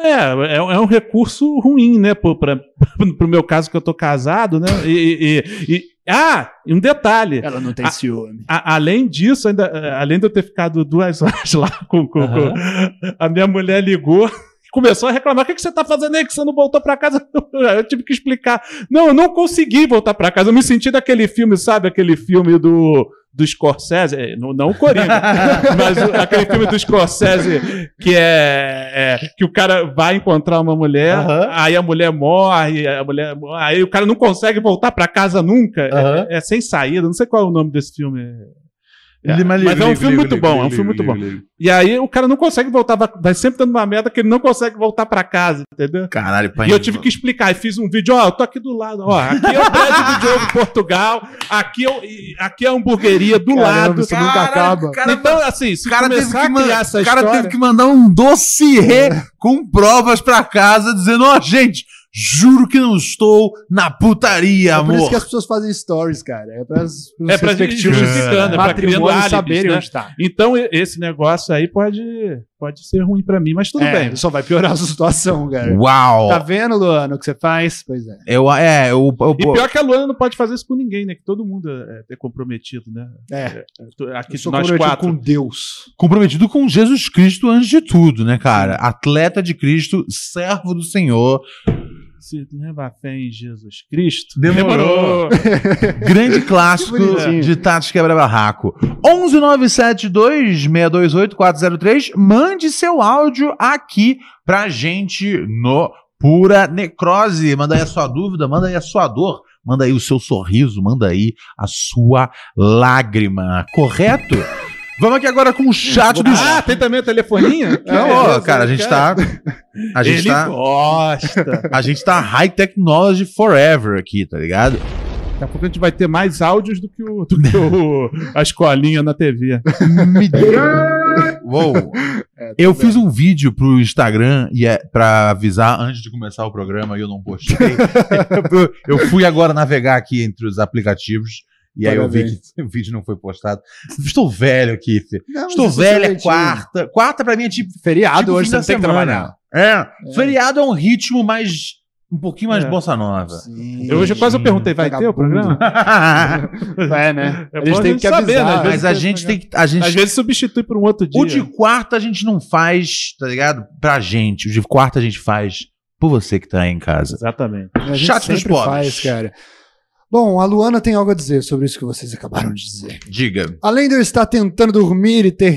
Speaker 1: É, é, é um recurso ruim, né? Pro, pra, (laughs) pro meu caso que eu tô casado, né? E, e- e- e- ah, e um detalhe.
Speaker 3: Ela não tem
Speaker 1: Ah.
Speaker 3: ciúme.
Speaker 1: A- além disso, ainda, eh, além de eu ter ficado duas (laughs) horas lá com, com-
Speaker 4: Aham.
Speaker 1: com- a minha mulher ligou (laughs) e começou a reclamar: o que, que você tá fazendo aí que você não voltou pra casa? (laughs) Eu tive que explicar. Não, eu não consegui voltar pra casa. Eu me senti daquele filme, sabe? Aquele filme do. Do Scorsese, eh, não, não
Speaker 4: (laughs)
Speaker 1: o Coringa, mas o- aquele filme do Scorsese que é, é, que o cara vai encontrar uma mulher,
Speaker 4: Aham.
Speaker 1: aí a mulher morre, a mulher, morre, aí o cara não consegue voltar pra casa nunca. É-
Speaker 4: Aham.
Speaker 1: é Sem Saída, não sei qual é o nome desse filme. É,
Speaker 4: Ele-
Speaker 1: mas
Speaker 4: ligo,
Speaker 1: é um
Speaker 4: ligo,
Speaker 1: filme
Speaker 4: ligo,
Speaker 1: muito
Speaker 4: ligo,
Speaker 1: bom,
Speaker 4: ligo,
Speaker 1: é um filme
Speaker 4: ligo,
Speaker 1: muito
Speaker 4: ligo, ligo.
Speaker 1: E aí o cara não consegue voltar, vai- vai sempre dando uma merda que ele não consegue voltar pra casa, entendeu?
Speaker 4: Caralho, Paim.
Speaker 1: E eu tive que explicar, e fiz um vídeo, ó, eu tô aqui do lado, ó, aqui é o prédio do Diogo Portugal, aqui é, o- e- aqui é a hamburgueria do lado.
Speaker 3: isso nunca
Speaker 4: Caralho,
Speaker 3: acaba.
Speaker 4: cara- tá-
Speaker 1: então, assim, se
Speaker 4: O cara, teve
Speaker 1: começar
Speaker 4: que,
Speaker 1: a
Speaker 4: man-
Speaker 1: criar essa
Speaker 4: o cara
Speaker 1: história...
Speaker 4: teve que mandar um dossiê com provas pra casa dizendo: Ó, gente, juro que não estou na putaria,
Speaker 3: É por isso
Speaker 4: amor.
Speaker 3: que as pessoas fazem stories, cara. É para as
Speaker 1: É pra gente justificando, é pra criando
Speaker 3: matrimônios
Speaker 1: álibis,
Speaker 3: saberem
Speaker 1: né?
Speaker 3: onde tá.
Speaker 1: Então e- esse negócio aí pode, pode ser ruim pra mim, mas tudo
Speaker 3: É,
Speaker 1: bem.
Speaker 3: Só vai piorar a sua situação, cara.
Speaker 4: Uau!
Speaker 3: Tá vendo, Luana, o que você faz? Pois é.
Speaker 4: Eu, é, eu, eu,
Speaker 1: E pior que a Luana não pode fazer isso com ninguém, né? Que todo mundo é, é comprometido, né?
Speaker 3: É,
Speaker 1: Aqui
Speaker 3: eu sou
Speaker 1: nós
Speaker 3: comprometido
Speaker 1: quatro.
Speaker 3: com Deus.
Speaker 4: comprometido com Jesus Cristo antes de tudo, né, cara? Atleta de Cristo, servo do Senhor.
Speaker 1: Se tu levar fé em Jesus Cristo.
Speaker 4: Demorou. Grande clássico
Speaker 3: Que bonitinho.
Speaker 4: de Tatos Quebra-Barraco. 11972-628-403. Mande seu áudio aqui pra gente no Pura Necrose. Manda aí a sua dúvida, manda aí a sua dor, manda aí o seu sorriso, manda aí a sua lágrima. Correto? Vamos aqui agora com o chat do.
Speaker 1: Ah, tem também a (laughs) telefoninha?
Speaker 4: Não, ó, cara, a gente tá. A gente
Speaker 1: Ele
Speaker 4: tá.
Speaker 1: gosta.
Speaker 4: A gente tá high technology forever aqui, tá ligado?
Speaker 1: Daqui a pouco a gente vai ter mais áudios do que, o, do que o- a escolinha na TV.
Speaker 4: Me- (laughs) Uou. Eu fiz um vídeo pro Instagram e é para avisar antes de começar o programa e eu não (laughs) postei. eu fui agora navegar aqui entre os aplicativos e aí eu vi que (laughs) o vídeo não foi postado. Estou velho, Keith. Estou velho, é quarta. Quarta pra mim é tipo
Speaker 3: Feriado
Speaker 4: Tipo,
Speaker 3: hoje,
Speaker 4: fim
Speaker 3: você
Speaker 4: da
Speaker 3: não tem que
Speaker 4: semana.
Speaker 3: trabalhar.
Speaker 4: É, feriado é um ritmo mais. um pouquinho mais
Speaker 1: É.
Speaker 4: bossa nova. (laughs)
Speaker 3: Sim.
Speaker 1: Eu, hoje quase eu perguntei, vai ter o
Speaker 3: Vagabundo.
Speaker 1: programa?
Speaker 3: (laughs) É, né?
Speaker 1: É
Speaker 3: a gente
Speaker 1: bom
Speaker 3: tem que
Speaker 1: saber, né?
Speaker 3: avisar.
Speaker 1: Às vezes
Speaker 4: Mas é. a gente tem que. A
Speaker 1: Às
Speaker 4: gente
Speaker 1: vezes substitui por um outro dia.
Speaker 4: O de quarta a gente não faz, tá ligado? Pra gente. O de quarta a gente faz por você que tá aí em casa.
Speaker 1: Exatamente.
Speaker 3: A gente
Speaker 4: Chato dos
Speaker 3: sempre
Speaker 4: pobres.
Speaker 3: faz, cara. Bom, a Luana tem algo a dizer sobre isso que vocês acabaram de dizer.
Speaker 4: Diga.
Speaker 3: Além de eu estar tentando dormir e ter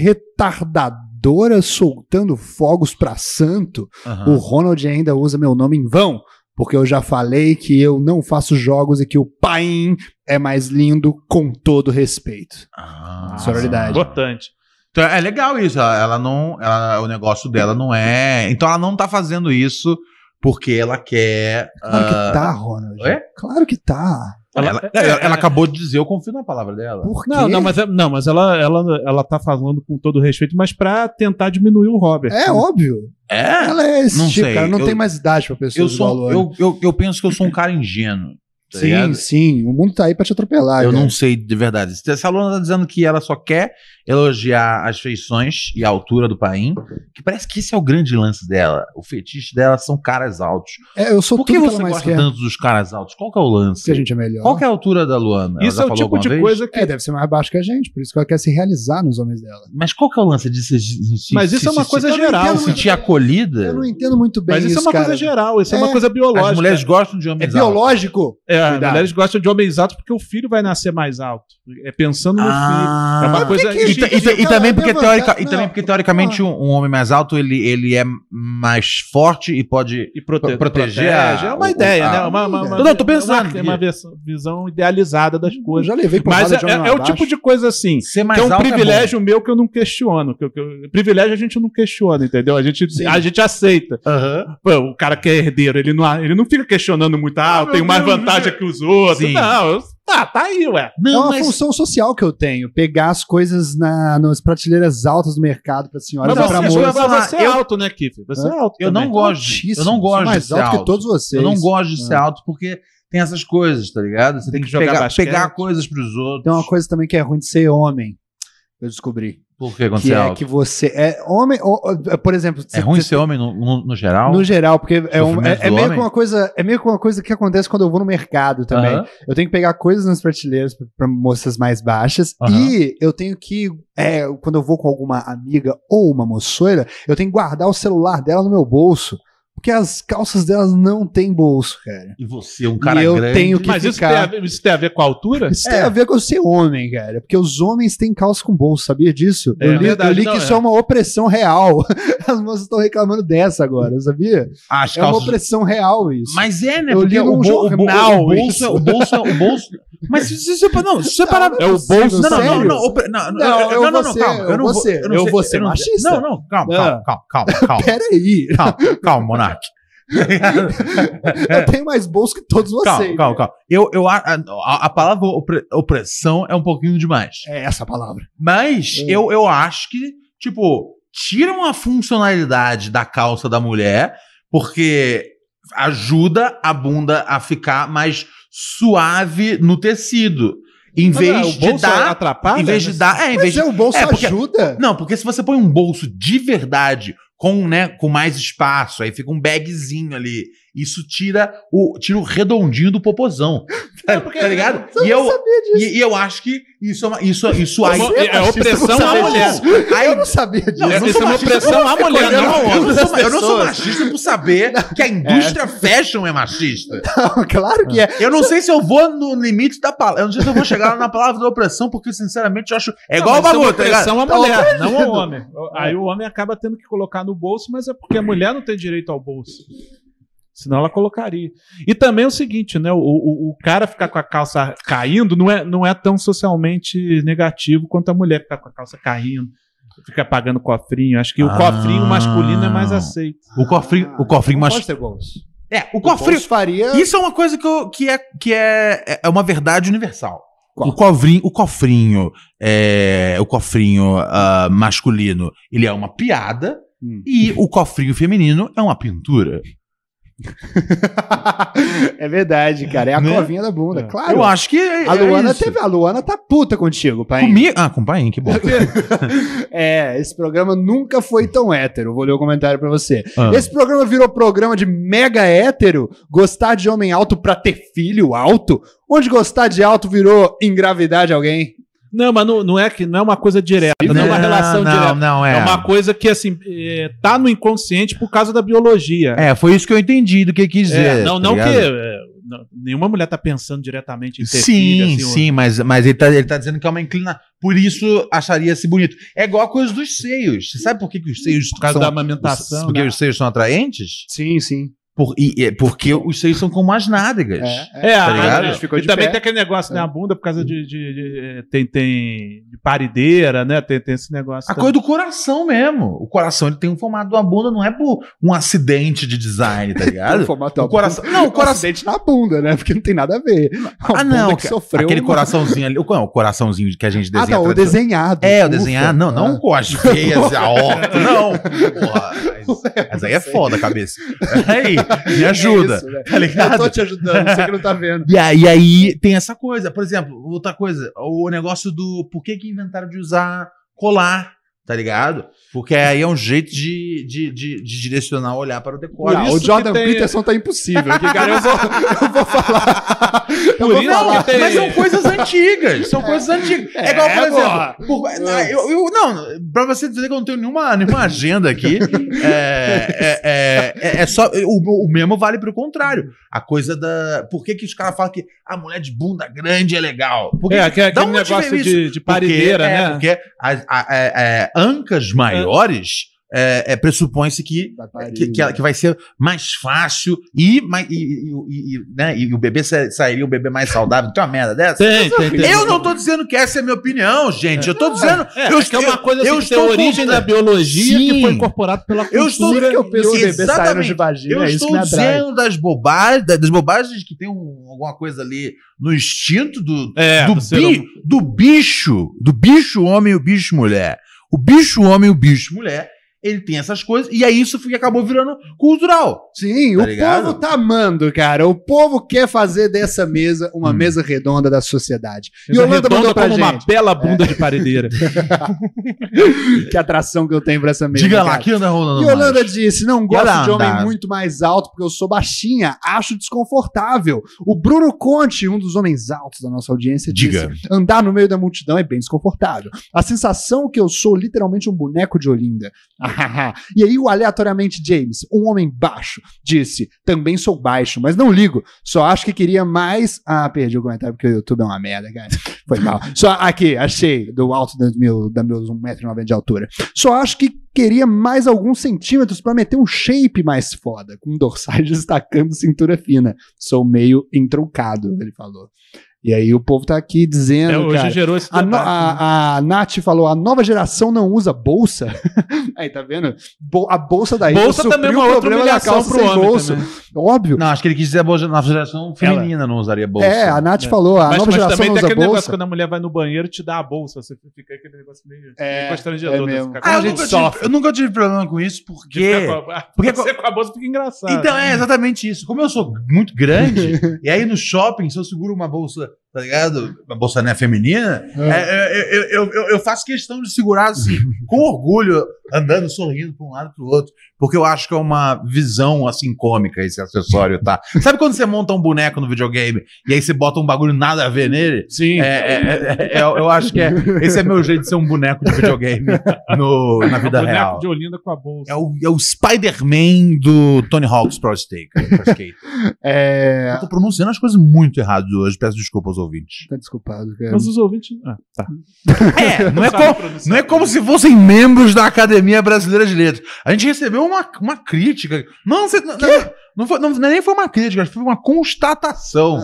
Speaker 3: retardadora soltando fogos pra santo, o Ronald ainda usa meu nome em vão, porque eu já falei que eu não faço jogos e que o Paim é mais lindo com todo respeito.
Speaker 4: Ah,
Speaker 3: Sororidade.
Speaker 1: Importante.
Speaker 4: Então é legal isso. Ela, ela não. ela- o negócio dela não é. Então ela não tá fazendo isso porque ela quer.
Speaker 3: Claro
Speaker 4: ah,
Speaker 3: que tá, Ronald.
Speaker 4: é?
Speaker 3: Claro que tá.
Speaker 4: Ela, é, ela- ela acabou de dizer, eu confio na palavra dela.
Speaker 3: Por quê?
Speaker 1: Não, não, mas, é- não, mas ela, ela, ela tá falando com todo respeito, mas pra tentar diminuir o Robert.
Speaker 3: É óbvio.
Speaker 4: É?
Speaker 3: Ela é esse
Speaker 4: Não
Speaker 3: tipo,
Speaker 4: sei,
Speaker 3: cara. Não
Speaker 4: eu-
Speaker 3: tem mais idade pra pessoas
Speaker 4: Eu,
Speaker 3: igual a
Speaker 4: sou, um,
Speaker 3: Luana.
Speaker 4: eu, eu, eu penso que eu sou um cara ingênuo. tá
Speaker 3: Sim,
Speaker 4: ligado?
Speaker 3: sim. O mundo tá aí pra te atropelar.
Speaker 4: eu
Speaker 3: cara.
Speaker 4: não sei de verdade. Se essa aluna tá dizendo que ela só quer elogiar as feições e a altura do Paim, que parece que esse é o grande lance dela. O fetiche dela são caras altos.
Speaker 3: É, eu sou
Speaker 4: Por que
Speaker 3: tudo que ela
Speaker 4: você
Speaker 3: mais
Speaker 4: gosta
Speaker 3: quer.
Speaker 4: tanto dos caras altos? Qual que é o lance?
Speaker 3: Porque a gente é melhor.
Speaker 4: Qual que é a altura da Luana? Ela
Speaker 1: Isso
Speaker 4: já
Speaker 1: é o
Speaker 4: falou
Speaker 1: tipo
Speaker 4: alguma
Speaker 1: de
Speaker 4: vez?
Speaker 1: coisa que.
Speaker 3: É, deve ser mais baixo que a gente, por isso que ela quer se realizar nos homens dela.
Speaker 4: Mas qual que é o lance de se, se- se-
Speaker 1: Mas isso
Speaker 4: se-
Speaker 1: é uma
Speaker 4: se-
Speaker 1: coisa
Speaker 4: se-
Speaker 1: geral,
Speaker 4: se
Speaker 1: né?
Speaker 4: sentir acolhida?
Speaker 3: Eu não entendo muito bem
Speaker 1: Mas isso é uma
Speaker 3: cara.
Speaker 1: coisa geral, isso é,
Speaker 3: É.
Speaker 1: uma coisa biológica.
Speaker 4: As mulheres gostam de
Speaker 3: É
Speaker 4: homens altos.
Speaker 3: biológico.
Speaker 1: É, as
Speaker 3: Cuidado.
Speaker 1: mulheres gostam de homens altos porque o filho vai nascer mais alto. É pensando no filho. É
Speaker 4: Ah.
Speaker 1: uma coisa.
Speaker 3: é que
Speaker 4: E, ta- e ta- e
Speaker 3: Cara,
Speaker 4: também porque
Speaker 3: levanta-
Speaker 4: teórica- e
Speaker 3: não.
Speaker 4: também porque teoricamente um, um homem mais alto ele, ele é mais forte e pode
Speaker 1: e prote-
Speaker 4: Pro- proteger
Speaker 1: protege. É
Speaker 4: a-
Speaker 1: uma
Speaker 4: o-
Speaker 1: ideia,
Speaker 4: a-
Speaker 1: né? Uma, uma, uma,
Speaker 4: Não, não, tô pensando.
Speaker 1: Uma, é uma versão- visão idealizada das
Speaker 3: Eu
Speaker 1: coisas.
Speaker 3: já levei
Speaker 1: Mas
Speaker 3: porrada
Speaker 1: é,
Speaker 3: de homem
Speaker 1: é-
Speaker 3: lá
Speaker 1: é o
Speaker 3: abaixo.
Speaker 1: tipo de coisa assim.
Speaker 4: ser mais
Speaker 1: Que é um
Speaker 4: alto. bom.
Speaker 1: privilégio meu que eu não questiono. Que eu- que eu- privilégio a gente não questiona, entendeu? A gente,
Speaker 3: Sim.
Speaker 1: a gente aceita. Pô, o cara que é herdeiro, ele não, ele não fica questionando muito, ah, eu tenho mais vantagem que os outros.
Speaker 4: Sim.
Speaker 1: Não, eu- tá, tá aí, ué.
Speaker 3: É
Speaker 4: Não,
Speaker 3: uma
Speaker 4: mas
Speaker 3: função social que eu tenho, pegar as coisas na, nas prateleiras altas do mercado pra
Speaker 4: é
Speaker 3: senhora e
Speaker 1: mas
Speaker 3: pra
Speaker 1: você,
Speaker 3: moça.
Speaker 4: moça.
Speaker 1: mas você é
Speaker 4: Eu-
Speaker 1: alto, né, Kiff? Você é alto.
Speaker 4: eu
Speaker 1: também.
Speaker 4: não gosto. Eu não
Speaker 3: Altíssimo.
Speaker 4: gosto de
Speaker 3: mais
Speaker 4: ser
Speaker 3: alto, que
Speaker 4: alto.
Speaker 3: todos vocês.
Speaker 4: Eu não gosto
Speaker 3: É.
Speaker 4: de ser alto porque tem essas coisas, tá ligado? Você tem,
Speaker 1: Tem
Speaker 4: que,
Speaker 1: que jogar
Speaker 4: pegar,
Speaker 1: basquete.
Speaker 4: pegar coisas pros
Speaker 3: Tem
Speaker 4: outros.
Speaker 3: uma coisa também que é ruim de ser homem. Eu descobri.
Speaker 4: Por que quando
Speaker 3: Que
Speaker 4: você é
Speaker 3: é
Speaker 4: alto?
Speaker 3: que você é homem. ou- ou- por exemplo,
Speaker 4: É
Speaker 3: você-
Speaker 4: ruim
Speaker 3: você-
Speaker 4: ser homem no, no- no geral?
Speaker 3: no geral, porque é, um- é-
Speaker 4: Sofrimento
Speaker 3: é
Speaker 4: do
Speaker 3: meio
Speaker 4: homem?
Speaker 3: que uma coisa, é meio que uma coisa que acontece quando eu vou no mercado também.
Speaker 4: Aham.
Speaker 3: Eu tenho que pegar coisas nas prateleiras pra- pra moças mais baixas
Speaker 4: Aham.
Speaker 3: e eu tenho que, é, quando eu vou com alguma amiga ou uma moçoeira, eu tenho que guardar o celular dela no meu bolso, porque as calças delas não têm bolso, cara.
Speaker 4: E você, um cara
Speaker 3: E eu
Speaker 4: grande.
Speaker 3: tenho que
Speaker 1: Mas isso tem,
Speaker 3: ficar-
Speaker 1: a ver, isso tem a ver com a altura?
Speaker 3: Isso
Speaker 4: É.
Speaker 3: tem a ver com eu ser homem, cara, porque os homens têm calça com bolso, sabia disso?
Speaker 1: É
Speaker 3: eu li,
Speaker 1: verdade,
Speaker 3: eu li
Speaker 1: não,
Speaker 3: que
Speaker 1: é.
Speaker 3: isso é uma opressão real. (laughs) As moças estão reclamando dessa agora, sabia?
Speaker 4: As
Speaker 3: É uma
Speaker 4: calças.
Speaker 3: opressão real isso.
Speaker 4: Mas é, né?
Speaker 3: Eu
Speaker 4: Porque
Speaker 3: li
Speaker 4: o,
Speaker 3: num
Speaker 4: bo- o, bo-
Speaker 3: jornal
Speaker 4: o bolso, é-
Speaker 3: isso.
Speaker 4: o bolso, é- o
Speaker 3: (laughs)
Speaker 4: bolso. Mas se você parar. Não, se você parar.
Speaker 3: Não,
Speaker 1: É o
Speaker 3: possível,
Speaker 1: bolso-
Speaker 4: Não, não, não,
Speaker 3: sério.
Speaker 4: não, opre- não,
Speaker 3: Não,
Speaker 4: não,
Speaker 3: eu
Speaker 4: não, não,
Speaker 3: vou ser-
Speaker 4: calma.
Speaker 3: eu vou ser- eu vou ser
Speaker 4: não
Speaker 3: machista?
Speaker 4: Não, não, calma, calma,
Speaker 3: Não.
Speaker 4: calma, calma, calma,
Speaker 3: (laughs) Pera
Speaker 4: (laughs)
Speaker 3: aí,
Speaker 4: calma, calma, Monark.
Speaker 3: (laughs) eu tenho mais bolso que todos vocês.
Speaker 4: É. Calma, calma, calma. Eu, eu, a, a, a palavra opre- opressão é um pouquinho demais.
Speaker 3: É essa a palavra.
Speaker 4: Mas
Speaker 3: Hum.
Speaker 4: eu, eu acho que, tipo, tiram a funcionalidade da calça da mulher, porque ajuda a bunda a ficar mais suave no tecido. Em
Speaker 1: Mas, ah,
Speaker 4: vez
Speaker 1: o
Speaker 4: de
Speaker 1: bolso né?
Speaker 4: dar.
Speaker 1: atrapalha?
Speaker 4: Em vez de dar. É, em vez
Speaker 3: Mas
Speaker 4: de.
Speaker 3: é, o bolso
Speaker 4: é, porque-
Speaker 3: ajuda.
Speaker 4: Não, porque se você põe um bolso de verdade, com, né, com mais espaço, aí fica um bagzinho ali. Isso tira o, tira o redondinho do popozão. (laughs) Tá, tá ligado?
Speaker 3: Você
Speaker 4: E
Speaker 3: não
Speaker 4: eu,
Speaker 3: sabia disso.
Speaker 4: e, e eu acho que isso é uma, isso, isso aí.
Speaker 1: Você é
Speaker 3: machista,
Speaker 1: opressão
Speaker 3: você
Speaker 1: à
Speaker 3: sabe
Speaker 1: mulher.
Speaker 3: disso. Eu não sabia disso.
Speaker 4: Não, eu não
Speaker 1: Isso
Speaker 4: sou
Speaker 1: é uma
Speaker 4: machista,
Speaker 1: opressão à mulher,
Speaker 4: Eu não,
Speaker 1: não ao
Speaker 4: eu não
Speaker 1: outro.
Speaker 4: sou, eu não sou
Speaker 3: pessoas.
Speaker 4: machista por saber que a indústria fashion é machista.
Speaker 3: Não, (laughs) claro que é.
Speaker 4: Eu não sei se eu vou no limite da palavra. Eu não sei se eu vou chegar na palavra da opressão, porque, sinceramente, eu acho. É igual o
Speaker 1: Não, mas
Speaker 4: bagulho, tá
Speaker 1: Isso
Speaker 4: ligado?
Speaker 1: é uma opressão à mulher, não ao homem. Aí o homem acaba tendo que colocar no bolso, mas é porque a mulher não tem direito ao bolso. Senão ela colocaria. E também é o seguinte, né? O, o, o cara ficar com a calça caindo não é, não é tão socialmente negativo quanto a mulher ficar com a calça caindo. Ficar pagando cofrinho. Acho que o
Speaker 4: Ah.
Speaker 1: cofrinho masculino é mais aceito.
Speaker 4: O cofrinho, o cofrinho
Speaker 3: Não
Speaker 4: mas...
Speaker 3: Pode ter bolso.
Speaker 4: É, o cofrinho.
Speaker 3: bolso faria.
Speaker 4: Isso é uma coisa que, eu- que, é, que é, é uma verdade universal.
Speaker 3: Qual?
Speaker 4: O cofrinho, o cofrinho, é, o cofrinho ah, masculino, ele é uma piada
Speaker 3: Hum.
Speaker 4: e o cofrinho feminino é uma pintura.
Speaker 3: (laughs) é verdade, cara. É a
Speaker 4: Né?
Speaker 3: covinha da bunda,
Speaker 1: É.
Speaker 3: claro.
Speaker 4: Eu acho que é,
Speaker 3: a Luana
Speaker 4: é isso.
Speaker 3: teve. A Luana tá puta contigo, pai.
Speaker 4: Comigo? Ah, com o Paim, que bom.
Speaker 3: (laughs) É, esse programa nunca foi tão hétero. Vou ler o comentário pra você.
Speaker 4: Ah.
Speaker 3: Esse programa virou programa de mega hétero? Gostar de homem alto pra ter filho alto? Onde gostar de alto virou engravidar de alguém?
Speaker 1: Não, mas não, não é que não é uma coisa direta, não, é uma relação
Speaker 4: né? não,
Speaker 1: direta.
Speaker 4: Não, é.
Speaker 1: É. uma coisa que, assim, é, tá no inconsciente por causa da biologia.
Speaker 4: É, foi isso que eu entendi do que quis dizer.
Speaker 1: É, não,
Speaker 4: tá
Speaker 1: não que
Speaker 4: ligado?
Speaker 1: é, não- nenhuma mulher tá pensando diretamente em ter
Speaker 4: Sim,
Speaker 1: filho, assim,
Speaker 4: sim, mas, mas ele, tá, ele tá dizendo que é uma inclinação. Por isso acharia-se bonito. É igual a coisa dos seios. Você sabe por que, que os seios
Speaker 1: por causa
Speaker 4: são,
Speaker 1: da amamentação.
Speaker 4: Porque
Speaker 1: né?
Speaker 4: os seios são atraentes?
Speaker 3: Sim, sim.
Speaker 4: Por, e, é porque os seios são como as nádegas.
Speaker 1: É, a-
Speaker 4: Tá ligado?
Speaker 1: a-
Speaker 3: A gente ficou
Speaker 1: e
Speaker 3: de
Speaker 1: também
Speaker 3: pé.
Speaker 1: tem aquele negócio, né? A bunda por causa de. de- de- eh, tem, tem de parideira, né? Tem, tem esse negócio.
Speaker 4: A
Speaker 1: também.
Speaker 4: coisa do coração mesmo. O coração ele tem um formato de uma bunda, não é por um acidente de design,
Speaker 1: (laughs)
Speaker 4: tá ligado?
Speaker 3: formato
Speaker 4: o coração.
Speaker 1: então,
Speaker 4: Não,
Speaker 1: um
Speaker 4: o
Speaker 3: O coração
Speaker 4: coração.
Speaker 3: acidente na bunda, né? Porque não tem nada a ver.
Speaker 4: Ah, não,
Speaker 3: que
Speaker 4: ca-
Speaker 3: sofreu.
Speaker 4: aquele
Speaker 3: uma-
Speaker 4: coraçãozinho ali. O, qual é o coraçãozinho que a gente
Speaker 3: Ah,
Speaker 4: desenha.
Speaker 3: não, o
Speaker 4: tradicional-
Speaker 3: desenhado. Ah,
Speaker 4: É, o
Speaker 3: Ufa.
Speaker 4: desenhar. Não, não com as veias e a horta, (laughs) não. Porra, mas- mas aí é foda a cabeça. Aí, (laughs) me ajuda.
Speaker 3: É isso, né?
Speaker 4: Tá
Speaker 3: Eu tô
Speaker 4: ligado?
Speaker 3: te ajudando, você que não tá vendo.
Speaker 4: E aí, e aí tem essa coisa. Por exemplo, outra coisa. O negócio do por que, que inventaram de usar colar, tá ligado? Porque aí é um jeito de, de, de, de direcionar o olhar para o decor.
Speaker 3: Não,
Speaker 1: isso
Speaker 3: o
Speaker 1: que
Speaker 3: Jordan
Speaker 1: tem-
Speaker 3: Peterson tá impossível. (laughs) Que cara,
Speaker 1: eu vou,
Speaker 3: eu
Speaker 1: por
Speaker 3: vou
Speaker 1: isso
Speaker 3: falar.
Speaker 1: que tem-
Speaker 4: Mas são coisas antigas. São coisas antigas. É, igual, por exemplo. por- ah, eu, eu- não, pra você dizer que eu não tenho nenhuma, nenhuma agenda
Speaker 1: (laughs)
Speaker 4: aqui, é, é, é, é- é só. O, o mesmo vale pro contrário. A coisa da. Por que, que os caras falam que a mulher de bunda grande é legal? Por que
Speaker 1: É, aquele,
Speaker 4: Da
Speaker 1: aquele
Speaker 4: onde veio
Speaker 1: negócio
Speaker 4: isso?
Speaker 1: de,
Speaker 4: Porque-
Speaker 1: de parideira,
Speaker 4: é,
Speaker 1: né?
Speaker 4: Porque as- a- é, é, ancas maiores é, é, pressupõe-se que, que, que, ela- que vai ser mais fácil e, mais- e, e- e- e, né, e o bebê sa- sairia um bebê mais saudável. Tem uma merda dessa?
Speaker 1: Tem, tem, tem.
Speaker 4: Eu não tô dizendo que essa é a minha opinião, gente. Eu tô dizendo.
Speaker 1: É,
Speaker 4: eu,
Speaker 1: é que é uma coisa assim,
Speaker 4: eu
Speaker 1: que tem a
Speaker 4: estou
Speaker 1: origem
Speaker 4: contra.
Speaker 1: da biologia que
Speaker 4: Sim.
Speaker 1: foi incorporada pela cultura.
Speaker 4: Eu estou
Speaker 3: Tudo que eu penso em bebê
Speaker 4: Exatamente.
Speaker 3: saindo de vagina,
Speaker 4: Eu
Speaker 3: é isso que
Speaker 4: estou
Speaker 3: me atrai.
Speaker 4: dizendo das bobagens, das bobagens que tem um- alguma coisa ali no instinto do,
Speaker 1: É,
Speaker 4: do,
Speaker 1: você
Speaker 4: bi- do bicho, do bicho homem e o bicho mulher. O bicho homem e o bicho mulher, ele tem essas coisas, e aí isso fica- acabou virando cultural.
Speaker 3: Sim,
Speaker 4: Tá
Speaker 3: o
Speaker 4: ligado?
Speaker 3: povo tá amando, cara. O povo quer fazer dessa mesa uma
Speaker 4: Hum.
Speaker 3: mesa redonda da sociedade.
Speaker 1: não-
Speaker 3: E Holanda
Speaker 1: Redonda
Speaker 3: mandou pra
Speaker 1: como uma
Speaker 3: gente. É.
Speaker 1: bela bunda
Speaker 3: (laughs)
Speaker 1: de parideira.
Speaker 3: Que atração que eu tenho pra essa mesa.
Speaker 4: Diga lá,
Speaker 3: cara.
Speaker 4: que anda rolando
Speaker 3: E
Speaker 4: mais?
Speaker 3: Holanda disse: não gosto
Speaker 4: Yolanda.
Speaker 3: de homem muito mais alto porque eu sou baixinha, acho desconfortável. O Bruno Conte, um dos homens altos da nossa audiência,
Speaker 4: Diga.
Speaker 3: disse: andar no meio da multidão é bem desconfortável. A sensação que eu sou literalmente um boneco de Olinda. (laughs) Ahaha. e aí, o aleatoriamente James, um homem baixo, disse: também sou baixo, mas não ligo. Só acho que queria mais. Ah, perdi o comentário porque o YouTube é uma merda, cara. Foi mal. Só aqui, achei, do alto dos meu, da meus 1,90m de altura. Só acho que queria mais alguns centímetros pra meter um shape mais foda, com dorsais (laughs) destacando cintura fina. Sou meio entroncado, ele falou. E aí o povo tá aqui
Speaker 1: É,
Speaker 3: dizendo,
Speaker 1: hoje
Speaker 3: cara...
Speaker 1: gerou esse
Speaker 3: A, no,
Speaker 1: debate, né?
Speaker 3: a, a Nath falou, a nova geração não usa bolsa. (laughs) aí, tá vendo? Bo- a bolsa daí
Speaker 1: Bolsa também é uma outra humilhação pro homem. também.
Speaker 3: Óbvio.
Speaker 4: Não, acho que ele quis dizer a boa- nossa é geração feminina não usaria bolsa.
Speaker 3: é, a Nath falou, a
Speaker 1: né? Mas,
Speaker 3: nova
Speaker 1: mas
Speaker 3: geração
Speaker 1: também
Speaker 3: não
Speaker 1: tem
Speaker 3: usa
Speaker 1: aquele
Speaker 3: bolsa.
Speaker 1: negócio quando a mulher vai no banheiro e te dá a bolsa. Você fica aquele negócio meio,
Speaker 3: É,
Speaker 1: meio constrangedor.
Speaker 3: é
Speaker 1: né?
Speaker 3: mesmo.
Speaker 1: Fica com
Speaker 4: Ah,
Speaker 1: a
Speaker 4: eu,
Speaker 1: gente
Speaker 4: nunca
Speaker 1: sofre.
Speaker 4: tive, eu nunca tive problema com isso,
Speaker 1: De
Speaker 4: porque.
Speaker 1: ficar com a-
Speaker 4: Porque-
Speaker 1: (laughs) você com a bolsa fica engraçado.
Speaker 4: Então, é exatamente isso. Como eu sou muito grande,
Speaker 1: (laughs)
Speaker 4: e aí no shopping, se eu seguro uma bolsa, tá ligado? Uma bolsa né, feminina, é, é, eu, eu, eu, eu faço questão de segurar
Speaker 1: (laughs)
Speaker 4: assim, com orgulho, andando, sorrindo pra um lado e pro outro. Porque eu acho que é uma visão assim cômica esse acessório,
Speaker 1: (laughs)
Speaker 4: tá? Sabe quando você monta um boneco no videogame e aí você bota um bagulho nada a ver nele?
Speaker 1: Sim.
Speaker 4: É, é, é, é, eu eu acho que é, esse é meu jeito de ser um boneco de
Speaker 1: (laughs)
Speaker 4: videogame no, na
Speaker 1: É um
Speaker 4: vida
Speaker 1: boneco
Speaker 4: real.
Speaker 1: de Olinda com a bolsa.
Speaker 4: É o, é o Spider-Man do Tony Hawk's Pro Skate. Pro Skate.
Speaker 3: É...
Speaker 4: Eu tô pronunciando as coisas muito erradas hoje, peço desculpa aos ouvintes.
Speaker 3: Tá desculpado, cara.
Speaker 1: Mas os ouvintes... Ah, tá.
Speaker 4: É, (laughs) não é,
Speaker 1: Sabe
Speaker 4: como,
Speaker 1: pronunciar.
Speaker 4: não é como se fossem membros da Academia Brasileira de Letras. A gente recebeu uma, uma crítica. Não, você, não, não foi- não- é nem foi uma crítica, foi uma constatação.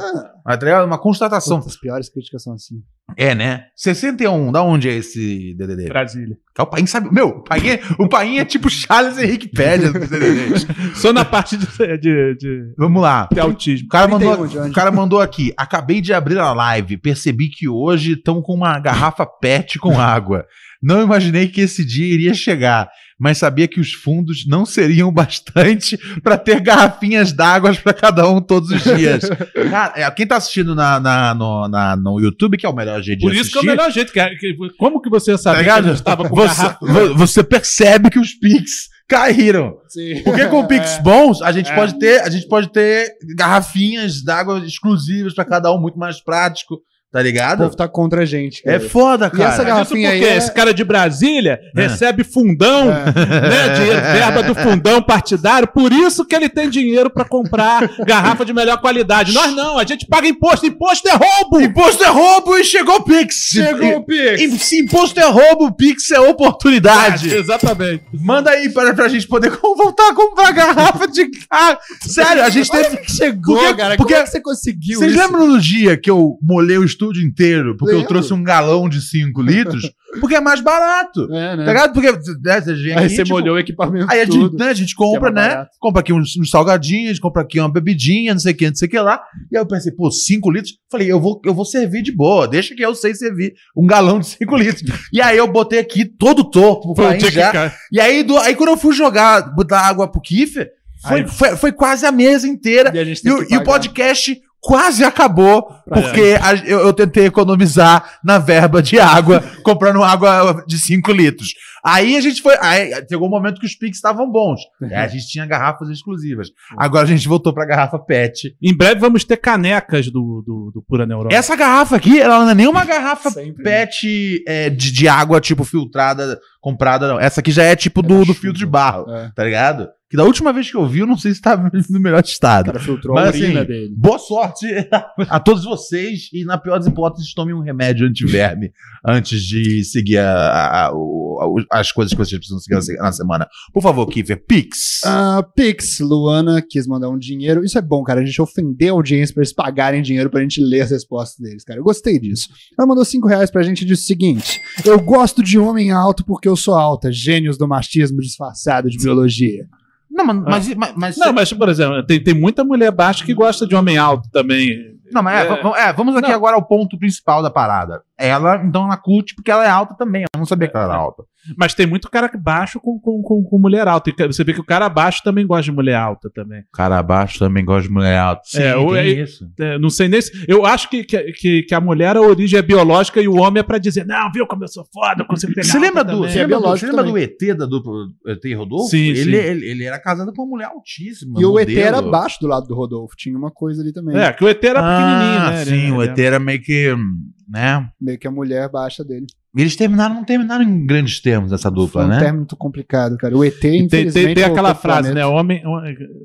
Speaker 1: Ah.
Speaker 4: Tá ligado? Uma constatação.
Speaker 3: As piores críticas são assim.
Speaker 4: É, né? 61, da onde é esse DDD?
Speaker 3: (laughs)
Speaker 1: Brasília.
Speaker 4: Tá, O Paim sabe. Meu, o Paim é, o Paim é tipo Charles Henrique Pérez do
Speaker 1: (laughs)
Speaker 4: DDD.
Speaker 1: Só na parte de, de, de,
Speaker 4: Vamos lá.
Speaker 1: um de autismo.
Speaker 4: O cara, mandou,
Speaker 3: 31, Johnny.
Speaker 4: o cara mandou aqui. Acabei de abrir a live. Percebi que hoje estão com uma garrafa PET com água. Não imaginei que esse dia iria chegar, mas sabia que os fundos não seriam (laughs) bastante para ter garrafinhas d'água para cada um todos os dias. Cara, é, quem tá assistindo na, na- no, na- no YouTube, que é o melhor jeito de
Speaker 1: Por isso
Speaker 4: assistir,
Speaker 1: que é o melhor jeito. Que, que- como que você
Speaker 4: tá
Speaker 1: sabia que a
Speaker 4: ligado?
Speaker 1: gente tava com
Speaker 4: você,
Speaker 1: garrafa?
Speaker 4: vo- você percebe que os Pix caíram.
Speaker 3: Sim. É.
Speaker 4: Porque com
Speaker 3: (laughs)
Speaker 4: Pix bons, a gente, pode ter, a gente pode ter garrafinhas d'água exclusivas pra cada um, muito mais prático, tá
Speaker 3: O
Speaker 4: ligado?
Speaker 3: povo tá contra a gente, cara.
Speaker 4: É foda,
Speaker 3: E essa
Speaker 4: cara.
Speaker 1: Mas Isso porque
Speaker 3: garrafinha aí é-
Speaker 1: esse cara de Brasília
Speaker 4: É.
Speaker 1: recebe fundão, né? Dinheiro, verba do fundão partidário, por isso que ele tem dinheiro pra comprar garrafa de melhor qualidade. Nós não, a gente paga imposto, imposto é roubo!
Speaker 4: Imposto é roubo e chegou o Pix.
Speaker 1: Chegou o Pix.
Speaker 4: E- e Se imposto é roubo, o Pix é
Speaker 3: Ah,
Speaker 4: oportunidade.
Speaker 1: Exatamente.
Speaker 4: Manda aí pra, pra gente poder (laughs) com- voltar a comprar garrafa de carro. Sério, a gente teve.
Speaker 3: Chegou,
Speaker 4: Porque-
Speaker 3: cara.
Speaker 4: porque-
Speaker 3: Como é que você conseguiu
Speaker 4: Vocês
Speaker 3: isso?
Speaker 4: lembram do dia que eu molhei o estúdio inteiro porque eu
Speaker 3: Lembro.
Speaker 4: trouxe um galão de 5 litros? Porque é mais barato.
Speaker 3: É, né?
Speaker 4: Tá ligado? Porque né, você vem
Speaker 3: Aí
Speaker 4: aqui,
Speaker 3: você
Speaker 4: tipo,
Speaker 3: molhou o equipamento
Speaker 4: Aí a gente,
Speaker 3: tudo.
Speaker 4: né, a gente compra,
Speaker 3: Que é mais
Speaker 4: né?
Speaker 3: barato.
Speaker 4: Compra aqui uns, uns salgadinhos, compra aqui uma bebidinha, não sei o que, não sei o que lá. E aí eu pensei, pô, 5 litros? Falei, eu vou, eu vou servir de boa, deixa que eu sei servir um galão de 5 litros. E aí eu botei aqui todo o topo
Speaker 1: Foi
Speaker 4: pra
Speaker 1: o dia que
Speaker 4: enjar.
Speaker 1: caiu.
Speaker 4: E aí, do- aí quando eu fui jogar, botar água pro Kiffer, foi,
Speaker 1: Aí-
Speaker 4: foi, foi quase a mesa inteira.
Speaker 3: E a gente
Speaker 4: E,
Speaker 3: tem
Speaker 4: o-
Speaker 3: que
Speaker 4: e o
Speaker 3: pagar.
Speaker 4: podcast quase acabou, porque a- eu, eu tentei economizar na verba de água, (laughs) comprando água de 5 litros. Aí a gente foi. Aí chegou um momento que os piques estavam bons.
Speaker 3: Uhum.
Speaker 4: Aí a gente tinha garrafas exclusivas. Agora a gente voltou pra garrafa PET.
Speaker 1: Em breve vamos ter canecas do, do, do Pura Neurose.
Speaker 4: Essa garrafa aqui, ela não é nenhuma garrafa
Speaker 3: Uhum. (laughs) Sempre, né?
Speaker 4: PET é, de, de água, tipo, filtrada, comprada, não. Essa aqui já é tipo do, do filtro de barro,
Speaker 3: É.
Speaker 4: tá ligado? Que da última vez que eu vi, eu não sei se tá (laughs) no melhor estado.
Speaker 3: cara filtrou
Speaker 4: Mas
Speaker 3: a urina
Speaker 4: assim,
Speaker 3: dele.
Speaker 4: Boa sorte (laughs) a todos vocês e, na pior das hipóteses, tome um remédio antiverme antes de seguir a- a- a- o- a- as coisas que vocês precisam seguir na se- na semana. Por favor, Kiefer, Pix.
Speaker 3: Ah, Pix, Luana quis mandar um dinheiro. Isso é bom, cara. A gente ofender a audiência pra eles pagarem dinheiro pra gente ler as respostas deles, cara. Eu gostei disso. Ela mandou cinco reais pra gente e disse o seguinte: Eu gosto de homem alto porque eu sou alta. Gênios do machismo disfarçado de biologia.
Speaker 4: Não, mas, mas, Ah. mas,
Speaker 1: Não, mas, por exemplo, tem, tem muita mulher baixa que gosta de homem alto também.
Speaker 4: Não, mas é,
Speaker 1: É.
Speaker 4: va- va- é, vamos aqui
Speaker 1: Não.
Speaker 4: agora ao ponto principal da parada. Ela, então, ela curte porque ela é alta também. Eu não sabia que ela era alta.
Speaker 1: Mas tem muito cara baixo com, com, com, com mulher alta. E ca- você vê que o cara baixo também gosta de mulher alta também.
Speaker 4: Cara abaixo também gosta de mulher alta.
Speaker 1: É, ou é-
Speaker 4: isso.
Speaker 1: É, não sei nem se. Eu acho que, que, que, que a mulher, a origem é biológica e o homem é pra dizer, não, viu como eu sou foda, eu consigo pegar.
Speaker 4: Você
Speaker 1: alta
Speaker 4: lembra, do,
Speaker 1: também."
Speaker 4: você,
Speaker 3: É
Speaker 4: lembra do, você
Speaker 3: biológico
Speaker 4: lembra do ET da dupla ET e Rodolfo?
Speaker 1: Sim,
Speaker 4: ele,
Speaker 1: sim.
Speaker 4: Ele, ele era casado com uma mulher altíssima.
Speaker 3: E o ET
Speaker 4: modelo.
Speaker 3: era baixo do lado do Rodolfo. Tinha uma coisa ali também.
Speaker 1: É, que o ET era pequenininho,
Speaker 4: Ah,
Speaker 1: né?
Speaker 4: Sim,
Speaker 1: Ele-
Speaker 4: o
Speaker 1: ele-
Speaker 4: ET era meio que. hum, né?
Speaker 3: Meio que a mulher baixa dele.
Speaker 4: E Eles terminaram, não terminaram em grandes termos essa
Speaker 3: Foi
Speaker 4: dupla,
Speaker 3: um
Speaker 4: né?
Speaker 3: termo muito complicado, cara. O ET,
Speaker 1: E Tem,
Speaker 3: infelizmente...
Speaker 1: tem, tem aquela
Speaker 3: voltou pro
Speaker 1: frase,
Speaker 3: planeta.
Speaker 1: né? Homem.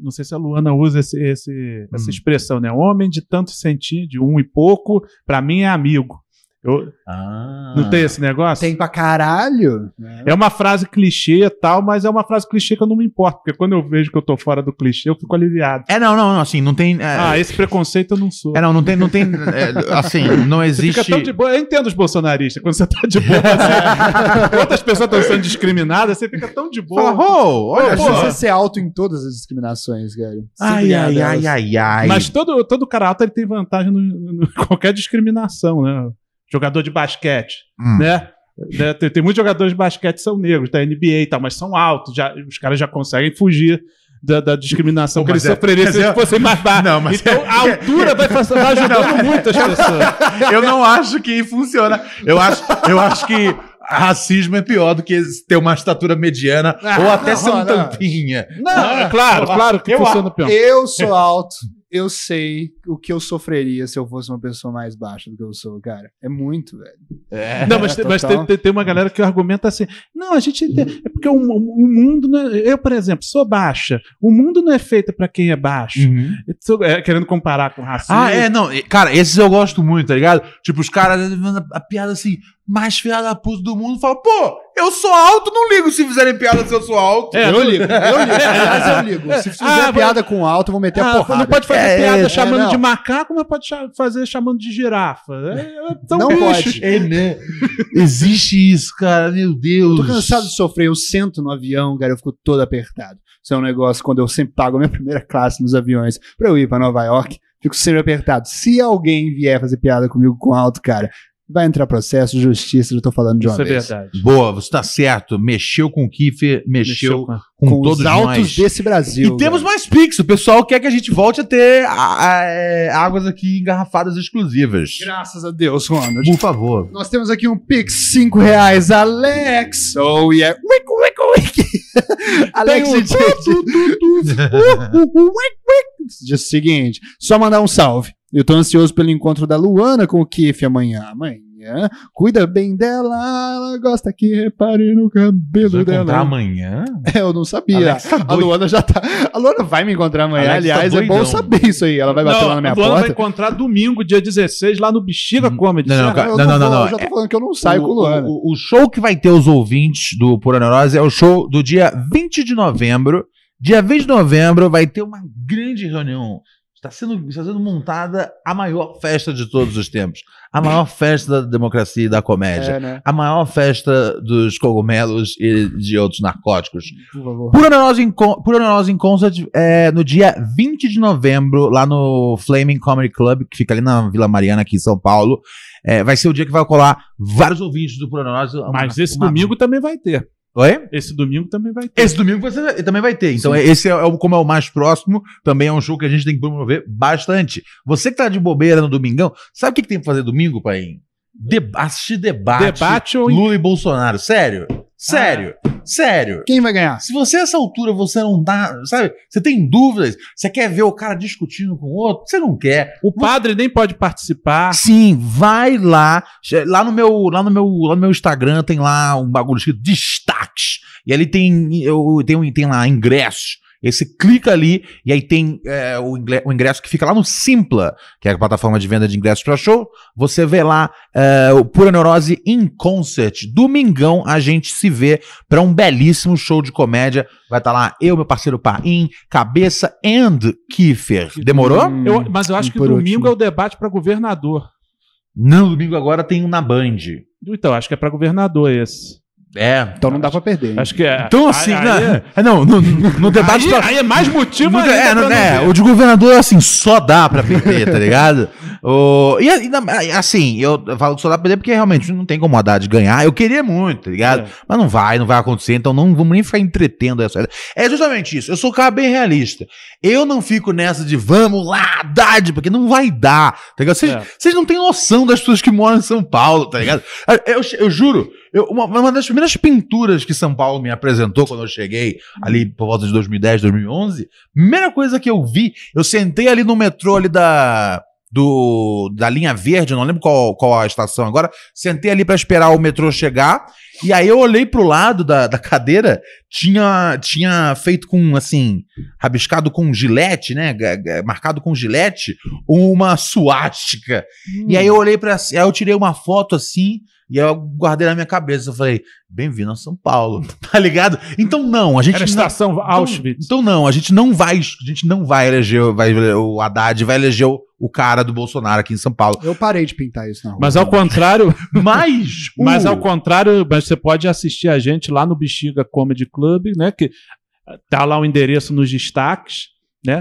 Speaker 1: Não sei se a Luana usa esse, esse- essa
Speaker 4: Hum.
Speaker 1: expressão, né? Homem de tantos centímetros, de um e pouco, pra mim é amigo. Eu-
Speaker 4: Ah.
Speaker 1: Não tem esse negócio?
Speaker 3: Tem pra caralho.
Speaker 1: É uma frase clichê e tal, mas é uma frase clichê que eu não me importo, porque quando eu vejo que eu tô fora do clichê, eu fico aliviado.
Speaker 4: É, não, não, não, assim, não tem. É,
Speaker 1: Ah, esse preconceito eu não sou.
Speaker 4: é não, não tem. Não tem é, assim, não
Speaker 1: Você
Speaker 4: existe.
Speaker 1: fica tão de boa. Eu entendo os bolsonaristas. Quando você tá
Speaker 4: (laughs)
Speaker 1: de boa, você... outras pessoas estão sendo discriminadas, você fica tão de boa.
Speaker 4: Fala, "Ho, olha
Speaker 3: Às
Speaker 4: só.
Speaker 3: vezes você ser alto em todas as discriminações, cara. Sempre
Speaker 4: Ai,
Speaker 3: é
Speaker 4: ai, ai,
Speaker 3: delas.
Speaker 4: ai, ai.
Speaker 1: Mas todo, todo cara alto ele tem vantagem em (laughs) qualquer discriminação, né? Jogador de basquete,
Speaker 4: Hum.
Speaker 1: né? Né? Tem, tem muitos jogadores de basquete que são negros, da NBA e tal, mas são altos, já, os caras já conseguem fugir da, da discriminação
Speaker 4: Pô,
Speaker 1: que eles
Speaker 4: mas é-
Speaker 1: sofreriam
Speaker 4: mas
Speaker 1: se eles
Speaker 4: é-
Speaker 1: fossem mais baixos.
Speaker 4: Não, mas é-
Speaker 1: então a altura vai, fa-
Speaker 4: (laughs)
Speaker 1: vai ajudando muito as pessoas.
Speaker 4: Eu não acho que funciona. Eu acho, eu acho que racismo é pior do que ter uma estatura
Speaker 1: (laughs)
Speaker 4: mediana
Speaker 1: Ah,
Speaker 4: ou até ser um
Speaker 3: não, não.
Speaker 4: tampinha.
Speaker 1: Não, é claro, claro que
Speaker 4: eu-
Speaker 1: funciona pior.
Speaker 3: Eu sou alto. Eu sei o que eu sofreria se eu fosse uma pessoa mais baixa do que eu sou, cara. É muito, velho.
Speaker 1: Não, mas,
Speaker 3: É,
Speaker 1: mas
Speaker 3: total.
Speaker 1: tem, tem- tem uma galera que argumenta assim: não, a gente. tem- é porque o, o mundo. não é- eu, por exemplo, sou baixa. O mundo não é feito pra quem é baixo. Eu sou- é, querendo comparar com racismo.
Speaker 4: Ah, é, não. e, Cara, esses eu gosto muito, tá ligado? Tipo, os caras mandam a piada assim, mais piada puta do mundo, falam, pô, eu sou alto, não ligo se fizerem piada se eu sou alto.
Speaker 1: É,
Speaker 3: Eu ligo, eu ligo. Aliás, eu ligo. Se fizer
Speaker 1: Ah,
Speaker 3: piada com alto, eu vou meter
Speaker 1: Ah,
Speaker 3: a porrada.
Speaker 1: não pode fazer
Speaker 4: É,
Speaker 1: piada
Speaker 3: é,
Speaker 1: chamando
Speaker 3: não.
Speaker 1: de macaco, mas pode cha- fazer chamando de girafa. É, é tão
Speaker 3: Não
Speaker 1: bicho.
Speaker 3: pode.
Speaker 4: É, né? Existe isso, cara, meu Deus.
Speaker 3: Tô cansado de sofrer. Eu sento no avião, cara, eu fico todo apertado. Isso é um negócio quando eu sempre pago a minha (laughs) primeira classe nos aviões pra eu ir pra Nova York. Fico sempre apertado. Se alguém vier fazer piada comigo com alto, cara, vai entrar processo, justiça, eu tô falando de uma
Speaker 1: Isso é
Speaker 3: vez.
Speaker 1: verdade.
Speaker 4: Boa, você tá certo. Mexeu com o Kiffer, mexeu,
Speaker 1: com-
Speaker 4: com,
Speaker 3: Com
Speaker 4: todos
Speaker 3: os altos
Speaker 4: nós.
Speaker 3: desse Brasil.
Speaker 4: E temos
Speaker 3: cara.
Speaker 4: mais Pix. O pessoal quer que a gente volte a ter a- a- é, águas aqui engarrafadas exclusivas.
Speaker 3: Graças a Deus, Ronald.
Speaker 4: Por favor.
Speaker 3: Nós temos aqui um Pix 5 reais, Alex. Oh, yeah. Wick, wick, wick. (laughs) Alex,
Speaker 1: Tem um
Speaker 3: gente. (laughs) Uh, Diz o seguinte: só mandar um salve. Eu tô ansioso pelo encontro da Luana com o Kiff amanhã. Amanhã. Cuida bem dela. Ela gosta que repare no cabelo dela.
Speaker 4: amanhã?
Speaker 3: É, eu não sabia.
Speaker 4: Alex tá
Speaker 3: a
Speaker 4: doido.
Speaker 3: Luana já tá. A Luana vai me encontrar
Speaker 4: Alex
Speaker 3: amanhã.
Speaker 4: tá
Speaker 3: Aliás, é
Speaker 4: doidão.
Speaker 3: bom saber isso aí. Ela vai bater lá na minha
Speaker 1: o Luana vai
Speaker 3: porta.
Speaker 1: encontrar domingo, dia 16, lá no Bexiga
Speaker 4: Hum,
Speaker 1: Comedy.
Speaker 4: não, não,
Speaker 1: será?
Speaker 4: cara,
Speaker 3: eu
Speaker 4: não, não,
Speaker 3: vou,
Speaker 4: não.
Speaker 3: Eu já tô falando que eu não saio
Speaker 4: o,
Speaker 3: com o né? Luana.
Speaker 4: o- o show que vai ter os ouvintes do Pura Neurose é o show do dia 20 de novembro. Dia 20 de novembro vai ter uma grande reunião. Está sendo, está sendo montada a maior festa de todos os tempos. A maior festa da democracia e da comédia.
Speaker 3: É, né?
Speaker 4: A maior festa dos cogumelos e de outros narcóticos.
Speaker 3: Por favor.
Speaker 4: Pura Neurose em, Con- Pura Neurose em Concert é, no dia 20 de novembro, lá no Flaming Comedy Club, que fica ali na Vila Mariana, aqui em São Paulo. É, vai ser o dia que vai colar vários ouvintes do Pura Neurose. Uma-
Speaker 1: Mas esse
Speaker 4: uma-
Speaker 1: domingo também vai ter.
Speaker 4: Oi?
Speaker 1: Esse domingo também vai ter.
Speaker 4: Esse domingo você também vai ter. Então, esse é, o- como é o mais próximo, também é um show que a gente tem que promover bastante. Você que tá de bobeira no domingão, sabe o que, que tem que fazer domingo, pai? Deba assistir debate.
Speaker 1: Debate ou Ah.
Speaker 4: Lula e Bolsonaro. Sério? Sério? Sério?
Speaker 3: Quem vai ganhar?
Speaker 4: Se você, a essa altura, você não dá, sabe? Você tem dúvidas, você quer ver o cara discutindo com o outro, você não quer.
Speaker 1: O padre nem pode participar.
Speaker 4: Sim, vai lá. Che- Lá no meu, lá no meu, lá no meu Instagram tem lá um bagulho escrito destaques. E ali tem, eu, tem, um- tem lá ingressos. E aí você clica ali e aí tem é, o, ingle- o ingresso que fica lá no Simpla, que é a plataforma de venda de ingressos para show. Você vê lá é, o Pura Neurose in Concert. Domingão a gente se vê para um belíssimo show de comédia. Vai estar lá eu, meu parceiro Paim, Cabeça and Kiefer. Demorou?
Speaker 1: Eu- mas eu acho
Speaker 4: um
Speaker 1: que
Speaker 3: um por
Speaker 1: domingo
Speaker 3: último.
Speaker 1: é o debate pra governador.
Speaker 4: Não, domingo agora tem um na Band.
Speaker 1: Então, acho que é pra governador esse.
Speaker 4: É.
Speaker 3: Então não dá pra perder. hein?
Speaker 1: Acho que é.
Speaker 4: Então, assim,
Speaker 1: aí,
Speaker 4: né? É, não, no, no debate.
Speaker 1: aí,
Speaker 4: pra-
Speaker 1: aí é mais motivo
Speaker 4: no de-
Speaker 1: ainda
Speaker 4: é,
Speaker 1: tá pra
Speaker 4: não,
Speaker 1: não
Speaker 4: é,
Speaker 1: ver.
Speaker 4: o de governador, assim, só dá pra perder, tá ligado? (laughs) O, e ainda- assim, eu falo que só dá pra perder porque realmente não tem como a de ganhar. Eu queria muito, tá ligado?
Speaker 1: É.
Speaker 4: Mas não vai, não vai acontecer, então não vamos nem ficar entretendo essa. É justamente isso. Eu sou um cara bem realista. Eu não fico nessa de vamos lá, Haddad, porque não vai dar, tá ligado? Vocês
Speaker 1: É.
Speaker 4: vocês não têm noção das pessoas que moram em São Paulo, tá ligado? Eu, eu juro, eu- uma, uma das primeiras pinturas que São Paulo me apresentou quando eu cheguei ali por volta de 2010, 2011, primeira coisa que eu vi, eu sentei ali no metrô ali da... Do, da linha verde, eu não lembro qual, qual a estação agora. Sentei ali pra esperar o metrô chegar. E aí eu olhei pro lado da, da cadeira, tinha, tinha feito com, assim, rabiscado com gilete, né? ga- ga- Marcado com gilete, uma suástica. E aí eu olhei pra. Aí eu tirei uma foto assim. E aí eu guardei na minha cabeça. Eu falei, bem-vindo a São Paulo, (laughs) tá ligado? Então não, a gente.
Speaker 1: Era a
Speaker 4: não-
Speaker 1: estação
Speaker 4: então-
Speaker 1: Auschwitz.
Speaker 4: Então, não, a gente não vai, a gente não vai eleger, vai eleger o Haddad, vai eleger o, o cara do Bolsonaro aqui em São Paulo.
Speaker 3: (laughs) Eu parei de pintar isso, não.
Speaker 1: Mas ao contrário,
Speaker 4: Mas, o-
Speaker 1: mas ao contrário, mas você pode assistir a gente lá no Bexiga Comedy Club, né? Que tá lá o endereço nos destaques.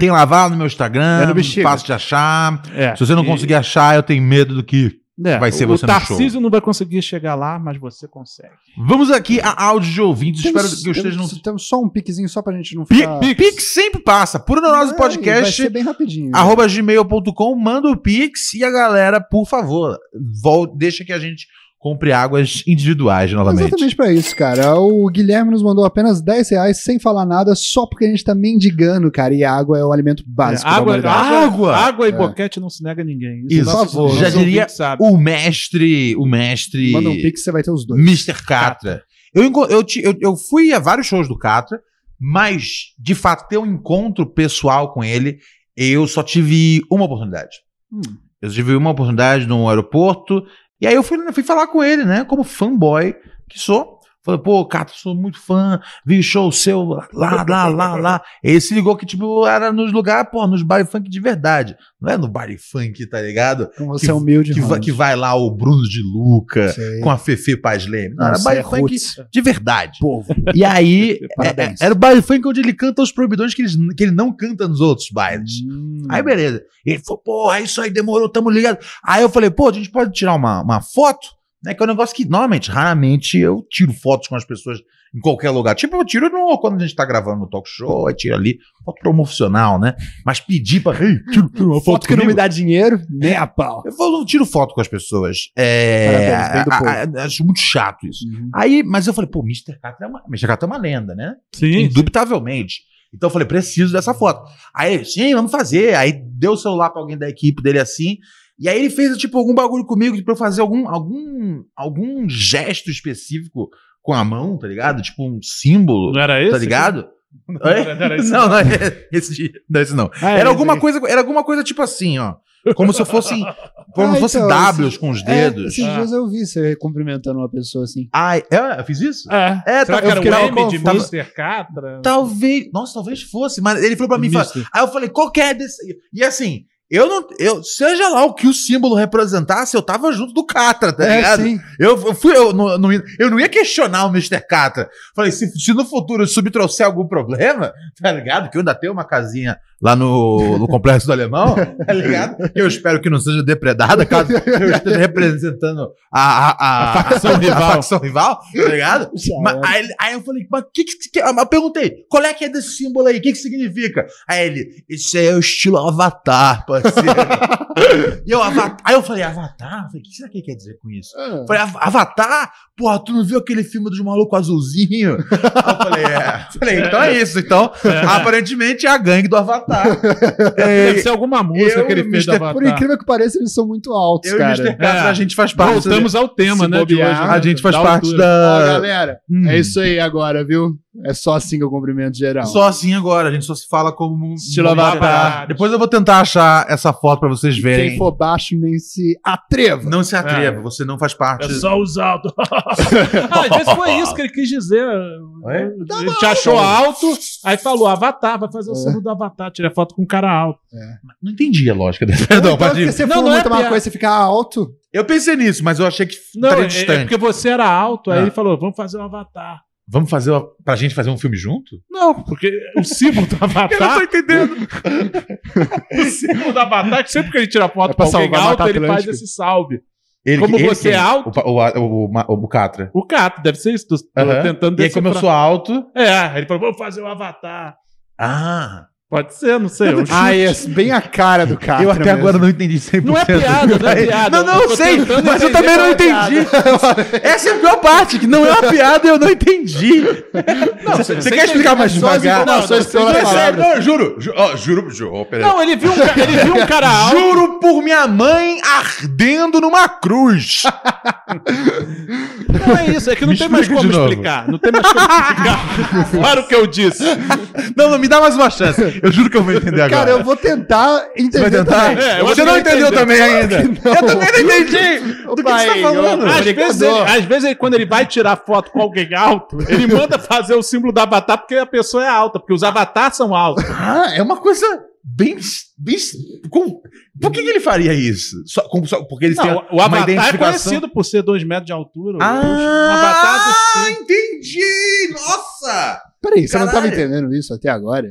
Speaker 4: tem lá, vá no meu Instagram,
Speaker 3: É no Bexiga.
Speaker 4: fácil de achar.
Speaker 1: É.
Speaker 4: Se você não
Speaker 1: E-
Speaker 4: conseguir achar, eu tenho medo do que
Speaker 1: é,
Speaker 4: vai ser
Speaker 1: o
Speaker 4: você no show.
Speaker 1: Tarcísio não vai conseguir chegar lá, mas você consegue.
Speaker 4: Vamos aqui a áudio de ouvintes.
Speaker 3: Temos-
Speaker 4: Espero que eu esteja no.
Speaker 3: temos- Temos só um piquezinho só pra gente não
Speaker 4: Pi-
Speaker 3: ficar...
Speaker 4: Pix. Pix sempre passa. Pura Neurose
Speaker 3: Ai, Ah. É, Vai
Speaker 4: Podcast.
Speaker 3: ser bem rapidinho.
Speaker 4: arroba gmail.com, manda o Pix e a galera, por favor, vol deixa que a gente compre águas individuais novamente.
Speaker 3: Exatamente pra isso, cara. O Guilherme nos mandou apenas 10 reais sem falar nada, só porque a gente tá mendigando, cara. E a água é o alimento básico. da
Speaker 1: água,
Speaker 3: humanidade.
Speaker 1: água,
Speaker 4: Água! Ah!
Speaker 1: água, e
Speaker 3: É.
Speaker 1: boquete não se nega a ninguém.
Speaker 4: Isso.
Speaker 3: Por
Speaker 1: nossos-
Speaker 3: favor.
Speaker 1: nossos
Speaker 4: Já diria
Speaker 1: ouvintes sabem.
Speaker 4: O mestre, o mestre
Speaker 3: Manda um pix, você vai ter os dois.
Speaker 4: Mr. Catra. Eu, enco- eu, ti- eu, eu fui a vários shows do Catra, mas de fato ter um encontro pessoal com ele, eu só tive uma oportunidade.
Speaker 3: Hum.
Speaker 4: Eu só tive uma oportunidade no aeroporto, e aí eu fui, fui falar com ele, né, como fanboy que sou. Falei, pô, Catra, sou muito fã, vi o show seu lá, lá, lá, lá. Ele se ligou que, tipo, era nos lugares, pô, nos baile funk de verdade. Não é no baile funk, tá ligado?
Speaker 3: Então você
Speaker 4: que-
Speaker 3: é humilde,
Speaker 4: Que, va-
Speaker 3: Ronald.
Speaker 4: que vai lá o Bruno de Luca,
Speaker 3: Sei.
Speaker 4: com a Fefe Paz Leme. Não,
Speaker 3: Não,
Speaker 4: era
Speaker 3: isso
Speaker 4: baile
Speaker 3: é
Speaker 4: funk
Speaker 3: roots.
Speaker 4: de verdade.
Speaker 3: Povo.
Speaker 4: E
Speaker 3: (laughs)
Speaker 4: aí,
Speaker 3: Parabéns.
Speaker 4: é- é- era o baile funk onde ele canta os proibidões que, eles- que ele não canta nos outros bailes.
Speaker 3: Hum.
Speaker 4: Aí, beleza. Ele falou, porra, isso aí demorou, tamo ligado. Aí eu falei, pô, a gente pode tirar uma, uma foto? Né, que é um negócio que, normalmente, raramente eu tiro fotos com as pessoas em qualquer lugar. Tipo, eu tiro no, quando a gente tá gravando no talk show, aí tiro ali, foto promocional, né? Mas pedir pra. Ei, tira, tira uma
Speaker 3: Foto que não me dá dinheiro, né, a pau.
Speaker 4: eu vou- não tiro foto com as pessoas. É,
Speaker 3: Parabéns, bem do
Speaker 4: a- a- acho muito chato isso.
Speaker 3: Uhum.
Speaker 4: Aí, mas eu falei, pô, Mr. Catra é uma, Mr. Catra é uma lenda, né?
Speaker 1: Sim,
Speaker 4: Indubitavelmente. Então eu falei, preciso dessa foto. Aí, ele, sim, vamos fazer. Aí deu o celular pra alguém da equipe dele assim. E aí ele fez, tipo, algum bagulho comigo pra eu fazer algum, algum, algum gesto específico com a mão, tá ligado? Tipo um símbolo,
Speaker 1: não era esse?
Speaker 4: tá ligado?
Speaker 1: (laughs) Não era- não era esse.
Speaker 4: não, não, é esse dia. Não, esse não.
Speaker 1: Ah,
Speaker 4: Era
Speaker 1: esse
Speaker 4: alguma
Speaker 1: aí.
Speaker 4: coisa, era alguma coisa tipo assim, ó. Como se fossem, como
Speaker 3: Ah,
Speaker 4: se fosse
Speaker 3: então,
Speaker 4: W's com os
Speaker 3: É,
Speaker 4: dedos.
Speaker 3: esses
Speaker 1: Ah.
Speaker 3: dias eu vi você cumprimentando uma pessoa assim.
Speaker 4: Ai, é, eu fiz isso?
Speaker 1: É.
Speaker 4: É,
Speaker 1: Será
Speaker 4: tá-
Speaker 1: que era
Speaker 4: eu fiquei-
Speaker 1: o M de
Speaker 4: tava-
Speaker 1: Mr. Catra?
Speaker 4: Talvez, nossa, talvez fosse, mas ele falou pra mim, fala-
Speaker 1: Mister.
Speaker 4: aí eu falei, qual que é desse? E assim, eu não, eu, seja lá o que o símbolo representasse, eu tava junto do Catra,
Speaker 3: É,
Speaker 4: tá ligado?
Speaker 3: sim.
Speaker 4: Eu, eu fui, eu não, não ia- eu não ia questionar o Mr. (laughs) Catra. Falei, se, se no futuro isso me trouxer algum problema, tá ligado? Que eu ainda tenho uma casinha lá no, no Complexo do Alemão, (laughs) tá ligado? Eu espero que não seja depredada, caso eu esteja representando a, a, (laughs) a, facção rival. facção rival, tá ligado? Mas, aí, ele- aí eu falei, mas que que, que- mas eu perguntei, qual é que é desse símbolo aí? O que que significa? Aí ele, isso aí é o estilo Avatar, (laughs) parceiro. e eu, Avatar, aí eu falei, Avatar? Eu falei, o que será que ele quer dizer com isso?
Speaker 3: É.
Speaker 4: Eu falei, "Av- Avatar? Porra, tu não viu aquele filme dos malucos
Speaker 1: (laughs)
Speaker 4: azulzinho? Aí eu falei, é. Falei, então é isso. Então, aparentemente é a gangue do
Speaker 1: (laughs)
Speaker 4: Avatar.
Speaker 1: Deve
Speaker 4: É,
Speaker 1: ser alguma música
Speaker 4: eu
Speaker 1: que
Speaker 4: e
Speaker 1: ele
Speaker 4: Mr.
Speaker 1: fez da Avatar.
Speaker 3: Por incrível que pareça, eles são muito altos,
Speaker 4: Ah, tá. eu
Speaker 3: cara.
Speaker 4: e o Mr. Catra,
Speaker 1: É.
Speaker 4: a gente faz parte.
Speaker 1: Voltamos ao tema,
Speaker 3: Se
Speaker 1: né? De hoje,
Speaker 3: bobear,
Speaker 1: né,
Speaker 4: A gente faz
Speaker 1: da
Speaker 4: parte
Speaker 1: altura.
Speaker 3: Ó,
Speaker 4: da.
Speaker 3: galera,
Speaker 4: Hum.
Speaker 3: é isso aí agora, viu? É só assim que eu cumprimento geral.
Speaker 1: então.
Speaker 4: Só assim agora, a gente só se fala como. um
Speaker 3: Estilo
Speaker 4: como-
Speaker 3: Avatar.
Speaker 4: tá. Depois eu vou tentar achar essa foto pra vocês
Speaker 3: Quem
Speaker 4: verem.
Speaker 3: for baixo nem se atreva.
Speaker 4: Não se atreva, você não faz parte.
Speaker 1: É só os altos. (laughs) ah, às vezes (laughs) foi isso que ele quis dizer.
Speaker 4: Tá é?
Speaker 1: Ele te achou alto, aí falou Avatar, vai
Speaker 4: É.
Speaker 1: fazer o símbolo do Avatar, tira foto com um cara alto.
Speaker 4: Não entendi a lógica dessa. Perdão,
Speaker 3: Então,
Speaker 4: Padre.
Speaker 3: porque você
Speaker 1: Não,
Speaker 3: for
Speaker 1: não é
Speaker 3: muito uma
Speaker 1: piada.
Speaker 3: coisa, você fica alto.
Speaker 4: Eu pensei nisso, mas eu achei que
Speaker 1: Não,
Speaker 4: estaria
Speaker 1: é, é
Speaker 4: Tá distante.
Speaker 1: porque você era alto, aí
Speaker 4: Ah.
Speaker 1: ele falou, vamos fazer um Avatar.
Speaker 4: Vamos fazer. Uma... Pra gente fazer um filme junto?
Speaker 1: Não, porque o
Speaker 4: (laughs)
Speaker 1: símbolo do Avatar,
Speaker 4: entendendo.
Speaker 1: (laughs) o símbolo do Avatar, sempre que ele tira foto
Speaker 3: É pra
Speaker 1: com alguém
Speaker 3: salvar a
Speaker 1: alto,
Speaker 3: Mata
Speaker 1: ele faz
Speaker 3: Atlântica.
Speaker 1: esse salve.
Speaker 4: Ele,
Speaker 1: Como
Speaker 4: ele
Speaker 1: você
Speaker 4: quem?
Speaker 1: é alto-
Speaker 4: O, pa- o, a- o, ma- o Catra.
Speaker 1: O Cato, deve ser isso, tô, tô
Speaker 4: Aham.
Speaker 1: tentando
Speaker 4: E aí, como eu
Speaker 1: decifrar.
Speaker 4: sou alto.
Speaker 1: É, aí ele falou, vamos fazer um Avatar.
Speaker 4: Ah.
Speaker 1: Pode ser, não sei. eu
Speaker 3: Ah, é bem a cara do cara.
Speaker 4: eu até
Speaker 3: (laughs)
Speaker 4: agora não entendi 100%.
Speaker 1: Não é piada, não é piada.
Speaker 4: Não, não, eu
Speaker 1: tô
Speaker 4: sei,
Speaker 1: tentando
Speaker 4: mas eu
Speaker 1: entender
Speaker 4: também não
Speaker 1: qual é a
Speaker 4: entendi. (laughs) Essa é a pior parte, que não é uma piada e eu não entendi. Não, você você quer explicar mais
Speaker 3: só as
Speaker 4: devagar?
Speaker 3: informações
Speaker 4: Não, não,
Speaker 3: que estão
Speaker 4: não,
Speaker 3: na
Speaker 4: é sério,
Speaker 3: palavra.
Speaker 4: não, eu juro. Ju- ó, juro, ju- ó, peraí.
Speaker 1: Não, ele viu um, ca- ele viu um cara alto.
Speaker 4: (laughs) Juro por minha mãe ardendo numa cruz.
Speaker 1: Não é isso, é que não
Speaker 4: Me
Speaker 1: tem mais
Speaker 4: explica
Speaker 1: como
Speaker 4: de novo.
Speaker 1: explicar. Não tem mais como
Speaker 4: (laughs)
Speaker 1: explicar. Para o que eu disse.
Speaker 4: Não, não, me dá mais uma chance. Eu juro que eu vou entender agora.
Speaker 3: Cara, eu vou tentar entender.
Speaker 4: Vai tentar?
Speaker 3: também.
Speaker 1: É, eu acho
Speaker 4: Você
Speaker 1: que
Speaker 4: não
Speaker 1: vai
Speaker 4: entendeu
Speaker 1: entender.
Speaker 4: também ainda. Eu também não entendi.
Speaker 3: Ô,
Speaker 4: Do que que você
Speaker 3: pai,
Speaker 4: tá falando?
Speaker 3: ô,
Speaker 1: Às
Speaker 3: Obrigado.
Speaker 1: vezes, ele, às vezes ele- quando ele vai tirar foto com alguém alto, ele manda fazer o símbolo da avatar porque a pessoa é alta, porque os avatars são altos.
Speaker 4: Ah, é uma coisa bem. bem com- por que, que ele faria isso? Só, com- só porque ele tem
Speaker 1: Não, o
Speaker 4: uma
Speaker 1: avatar é
Speaker 4: identificação.
Speaker 1: conhecido por ser dois metros de altura.
Speaker 4: Ah!
Speaker 1: o avatar é dos
Speaker 4: ah, entendi! Nossa!
Speaker 3: Peraí, você não tava
Speaker 4: Caralho.
Speaker 3: entendendo isso até agora?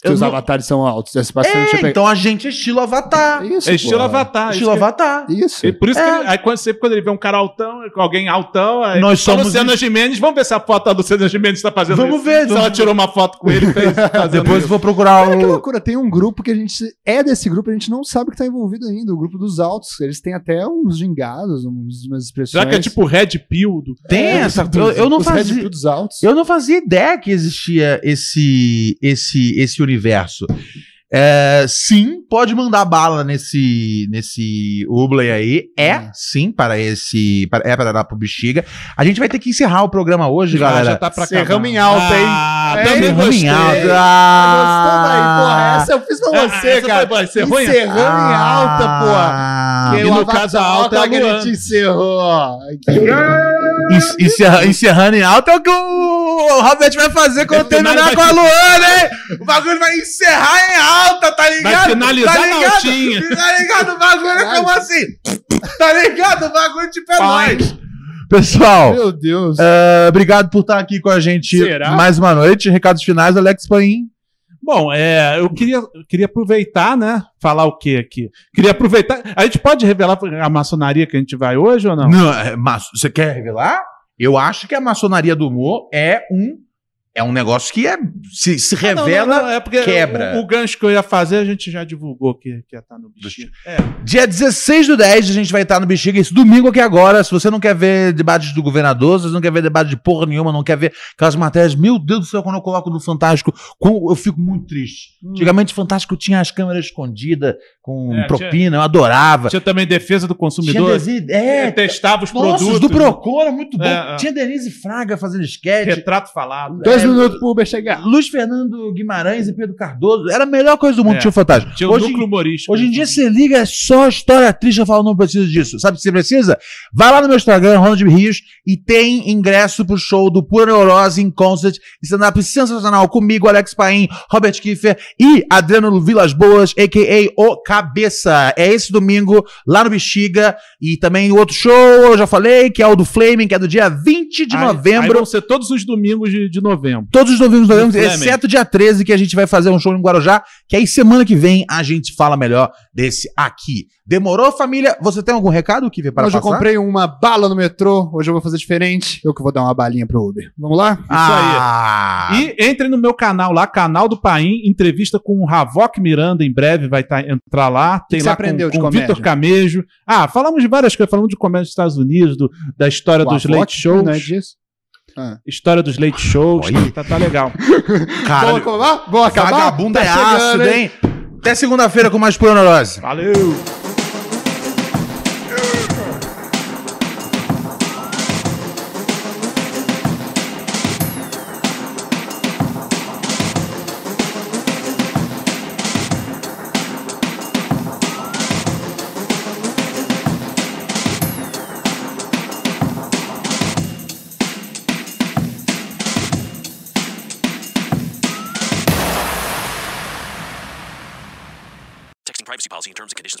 Speaker 3: Que
Speaker 4: Eu
Speaker 3: os
Speaker 4: não-
Speaker 3: avatares são altos. Essa parte eu não tinha
Speaker 4: É,
Speaker 3: pegado.
Speaker 4: então a gente é estilo avatar.
Speaker 3: Isso,
Speaker 1: É estilo
Speaker 3: pô.
Speaker 1: avatar.
Speaker 4: estilo
Speaker 1: isso que-
Speaker 4: avatar.
Speaker 3: Isso.
Speaker 1: E por isso que
Speaker 4: É.
Speaker 1: ele- aí quando, sempre quando ele vê um cara altão, alguém altão, aí
Speaker 4: Nós
Speaker 1: fala,
Speaker 4: somos-
Speaker 1: Luciana Gimenez, vamos ver se a foto da Luciana Gimenez está fazendo
Speaker 4: Vamos
Speaker 1: isso.
Speaker 4: ver,
Speaker 1: Se
Speaker 4: vamos
Speaker 1: ela
Speaker 4: ver.
Speaker 1: tirou uma foto com ele e fez
Speaker 4: (laughs)
Speaker 1: tá fazendo
Speaker 4: Depois eu
Speaker 1: isso.
Speaker 4: vou procurar
Speaker 3: Cara, que
Speaker 4: o.
Speaker 3: loucura. Tem um grupo que a gente é desse grupo, a gente não sabe que tá envolvido ainda. O grupo dos altos. Eles têm até uns gingados, uns, umas expressões. É, tipo,
Speaker 1: Será que é tipo o Red Pill? Do...
Speaker 4: Tem essa. Eu, eu não
Speaker 3: os Red
Speaker 4: fazia.
Speaker 3: Pill dos altos?
Speaker 4: Eu não fazia ideia que existia esse esse esse universo. É, sim, pode mandar bala nesse nesse Ublay aí. É,
Speaker 3: Hum.
Speaker 4: sim, para esse para, é para dar pro bexiga. A gente vai ter que encerrar o programa hoje, galera.
Speaker 3: tá Serramos em alta, hein?
Speaker 1: Ah,
Speaker 3: É,
Speaker 1: também
Speaker 4: Encerramos em
Speaker 1: gostei.
Speaker 4: alta.
Speaker 3: Ah, gostou daí, porra? Essa eu fiz pra
Speaker 4: um
Speaker 1: Ah,
Speaker 3: você,
Speaker 1: essa foi
Speaker 3: cara.
Speaker 1: boa, encerrou em-
Speaker 3: Encerrando em alta, porra.
Speaker 4: Ah.
Speaker 3: Que
Speaker 1: e
Speaker 3: o
Speaker 1: no
Speaker 3: Avatar,
Speaker 1: caso, a alta é a
Speaker 3: que a
Speaker 1: Luana.
Speaker 3: gente encerrou.
Speaker 4: Encer-
Speaker 1: (laughs)
Speaker 4: encerra- Encerrando em alta é o que o Robert vai fazer quando
Speaker 1: Vai terminar
Speaker 4: terminar
Speaker 1: e
Speaker 4: com
Speaker 1: vai-
Speaker 4: a Luana, hein? O bagulho vai encerrar em alta, tá ligado?
Speaker 1: finalizar
Speaker 4: tá
Speaker 1: na
Speaker 4: ligado?
Speaker 1: altinha.
Speaker 4: (laughs) Tá ligado? O bagulho é como assim. Tá ligado? O bagulho tipo é
Speaker 1: Fala,
Speaker 4: nóis. Pessoal,
Speaker 3: Meu Deus.
Speaker 4: eh, obrigado por estar aqui com a gente
Speaker 1: Será?
Speaker 4: mais uma noite. Recados finais, Alex Paim.
Speaker 1: Bom, é, eu queria, eu queria aproveitar, né? Falar o quê aqui? Queria aproveitar. A gente pode revelar a maçonaria que a gente vai hoje ou não?
Speaker 4: é, mas você quer revelar? Eu acho que a maçonaria do humor é um é um negócio que é se, se
Speaker 1: Ah, não, não, não, é porque
Speaker 4: quebra.
Speaker 1: O, o gancho que eu ia fazer, a gente já divulgou que, que ia estar no bichinho. É,
Speaker 4: Dia 16 do 10 a gente vai estar no Bexiga, esse domingo aqui agora. Se você não quer ver debates do governador, se você não quer ver debate de porra nenhuma, não quer ver aquelas matérias, meu Deus do céu, quando eu coloco no Fantástico, como eu fico muito triste. Antigamente, o Fantástico tinha as câmeras escondidas, com
Speaker 1: É,
Speaker 4: propina, eu adorava.
Speaker 1: Tinha também defesa do
Speaker 4: Tinha
Speaker 1: consumidor.
Speaker 4: Denise, é,
Speaker 1: É, testava os
Speaker 4: nossa, os
Speaker 1: produtos. né?
Speaker 4: do Procon era muito bom.
Speaker 1: É, é.
Speaker 4: Tinha Denise Fraga fazendo esquete.
Speaker 1: Retrato falado. né?
Speaker 3: Dois
Speaker 4: é,
Speaker 3: minutos pro Uber chegar.
Speaker 4: Luiz Fernando Guimarães e Pedro Cardoso. Era a melhor coisa do mundo,
Speaker 1: É.
Speaker 4: tinha o Fantástico.
Speaker 1: Tinha
Speaker 4: Hoje-
Speaker 1: o núcleo humorístico. assim.
Speaker 4: Hoje em dia você liga, é só história triste, eu falo, não preciso disso. Sabe o que você precisa? Vai lá no meu Instagram, Ronald Rios, e tem ingresso pro show do Pura Neurose em Concert, stand-up sensacional comigo, Alex Paim, Robert Kiefer e Adriano Vilas Boas, a.k.a. O K cabeça. É esse domingo, lá no Bexiga. E também outro show, eu já falei, que é o do Flaming, que é do dia 20 de
Speaker 1: Aí- Aí
Speaker 4: novembro.
Speaker 1: vão ser todos os domingos de, de novembro.
Speaker 4: Todos os domingos novembro,
Speaker 1: Fleming.
Speaker 4: exceto dia 13, que a gente vai fazer um show em Guarujá, que aí semana que vem a gente fala melhor desse aqui. Demorou, família? Você tem algum recado, Kivi, para
Speaker 3: Hoje
Speaker 4: passar?
Speaker 3: eu comprei uma bala no metrô, hoje eu vou fazer diferente. Eu que vou dar uma balinha pro Uber. Vamos lá?
Speaker 4: Ah,
Speaker 1: E entrem no meu canal lá, canal do Paim, entrevista com o Ravok Miranda, em breve vai tá, entrar lá. Tem
Speaker 3: que você
Speaker 1: lá
Speaker 3: aprendeu
Speaker 1: com,
Speaker 3: de
Speaker 1: com o
Speaker 3: comédia?
Speaker 1: Vitor Camejo. Ah, falamos de várias coisas, falamos de comédia dos Estados Unidos, do- da história dos
Speaker 3: Avok,
Speaker 1: late shows.
Speaker 3: Não é disso?
Speaker 1: História dos late shows,
Speaker 4: Olha.
Speaker 1: tá, tá legal.
Speaker 4: cara,
Speaker 3: Vamos acabar? Vamos acabar?
Speaker 4: vagabunda
Speaker 3: Tá
Speaker 4: é ácido,
Speaker 3: chegando,
Speaker 4: hein? Até segunda-feira com mais Pura Neurose.
Speaker 1: Valeu!
Speaker 6: Texting privacy policy and terms and conditions